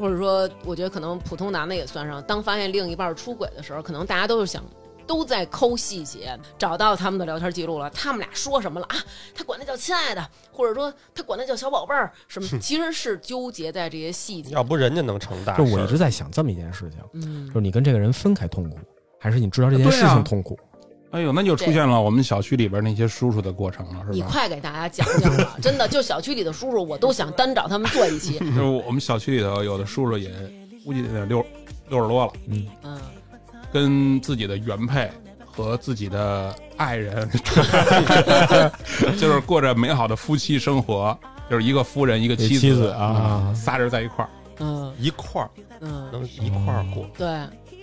Speaker 1: 或者说，我觉得可能普通男的也算上。当发现另一半出轨的时候，可能大家都是想，都在抠细节，找到他们的聊天记录了，他们俩说什么了啊？他管那叫亲爱的，或者说他管那叫小宝贝儿，什么？其实是纠结在这些细节。
Speaker 3: 要不人家能成大事
Speaker 5: 就
Speaker 3: 儿。
Speaker 5: 我一直在想这么一件事情，
Speaker 1: 嗯
Speaker 5: 就是你跟这个人分开痛苦，还是你知道这件
Speaker 2: 对啊
Speaker 5: 事情痛苦？
Speaker 2: 哎呦，那就出现了我们小区里边那些叔叔的过程了，是
Speaker 1: 你
Speaker 2: 吧？
Speaker 1: 快给大家讲讲吧，真的，就小区里的叔叔，我都想单找他们做一期。
Speaker 2: 就是我们小区里头有的叔叔也估计得六六十多了，
Speaker 5: 嗯，
Speaker 1: 嗯，
Speaker 2: 跟自己的原配和自己的爱人， 就是过着美好的夫妻生活，就是一个夫人一个妻子
Speaker 5: 妻子啊
Speaker 2: 嗯仨人在一块儿。
Speaker 1: 嗯
Speaker 3: 一块儿
Speaker 1: 嗯，
Speaker 3: 能一块儿过，
Speaker 1: 对。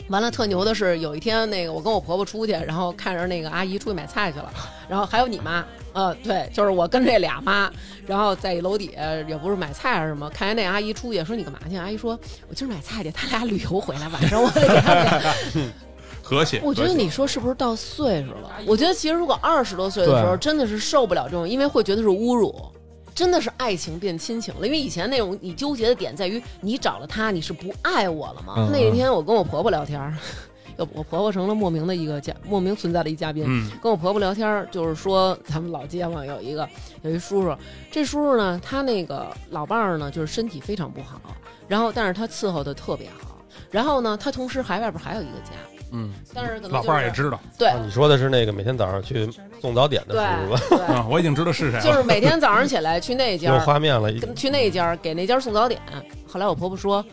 Speaker 1: 完了，特牛的是，有一天那个我跟我婆婆出去，然后看着那个阿姨出去买菜去了，然后还有你妈，呃，对，就是我跟这俩妈，然后在楼底下也不是买菜还啊是什么，看见那阿姨出去，说你干嘛去？阿姨说我今儿买菜去，他俩旅游回来，晚上我得给他们俩。
Speaker 2: 和谐，
Speaker 1: 我觉
Speaker 2: 和
Speaker 1: 得
Speaker 2: 谐
Speaker 1: 你说是不是到岁数了？我觉得其实如果二十多岁的时候，
Speaker 5: 对
Speaker 1: 真的是受不了这种，因为会觉得是侮辱，真的是爱情变亲情了。因为以前那种你纠结的点在于，你找了他，你是不爱我了吗？
Speaker 5: 嗯
Speaker 1: 那天我跟我婆婆聊天儿，我我婆婆成了莫名的一个嘉，莫名存在的一嘉宾。
Speaker 2: 嗯
Speaker 1: 跟我婆婆聊天儿，就是说咱们老街坊有一个有一叔叔，这叔叔呢，他那个老伴儿呢，就是身体非常不好，然后但是他伺候的特别好，然后呢，他同时还外边还有一个家，
Speaker 2: 嗯，
Speaker 1: 但是可能、就是、
Speaker 2: 老伴儿也知道
Speaker 1: 对
Speaker 3: 啊你说的是那个每天早上去送早点的
Speaker 1: 对
Speaker 3: 叔叔吧？
Speaker 1: 对，
Speaker 2: 啊，我已经知道是谁
Speaker 1: 就
Speaker 2: 了。
Speaker 1: 是每天早上起来去那家
Speaker 3: 有
Speaker 1: 儿，
Speaker 3: 画面了，已经
Speaker 1: 跟去那家儿给那家儿送早点。后来我婆婆说，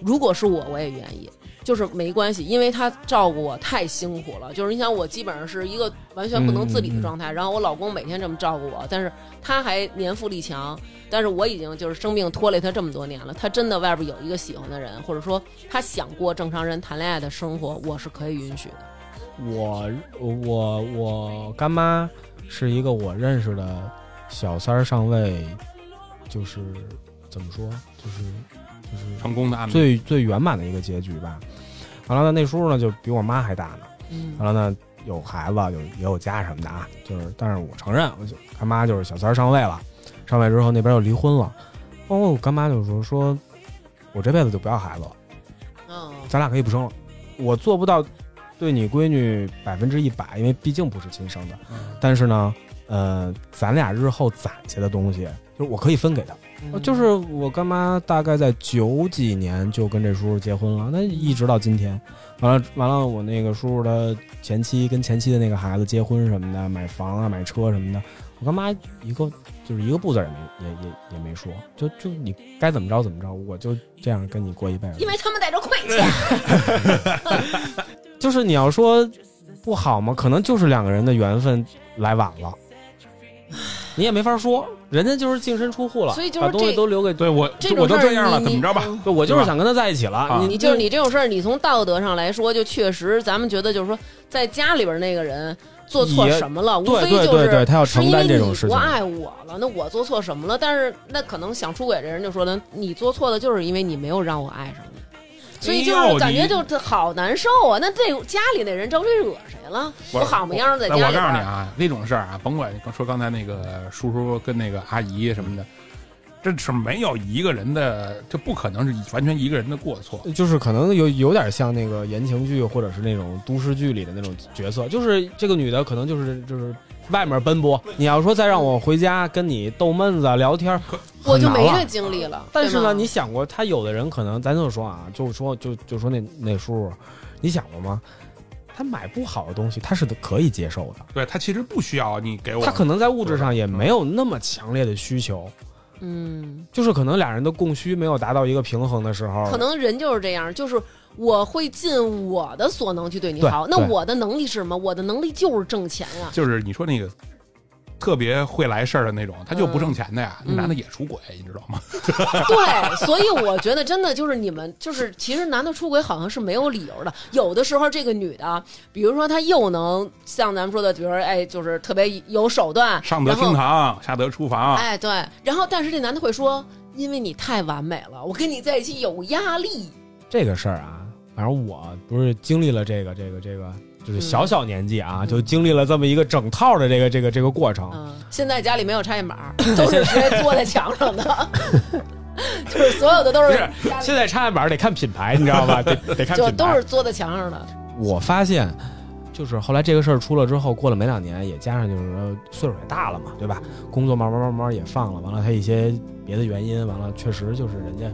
Speaker 1: 如果是我，我也愿意。就是没关系，因为他照顾我太辛苦了。就是你想，我基本上是一个完全不能自理
Speaker 2: 嗯
Speaker 1: 的状态，然后我老公每天这么照顾我，但是他还年富力强，但是我已经就是生病拖累他这么多年了。他真的外边有一个喜欢的人，或者说他想过正常人谈恋爱的生活，我是可以允许的。
Speaker 5: 我我我干妈是一个我认识的小三儿上位，就是怎么说，就是就是
Speaker 2: 成功的案例，
Speaker 5: 最最圆满的一个结局吧。完了呢，那叔叔呢就比我妈还大呢。
Speaker 1: 嗯
Speaker 5: 完了呢，有孩子，有也有家什么的啊，就是，但是我承认，我就干妈就是小三儿上位了，上位之后那边又离婚了，包括我干妈就说说，我这辈子就不要孩子了，
Speaker 1: 嗯，
Speaker 5: 咱俩可以不生了，我做不到对你闺女百分之一百，因为毕竟不是亲生的，
Speaker 2: 嗯
Speaker 5: 但是呢，呃，咱俩日后攒下的东西，就是我可以分给她，
Speaker 1: 嗯
Speaker 5: 哦就是我干妈大概在九几年就跟这叔叔结婚了，那一直到今天。完了完了，我那个叔叔他前妻跟前妻的那个孩子结婚什么的，买房啊、买车什么的，我干妈一个就是一个不字儿也没也也也没说，就就你该怎么着怎么着，我就这样跟你过一辈子
Speaker 1: 因。为他们带着愧疚。
Speaker 2: 哎
Speaker 5: 就是你要说不好吗？可能就是两个人的缘分来晚了，你也没法说，人家就是净身出户了，
Speaker 1: 所以就是
Speaker 5: 把东西
Speaker 1: 这
Speaker 5: 都留给
Speaker 2: 对我
Speaker 1: 这
Speaker 2: 我
Speaker 1: 种事
Speaker 2: 都
Speaker 1: 儿
Speaker 2: 这样了，
Speaker 1: 你
Speaker 2: 怎么着吧？
Speaker 1: 你
Speaker 5: 对，我就是
Speaker 2: 是吧
Speaker 5: 想跟他在一起了。
Speaker 2: 啊
Speaker 1: 你就是你这种事儿，你从道德上来说，就确实，咱们觉得就是说，在家里边那个人做错什么了，无
Speaker 5: 对
Speaker 1: 非
Speaker 5: 对
Speaker 1: 就
Speaker 5: 对对，
Speaker 1: 是
Speaker 5: 他要
Speaker 1: 是
Speaker 5: 承
Speaker 1: 因为
Speaker 5: 担这
Speaker 1: 你
Speaker 5: 种事
Speaker 1: 不
Speaker 5: 情。
Speaker 1: 爱我了，那我做错什么了？但是那可能想出轨这人就说了，你做错的就是因为你没有让我爱上你。所以就
Speaker 2: 哎呦
Speaker 1: 是感觉
Speaker 2: 你
Speaker 1: 就特好难受啊！那这家里那人招谁惹谁了？
Speaker 2: 我
Speaker 1: 我好模样儿在
Speaker 2: 那
Speaker 1: 家里
Speaker 2: 我告诉
Speaker 1: 边
Speaker 2: 你啊，那种事儿啊，甭管你说刚才那个叔叔跟那个阿姨什么的，这是没有一个人的，这不可能是完全一个人的过错。
Speaker 5: 就是可能有有点像那个言情剧或者是那种都市剧里的那种角色，就是这个女的可能就是就是外面奔波，你要说再让我回家跟你逗闷子啊聊天，
Speaker 1: 我就
Speaker 5: 很
Speaker 1: 没
Speaker 5: 难了
Speaker 1: 这经历了。
Speaker 5: 但是
Speaker 1: 对吗
Speaker 5: 呢，你想过他有的人可能咱就说啊，就说就就说那那叔叔，你想过吗？他买不好的东西，他是可以接受的，
Speaker 2: 对他其实不需要你给我，
Speaker 5: 他可能在物质上也没有那么强烈的需求，
Speaker 1: 嗯，
Speaker 5: 就是可能俩人的供需没有达到一个平衡的时
Speaker 2: 哦
Speaker 5: 候，
Speaker 1: 可能人就是这样，就是我会尽我的所能去对你
Speaker 5: 对
Speaker 1: 好。那
Speaker 5: 对
Speaker 1: 我的能力是什么？我的能力就是挣钱啊 呀、
Speaker 2: 就是你说那个特别会来事儿的那种，他就不挣钱的呀，
Speaker 1: 嗯
Speaker 2: 那男的也出轨，你知道吗？
Speaker 1: 对，所以我觉得真的就是你们，就是其实男的出轨好像是没有理由的。有的时候这个女的，比如说她又能像咱们说的，比如说哎，就是特别有手段，
Speaker 2: 上得
Speaker 1: 然后
Speaker 2: 厅堂，下得厨房，
Speaker 1: 哎，对，然后但是这男的会说，因为你太完美了，我跟你在一起有压力。
Speaker 5: 这个事儿啊，反正我不是经历了这个这个这个，就是小小年纪啊，
Speaker 1: 嗯
Speaker 5: 就经历了这么一个整套的这个这个这个过
Speaker 2: 哦
Speaker 5: 程。
Speaker 1: 嗯，现在家里没有插线板儿，都是直接 坐在墙上的， 就是所有的都是家里
Speaker 5: 现在插线板得看品牌，你知道吧？得得看
Speaker 1: 就
Speaker 5: 品
Speaker 1: 都
Speaker 5: 牌
Speaker 1: 是。坐在墙上的。
Speaker 5: 我发现，就是后来这个事儿出了之后，过了没两年，也加上就是说岁数也大了嘛，对吧？工作慢慢慢慢也放了，完了他一些别的原因，完了确实就是人家，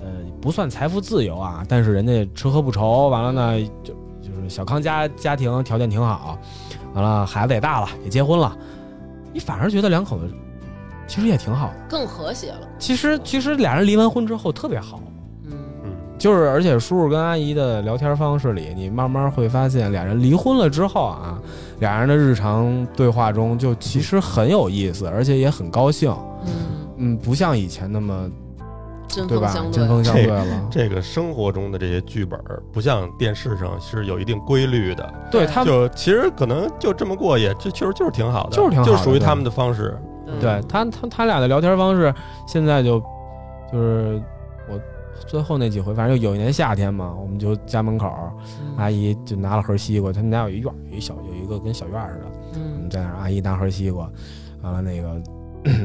Speaker 5: 呃，不算财富自由啊，但是人家吃喝不愁，完了呢就就是小康家家庭条件挺好，完了孩子也大了，也结婚了，你反而觉得两口子其实也挺好的，
Speaker 1: 更和谐了。
Speaker 5: 其实其实俩人离完婚之后特别好。
Speaker 1: 嗯，
Speaker 3: 嗯，
Speaker 5: 就是，而且叔叔跟阿姨的聊天方式里，你慢慢会发现，俩人离婚了之后啊，俩人的日常对话中就其实很有意思，而且也很高兴。
Speaker 1: 嗯，
Speaker 5: 嗯，不像以前那么
Speaker 1: 针
Speaker 5: 对
Speaker 1: 锋
Speaker 5: 吧
Speaker 1: 相？
Speaker 5: 针锋相对了。
Speaker 3: 这个生活中的这些剧本儿不像电视上是有一定规律的，
Speaker 5: 对他们，
Speaker 3: 就其实可能就这么过也，这确实就是挺好的，
Speaker 5: 就是挺好的
Speaker 3: 就是属于他们的方式。
Speaker 1: 嗯
Speaker 5: 对他他他俩的聊天方式，现在就就是我最后那几回，反正就有一年夏天嘛，我们就家门口
Speaker 1: 嗯
Speaker 5: 阿姨就拿了盒西瓜，他们家有一院儿，有一小有一个跟小院儿似的。我们
Speaker 1: 嗯
Speaker 5: 在那儿，阿姨拿盒西瓜，完了那个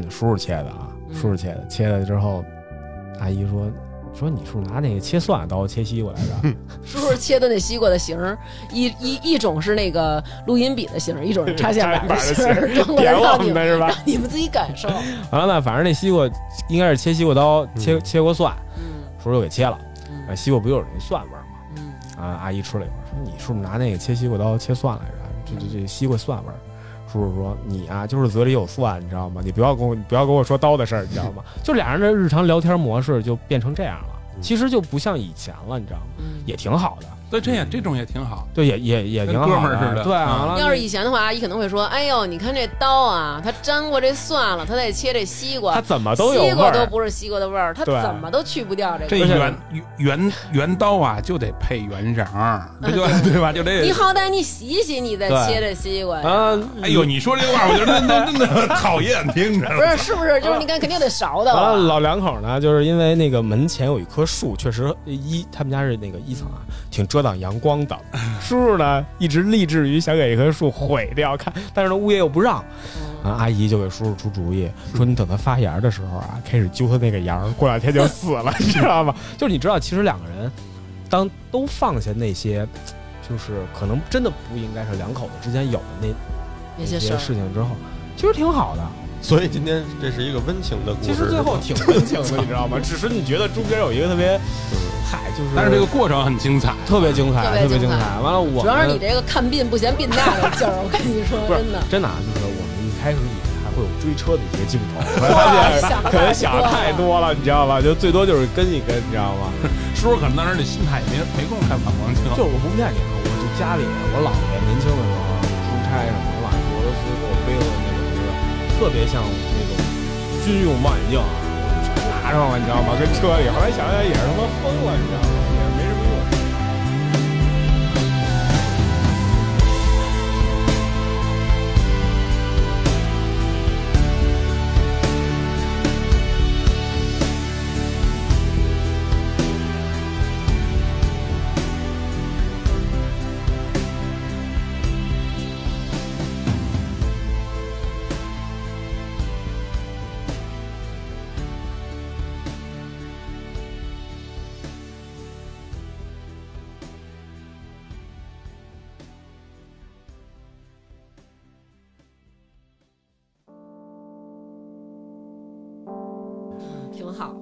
Speaker 5: 叔叔切的啊，
Speaker 1: 嗯
Speaker 5: 叔叔切的，切了之后，阿姨说：“说你叔拿那个切蒜刀切西瓜来着，
Speaker 1: 叔叔切的那西瓜的形儿，一一一种是那个录音笔的形儿，一种是插线板形
Speaker 4: 插线板
Speaker 1: 儿，装过来
Speaker 4: 点我
Speaker 1: 让你
Speaker 4: 们
Speaker 1: 们
Speaker 4: 的是吧？
Speaker 1: 你们自己感受。
Speaker 5: 完了呢，反正那西瓜应该是切西瓜刀切、切过蒜，
Speaker 1: 嗯
Speaker 5: 叔叔就给切了。啊，
Speaker 1: 嗯
Speaker 5: 西瓜不就是有那蒜味儿吗？
Speaker 1: 嗯，
Speaker 5: 啊，阿姨吃了一会儿，说你是不是拿那个切西瓜刀切蒜来着？这这这西瓜蒜味儿。叔叔说：“你啊，就是嘴里有蒜，你知道吗？你不要跟我，你不要跟我说刀的事儿，你知道吗？ 就俩人的日常聊天模式就变成这样了，其实就不像以前了，你知道吗？
Speaker 1: 嗯
Speaker 5: 也挺好的，
Speaker 2: 对，这也这种也挺好。
Speaker 5: 对，也也也挺
Speaker 2: 跟
Speaker 5: 好
Speaker 2: 哥们儿似的
Speaker 5: 对啊
Speaker 2: 嗯。
Speaker 5: 完了
Speaker 1: 要是以前的话，阿姨可能会说：“哎呦，你看这刀啊，它粘过这蒜了，它再切这西
Speaker 5: 它
Speaker 1: 瓜，
Speaker 5: 怎么都有
Speaker 1: 西
Speaker 5: 味
Speaker 1: 瓜都
Speaker 5: 儿，
Speaker 1: 不是西瓜的味儿，它
Speaker 5: 对
Speaker 1: 怎么都去不掉这
Speaker 2: 这
Speaker 1: 个。
Speaker 5: 而且
Speaker 2: 圆圆圆刀啊，就得配圆瓤儿，这就对吧？就这
Speaker 1: 你好歹你洗洗，你再
Speaker 5: 对
Speaker 1: 切这西瓜呀。
Speaker 5: 啊，
Speaker 2: 哎呦，你说这话，我觉得真的真的讨厌，听着。
Speaker 1: 不是，是不是？就是你看，肯定得勺的
Speaker 5: 完了，
Speaker 1: 吧。
Speaker 5: 老两口呢，就是因为那个门前有一棵树，确实一他们家是那个一层啊，挺遮挡阳 光的。叔叔呢，一直立志于想给一棵树毁掉，看，但是呢，物业又不让。
Speaker 1: 嗯
Speaker 5: 啊，阿姨就给叔叔出主意，说你等它发芽的时候啊，开始揪它那个芽儿，过两天就死了， 你知道吗？就是你知道，其实两个人当都放下那些，就是可能真的不应该是两口子之间有的那
Speaker 1: 那
Speaker 5: 那
Speaker 1: 些
Speaker 5: 些
Speaker 1: 事儿，
Speaker 5: 事情之后，其实挺好的。
Speaker 3: 所以今天这是一个温情的故事。
Speaker 5: 其实最后挺温情的，你知道 吗？只是你觉得中间有一个特别，嗨，就是，
Speaker 2: 但是这个过程很精彩。
Speaker 5: 特别精
Speaker 1: 特
Speaker 5: 彩，
Speaker 1: 别
Speaker 5: 特别
Speaker 1: 精
Speaker 5: 精
Speaker 1: 彩
Speaker 5: 彩。完了，我
Speaker 1: 主要是
Speaker 5: 们
Speaker 1: 你这个看病不嫌病大的劲儿，我跟你说，
Speaker 5: 不是
Speaker 1: 真的。
Speaker 5: 真的啊，就是我们一开始以为还会有追车的一些镜头，
Speaker 1: 哇
Speaker 5: 发现可能想太多了，你知道吧？就最多就是跟一跟，你知道吗？
Speaker 2: 叔叔可能当时那心态也没没空看反光镜，
Speaker 5: 就是我不骗你啊，我就家里我姥爷年轻的时候出差什么，我姥爷摩托斯给我背了那种那个特别像那种军用望远镜啊，我就全拿上了，你知道吗？跟车里，后来想想也是他妈疯了，你知道吗？也没什么用。
Speaker 1: 挺好。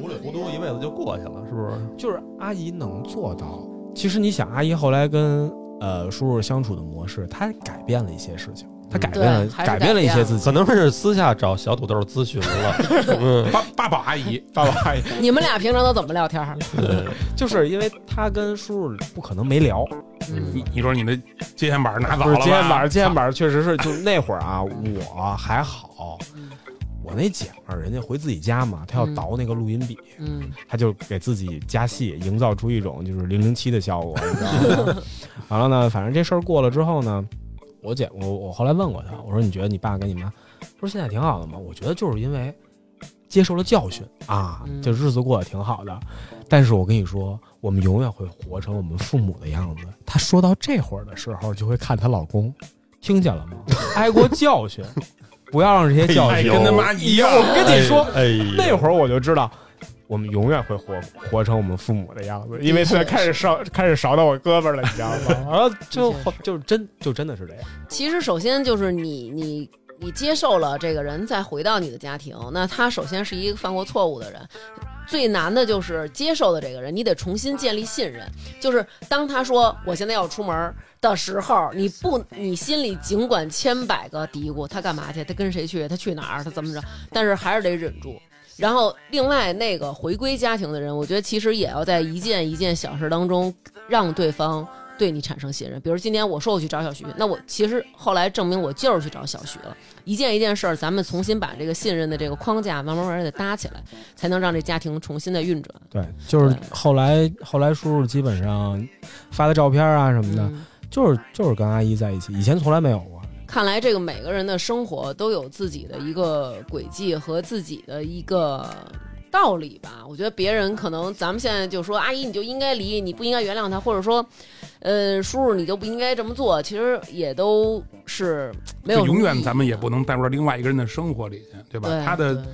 Speaker 3: 糊里糊涂一辈子就过去了，是不是？
Speaker 5: 就是阿姨能做到。其实你想，阿姨后来跟呃叔叔相处的模式，她改变了一些事情，她改变了、
Speaker 1: 对还是
Speaker 5: 改变了一些自己
Speaker 3: 可。能是私下找小土豆咨询 了。嗯，
Speaker 2: 八八宝阿 姨，
Speaker 5: 爸爸阿姨
Speaker 1: 你们俩平常都怎么聊天儿？
Speaker 3: 对
Speaker 5: 就是因为她跟叔叔不可能没 聊，嗯
Speaker 2: 你你说你的接线板拿走
Speaker 5: 不
Speaker 2: 了
Speaker 5: 是
Speaker 2: 吧
Speaker 5: 今天晚上今天晚上确实是，就那会儿啊，我还好
Speaker 1: 嗯。
Speaker 5: 我那姐们儿，人家回自己家嘛，她要
Speaker 1: 嗯
Speaker 5: 倒那个录音笔，
Speaker 1: 嗯，
Speaker 5: 她就给自己加戏，营造出一种就是零零七的效果，你知道吗？完了呢，反正这事儿过了之后呢，我姐我我后来问过她，我说你觉得你爸跟你妈，她说现在挺好的吗？我觉得就是因为接受了教训啊
Speaker 1: 嗯，
Speaker 5: 这日子过得挺好的。但是我跟你说，我们永远会活成我们父母的样子。她说到这会儿的时候，就会看她老公，听见了吗？挨过教训，不要让这些教
Speaker 2: 哎
Speaker 5: 训。
Speaker 2: 跟他妈一样。
Speaker 5: 我跟你说，
Speaker 3: 哎呀，
Speaker 5: 那会儿我就知道，我们永远会活活成我们父母的样子，因为现在开始勺开始勺到我胳膊了，你知道 吗？然后啊就
Speaker 1: 的确是
Speaker 5: 就真就真的是这样，
Speaker 1: 其实首先就是你你。你接受了这个人，再回到你的家庭，那他首先是一个犯过错误的人。最难的就是接受的这个人，你得重新建立信任。就是当他说我现在要出门的时候，你不，你心里尽管千百个嘀咕，他干嘛去？他跟谁去？他去哪儿？他怎么着？但是还是得忍住。然后，另外那个回归家庭的人，我觉得其实也要在一件一件小事当中，让对方对你产生信任。比如今天我说我去找小徐，那我其实后来证明我就是去找小徐了。一件一件事儿，咱们重新把这个信任的这个框架慢慢慢慢的搭起来，才能让这家庭重新的运转。
Speaker 5: 对，就是
Speaker 1: 对
Speaker 5: 后来后来叔叔基本上发的照片啊什么的，
Speaker 1: 嗯
Speaker 5: 就是就是跟阿姨在一起，以前从来没有过，
Speaker 1: 看来这个每个人的生活都有自己的一个轨迹和自己的一个道理吧。我觉得别人可能咱们现在就说阿姨你就应该离，你不应该原谅他，或者说，呃，叔叔你就不应该这么做，其实也都是没有
Speaker 2: 就
Speaker 1: 什么
Speaker 2: 永
Speaker 1: 意
Speaker 2: 远
Speaker 1: 义
Speaker 2: 咱们也
Speaker 1: 的
Speaker 2: 不能带入到另外一个人的生活里去，对吧？
Speaker 1: 对
Speaker 2: 他的
Speaker 1: 对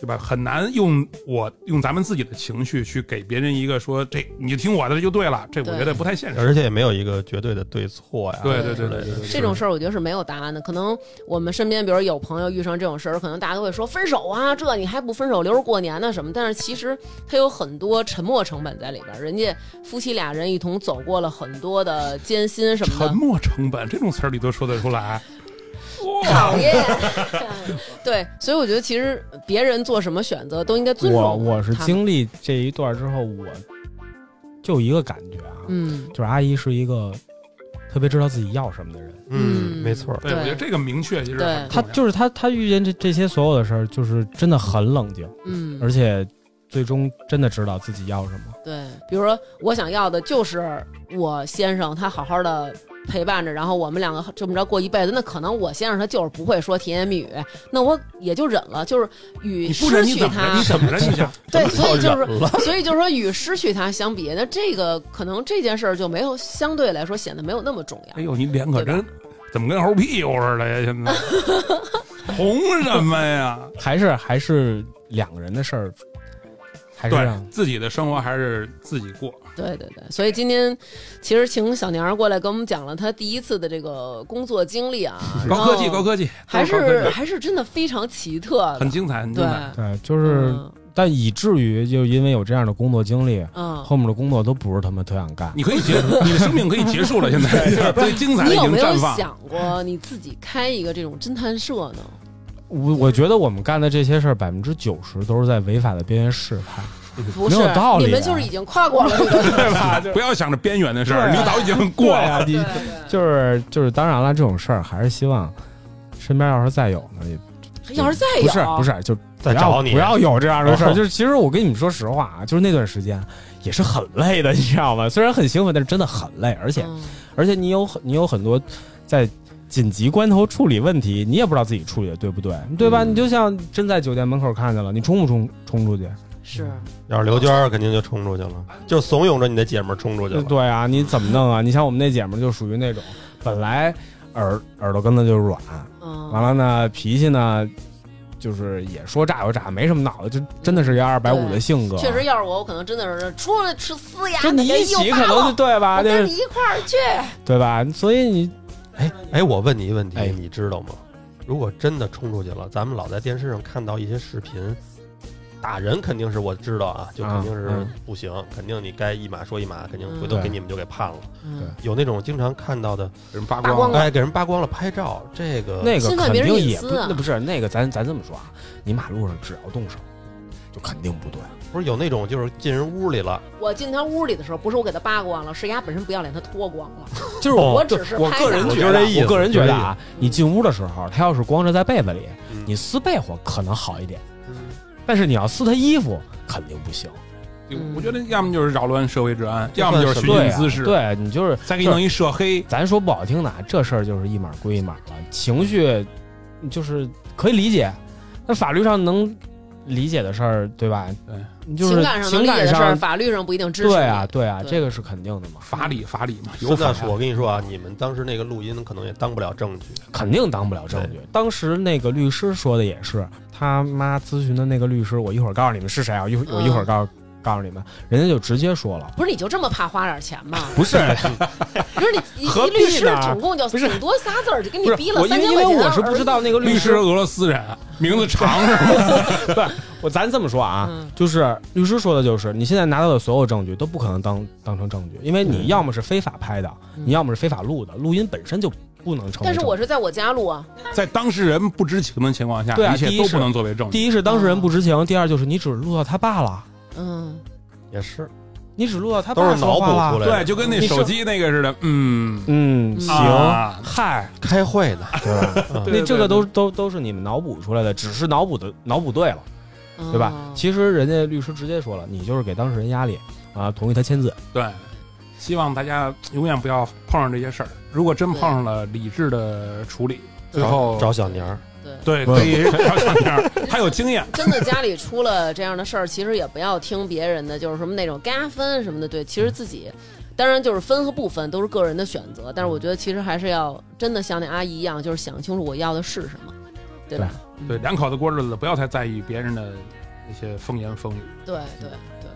Speaker 2: 对吧？很难用我用咱们自己的情绪去给别人一个说这你就听我的就对了，这我
Speaker 1: 对
Speaker 2: 觉得不太现实。啊
Speaker 3: 而且也没有一个绝对的对错呀，
Speaker 2: 对对对
Speaker 3: 之类的
Speaker 2: 对对对
Speaker 1: 这种事儿我觉得是没有答案的。可能我们身边，比如有朋友遇上这种事儿，可能大家都会说分手啊，这你还不分手，留着过年呢什么。但是其实它有很多沉默成本在里边儿，人家夫妻俩人一同走过了很多的艰辛什么的
Speaker 2: 沉。默成本这种词儿你都说得出来，
Speaker 1: 讨厌， 对，所以我觉得其实别人做什么选择都应该尊重
Speaker 5: 我我是
Speaker 1: 他们，
Speaker 5: 经历这一段之后，我就一个感觉啊，
Speaker 1: 嗯
Speaker 5: 就是阿姨是一个特别知道自己要什么的人。
Speaker 3: 嗯，没错，
Speaker 2: 对我觉得这个明确其实
Speaker 1: 对
Speaker 2: 很重
Speaker 5: 她
Speaker 2: 要
Speaker 5: 就是她，她遇见这这些所有的事儿，就是真的很冷静，
Speaker 1: 嗯，
Speaker 5: 而且最终真的知道自己要什么。
Speaker 1: 对，比如说我想要的就是我先生他好好的陪伴着，然后我们两个这么着过一辈子，那可能我先生他就是不会说甜言蜜语，那我也就忍了，就是与
Speaker 2: 你不
Speaker 1: 失
Speaker 2: 然你
Speaker 1: 去
Speaker 2: 怎么着？
Speaker 1: 他
Speaker 2: 你，怎么着？你想
Speaker 1: 对，所以就是
Speaker 3: 忍了
Speaker 1: 所以就是说与失去他相比，那这个可能这件事儿就没有相对来说显得没有那么重要。
Speaker 2: 哎呦，你脸可
Speaker 1: 对
Speaker 2: 真怎么跟猴屁股似的呀？现在红什么呀？
Speaker 5: 还是还是两个人的事儿，还是
Speaker 2: 对
Speaker 5: 让
Speaker 2: 自己的生活还是自己过，
Speaker 1: 对对对，所以今天其实请小娘儿过来跟我们讲了她第一次的这个工作经历啊，然
Speaker 2: 高科技，
Speaker 1: 后
Speaker 2: 高科技，
Speaker 1: 还
Speaker 2: 都高科
Speaker 1: 是
Speaker 2: 技
Speaker 1: 还是真的非常奇特
Speaker 2: 很
Speaker 1: 的，
Speaker 2: 精彩，很精
Speaker 1: 对，
Speaker 2: 彩。
Speaker 5: 对，就是、
Speaker 1: 嗯
Speaker 5: 但以至于就因为有这样的工作经历，
Speaker 1: 嗯。
Speaker 5: 后面的工作都不是他们特想干。
Speaker 2: 你可以结，你的生命可以结束了，现在就是最 精彩的
Speaker 1: 你
Speaker 2: 已
Speaker 1: 有
Speaker 2: 经
Speaker 1: 没有
Speaker 2: 绽放。
Speaker 1: 想过你自己开一个这种侦探社 呢？
Speaker 5: 我我觉得我们干的这些事儿，百分之九十都是在违法的边缘试探。
Speaker 1: 不是
Speaker 5: 没有道，理啊
Speaker 1: 你们就是已经跨过了这个。
Speaker 2: 对 吧？不要想着边缘的事儿，
Speaker 5: 对
Speaker 2: 你
Speaker 5: 啊
Speaker 2: 早已经过了。
Speaker 5: 啊，你就是就是，当然了，这种事儿还是希望身边要是再有呢，也
Speaker 1: 要是再有，
Speaker 5: 不是不是，就
Speaker 3: 再
Speaker 5: 不要
Speaker 3: 找你啊
Speaker 5: 不要有这样的事儿。
Speaker 3: 哦
Speaker 5: 就是其实我跟你们说实话啊，就是那段时间也是很累的，你 知道吗？虽然很兴奋，但是真的很累，而且
Speaker 1: 嗯，
Speaker 5: 而且你有很你有很多在紧急关头处理问题，你也不知道自己处理的对不对，对吧？
Speaker 3: 嗯
Speaker 5: 你就像真在酒店门口看见了，你冲不冲冲出去？
Speaker 1: 是
Speaker 3: 要是刘娟儿肯定就冲出去了，就怂恿着你的姐们儿冲出去了。
Speaker 5: 对啊，你怎么弄啊？你像我们那姐们儿就属于那种本来耳耳朵根子就软，
Speaker 1: 嗯，
Speaker 5: 完了呢脾气呢。就是也说炸就炸，没什么脑子，就真的是一二百五
Speaker 1: 对
Speaker 5: 的性格。
Speaker 1: 确实，要是我，我可能真的是出来吃撕呀，
Speaker 5: 就你一起可能 就对吧？
Speaker 1: 我
Speaker 5: 就
Speaker 1: 跟
Speaker 5: 是
Speaker 1: 你一块儿去。
Speaker 5: 对吧？所以你
Speaker 3: 哎哎，我问你一个问题，
Speaker 5: 哎
Speaker 3: 你知道吗？如果真的冲出去了，咱们老在电视上看到一些视频，打人肯定是我知道啊，就肯定是
Speaker 5: 嗯
Speaker 3: 不行，肯定你该一码说一码，肯定
Speaker 1: 嗯
Speaker 3: 回头
Speaker 5: 对
Speaker 3: 给你们就给判了。
Speaker 1: 嗯
Speaker 3: 有那种经常看到的，
Speaker 2: 人扒
Speaker 1: 扒光
Speaker 2: 光
Speaker 1: 了
Speaker 2: 了，
Speaker 3: 哎，给人扒光了拍照，这个
Speaker 5: 那个
Speaker 1: 侵犯
Speaker 5: 肯
Speaker 1: 别人
Speaker 5: 定
Speaker 1: 隐
Speaker 5: 也不
Speaker 1: 私啊
Speaker 5: 那不是那个，咱咱这么说啊，你马路上只要动手，就肯定不对。啊
Speaker 3: 不是有那种就是进人屋里了，
Speaker 1: 我进他屋里的时候，不是我给他扒光了，是丫本身不要脸，他脱光了。
Speaker 5: 就是
Speaker 1: 哦我
Speaker 5: 我
Speaker 1: 只是
Speaker 5: 我
Speaker 1: 拍
Speaker 5: 个人
Speaker 1: 掌
Speaker 5: 觉
Speaker 3: 我就
Speaker 5: 得
Speaker 3: 这意，思
Speaker 5: 我个人觉
Speaker 3: 就
Speaker 5: 得
Speaker 3: 这意
Speaker 5: 啊，你进屋的时候，他要是光着在被子里，
Speaker 3: 嗯
Speaker 5: 你撕被子可能好一点，但是你要撕他衣服肯定不行。
Speaker 1: 嗯
Speaker 2: 我觉得要么就是扰乱社会治安，要么就是寻衅
Speaker 5: 对啊
Speaker 2: 滋事，
Speaker 5: 对你就是
Speaker 2: 再给你弄一涉黑。
Speaker 5: 咱说不好听的，啊，这事儿就是一码归一码了，情绪就是可以理解，但法律上能理解的事儿，对吧？对， 就是
Speaker 1: 情感上能理解的事儿，
Speaker 5: 上
Speaker 1: 法律上不一定支持。
Speaker 5: 对啊，，对啊，
Speaker 1: 对
Speaker 5: 这个是肯定的嘛，
Speaker 2: 法理法理嘛，有
Speaker 3: 现
Speaker 2: 法
Speaker 3: 在是我跟你说啊，你们当时那个录音可能也当不了证据，
Speaker 5: 肯定当不了证据。当时那个律师说的也是，他妈咨询的那个律师，我一会儿告诉你们是谁啊，一会儿
Speaker 1: 嗯
Speaker 5: 我一会儿告诉告诉你们，人家就直接说了，
Speaker 1: 不是你就这么怕花点钱 吗？
Speaker 5: 不是
Speaker 1: 不是你一
Speaker 5: 何
Speaker 1: 一
Speaker 5: 必呢
Speaker 1: 律师总共就
Speaker 5: 不是
Speaker 1: 顶多仨字儿，就给你
Speaker 5: 不
Speaker 1: 逼
Speaker 5: 是，
Speaker 1: 了
Speaker 5: 我因
Speaker 1: 三
Speaker 5: 为
Speaker 1: 千
Speaker 5: 因
Speaker 1: 块
Speaker 5: 为
Speaker 1: 钱。
Speaker 5: 我是不知道那个
Speaker 2: 律师
Speaker 5: 师
Speaker 2: 俄罗斯人，名字长是吧？
Speaker 5: 不，咱这么说啊，
Speaker 1: 嗯
Speaker 5: 就是律师说的就是，你现在拿到的所有证据都不可能当当成证据，因为你要么是非法拍的，
Speaker 1: 嗯
Speaker 5: 你要么是非法录的，录音本身就不能成
Speaker 1: 但
Speaker 5: 为证据。
Speaker 1: 是我是在我家录啊，
Speaker 2: 在当事人不知情的情况下，
Speaker 5: 对啊
Speaker 2: 一切
Speaker 5: 第一
Speaker 2: 都
Speaker 5: 是
Speaker 2: 不能作为证据。
Speaker 5: 第一是当事人不知情，第二就是你只录到他爸了，
Speaker 1: 嗯，
Speaker 3: 也是
Speaker 5: 你只录到他
Speaker 3: 都
Speaker 5: 爸
Speaker 3: 是脑
Speaker 5: 说
Speaker 3: 补
Speaker 5: 话
Speaker 3: 出
Speaker 5: 了。
Speaker 3: 来的
Speaker 2: 对，。就跟那
Speaker 5: 你是
Speaker 2: 手机那个似的，嗯，
Speaker 5: 嗯，
Speaker 1: 嗯
Speaker 5: 行，
Speaker 2: 啊
Speaker 5: 嗨，
Speaker 3: 开会 呢，
Speaker 5: 对吧？
Speaker 3: 嗯
Speaker 2: 对
Speaker 5: 那这个都都都是你们脑补出来的，只是脑补的脑补对了，对吧？
Speaker 1: 嗯
Speaker 5: 其实人家律师直接说了，你就是给当事人压力啊，同意他签字。
Speaker 2: 对，希望大家永远不要碰上这些事儿。如果真碰上了，理智的处理，最后
Speaker 3: 找嗯小娘儿，
Speaker 1: 对。
Speaker 2: 对
Speaker 5: 不
Speaker 2: 可以找小妞儿，他有经验。
Speaker 1: 真的家里出了这样的事儿，其实也不要听别人的，就是什么那种嘎分什么的。对，其实
Speaker 5: 嗯
Speaker 1: 自己，当然就是分和不分都是个人的选择，但是我觉得其实还是要真的像那阿姨一样，就是想清楚我要的是什么。对吧？
Speaker 2: 对，两口子过日子，不要太在意别人的那些风言风语。
Speaker 1: 对对对，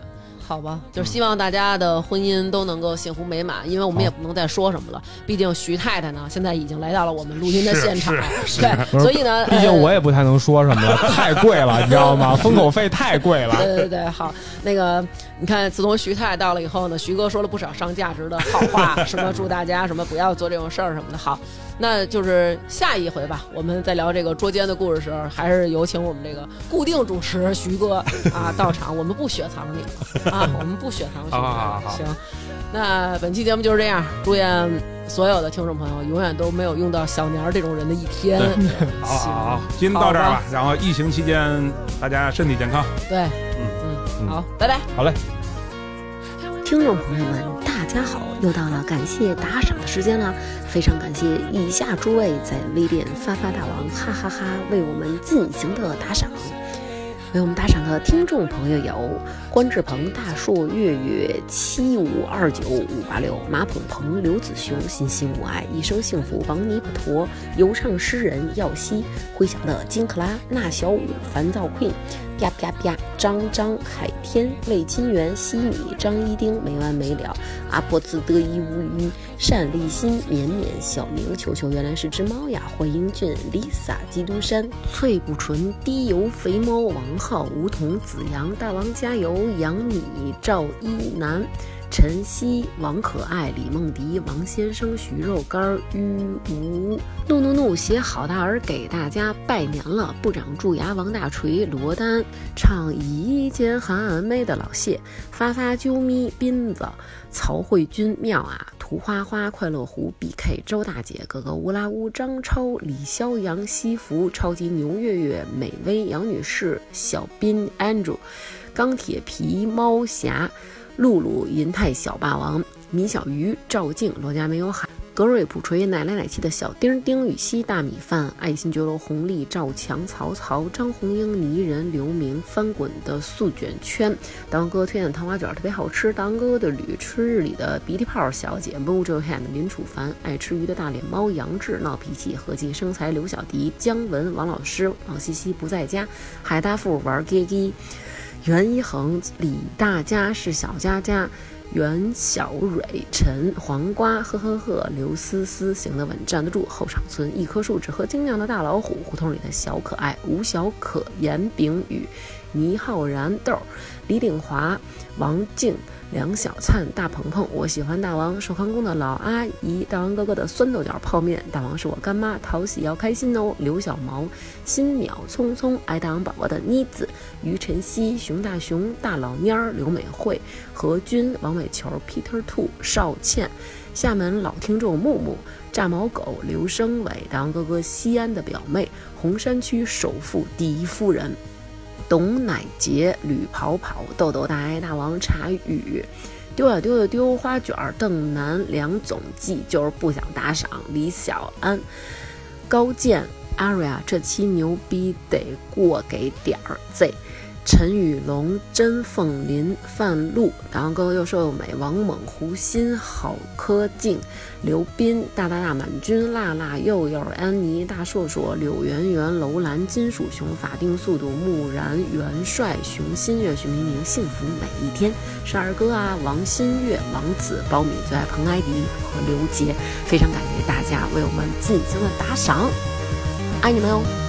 Speaker 1: 好吧，
Speaker 5: 嗯
Speaker 1: 就是希望大家的婚姻都能够幸福美满，因为我们也不能再说什么了，毕竟徐太太呢，现在已经来到了我们录音的
Speaker 2: 是
Speaker 1: 现场，
Speaker 2: 是
Speaker 5: 不
Speaker 1: 对，
Speaker 5: 是
Speaker 1: 所以呢，
Speaker 5: 毕竟
Speaker 1: 呃
Speaker 5: 我也不太能说什么了，太贵了，你知 道吗？封口费太贵了。
Speaker 1: 对对对，好，那个你看，自从徐太太到了以后呢，徐哥说了不少上价值的好话，什么祝大家什么不要做这种事儿什么的。好，那就是下一回吧，我们在聊这个捉奸的故事时候，还是有请我们这个固定主持徐哥啊到场，我们不雪藏你啊，我们不雪藏徐
Speaker 2: 好好
Speaker 1: 哥。
Speaker 2: 好
Speaker 1: 行，那本期节目就是这样，祝愿所有的听众朋友永远都没有用到小年儿这种人的一天。
Speaker 2: 好
Speaker 1: 行
Speaker 2: 好好，今天到这儿
Speaker 1: 好
Speaker 2: 吧
Speaker 1: 吧。
Speaker 2: 然后疫情期间，大家身体健康。
Speaker 1: 对，
Speaker 2: 嗯
Speaker 1: 嗯，好，拜拜。
Speaker 6: 听众朋友们，大家好！又到了感谢打赏的时间了，非常感谢以下诸位在微店发发大王哈哈哈为我们进行的打赏。为我们打赏的听众朋友有关志鹏、大树、月月、七五二九五八六、马捧鹏、刘子雄、欣欣我爱、一生幸福、王尼普陀、游唱诗人耀西、回响的金克拉、那小五、烦躁 queen。啪啪啪！张张、海天、魏金元、西米、张一丁没完没了，阿波自得一无余，单立新、绵绵、小明、球球原来是只猫呀，惠英俊、Lisa、基督山、翠不纯、低油肥猫、王浩、梧桐、子阳、大王加油、杨米、赵一楠。晨曦、王可爱、李梦迪、王先生、徐肉干儿、于无、怒怒怒写好大儿给大家拜年了，部长蛀牙王大锤、罗丹唱一间韩寒妹的老谢、发发啾咪、斌子、曹慧君、妙啊、涂花花、快乐湖、BK、周大姐、格格乌拉乌、张超、李逍遥、西服、超级牛月月、美薇、杨女士、小斌、Andrew、钢铁皮、猫侠。露露、银泰小霸王、米小鱼、赵静、罗家没有海、格瑞普锤、奶来奶气的小丁、丁禹兮、大米饭、爱新觉罗、红利、赵强、曹操、张红英、泥人、刘明、翻滚的素卷圈、大王哥推荐的糖花卷儿特别好吃，大王哥的驴、春日里的鼻涕泡小姐、Mojo Hand、林楚凡、爱吃鱼的大脸猫、杨志、闹脾气、合计生财、刘小迪、姜文、王老师、王西西不在家、海大富玩 g g 袁一恒、李大家是小佳佳，袁小蕊、陈黄瓜、呵呵呵、刘思思行得稳站得住，后场村一棵树只喝精酿的大老虎，胡同里的小可爱吴小可、严炳宇、倪浩然、豆儿、李鼎华、王静。梁小灿、大鹏鹏，我喜欢大王寿康宫的老阿姨，大王哥哥的酸豆角泡面，大王是我干妈，淘喜要开心哦，刘小毛、新淼、聪聪，爱大王宝宝的妮子，于晨曦、熊大熊、大老蔫儿、刘美惠、何军、王美球、Peter Two、邵倩、厦门老听众木木、炸毛狗、刘生伟、大王哥哥、西安的表妹、红山区首富第一夫人。董乃杰、吕跑跑、豆豆大爱大王、茶语、丢呀丢呀丢、花卷儿、邓楠、梁总记就是不想打赏、李小安、高健、Aria，这期牛逼得过给点儿 Z。陈宇龙、甄凤林、范露，然后哥哥又瘦又美，王猛、胡鑫、郝柯静、刘斌、大大大满军、辣辣又又、安妮、大硕硕、柳圆圆、楼兰、金属熊、法定速度、木然、元帅、熊新月、徐明明、幸福每一天、是二哥啊、王新月、王子、苞米最爱彭艾迪和刘杰，非常感谢大家为我们进行的打赏，爱你们哦。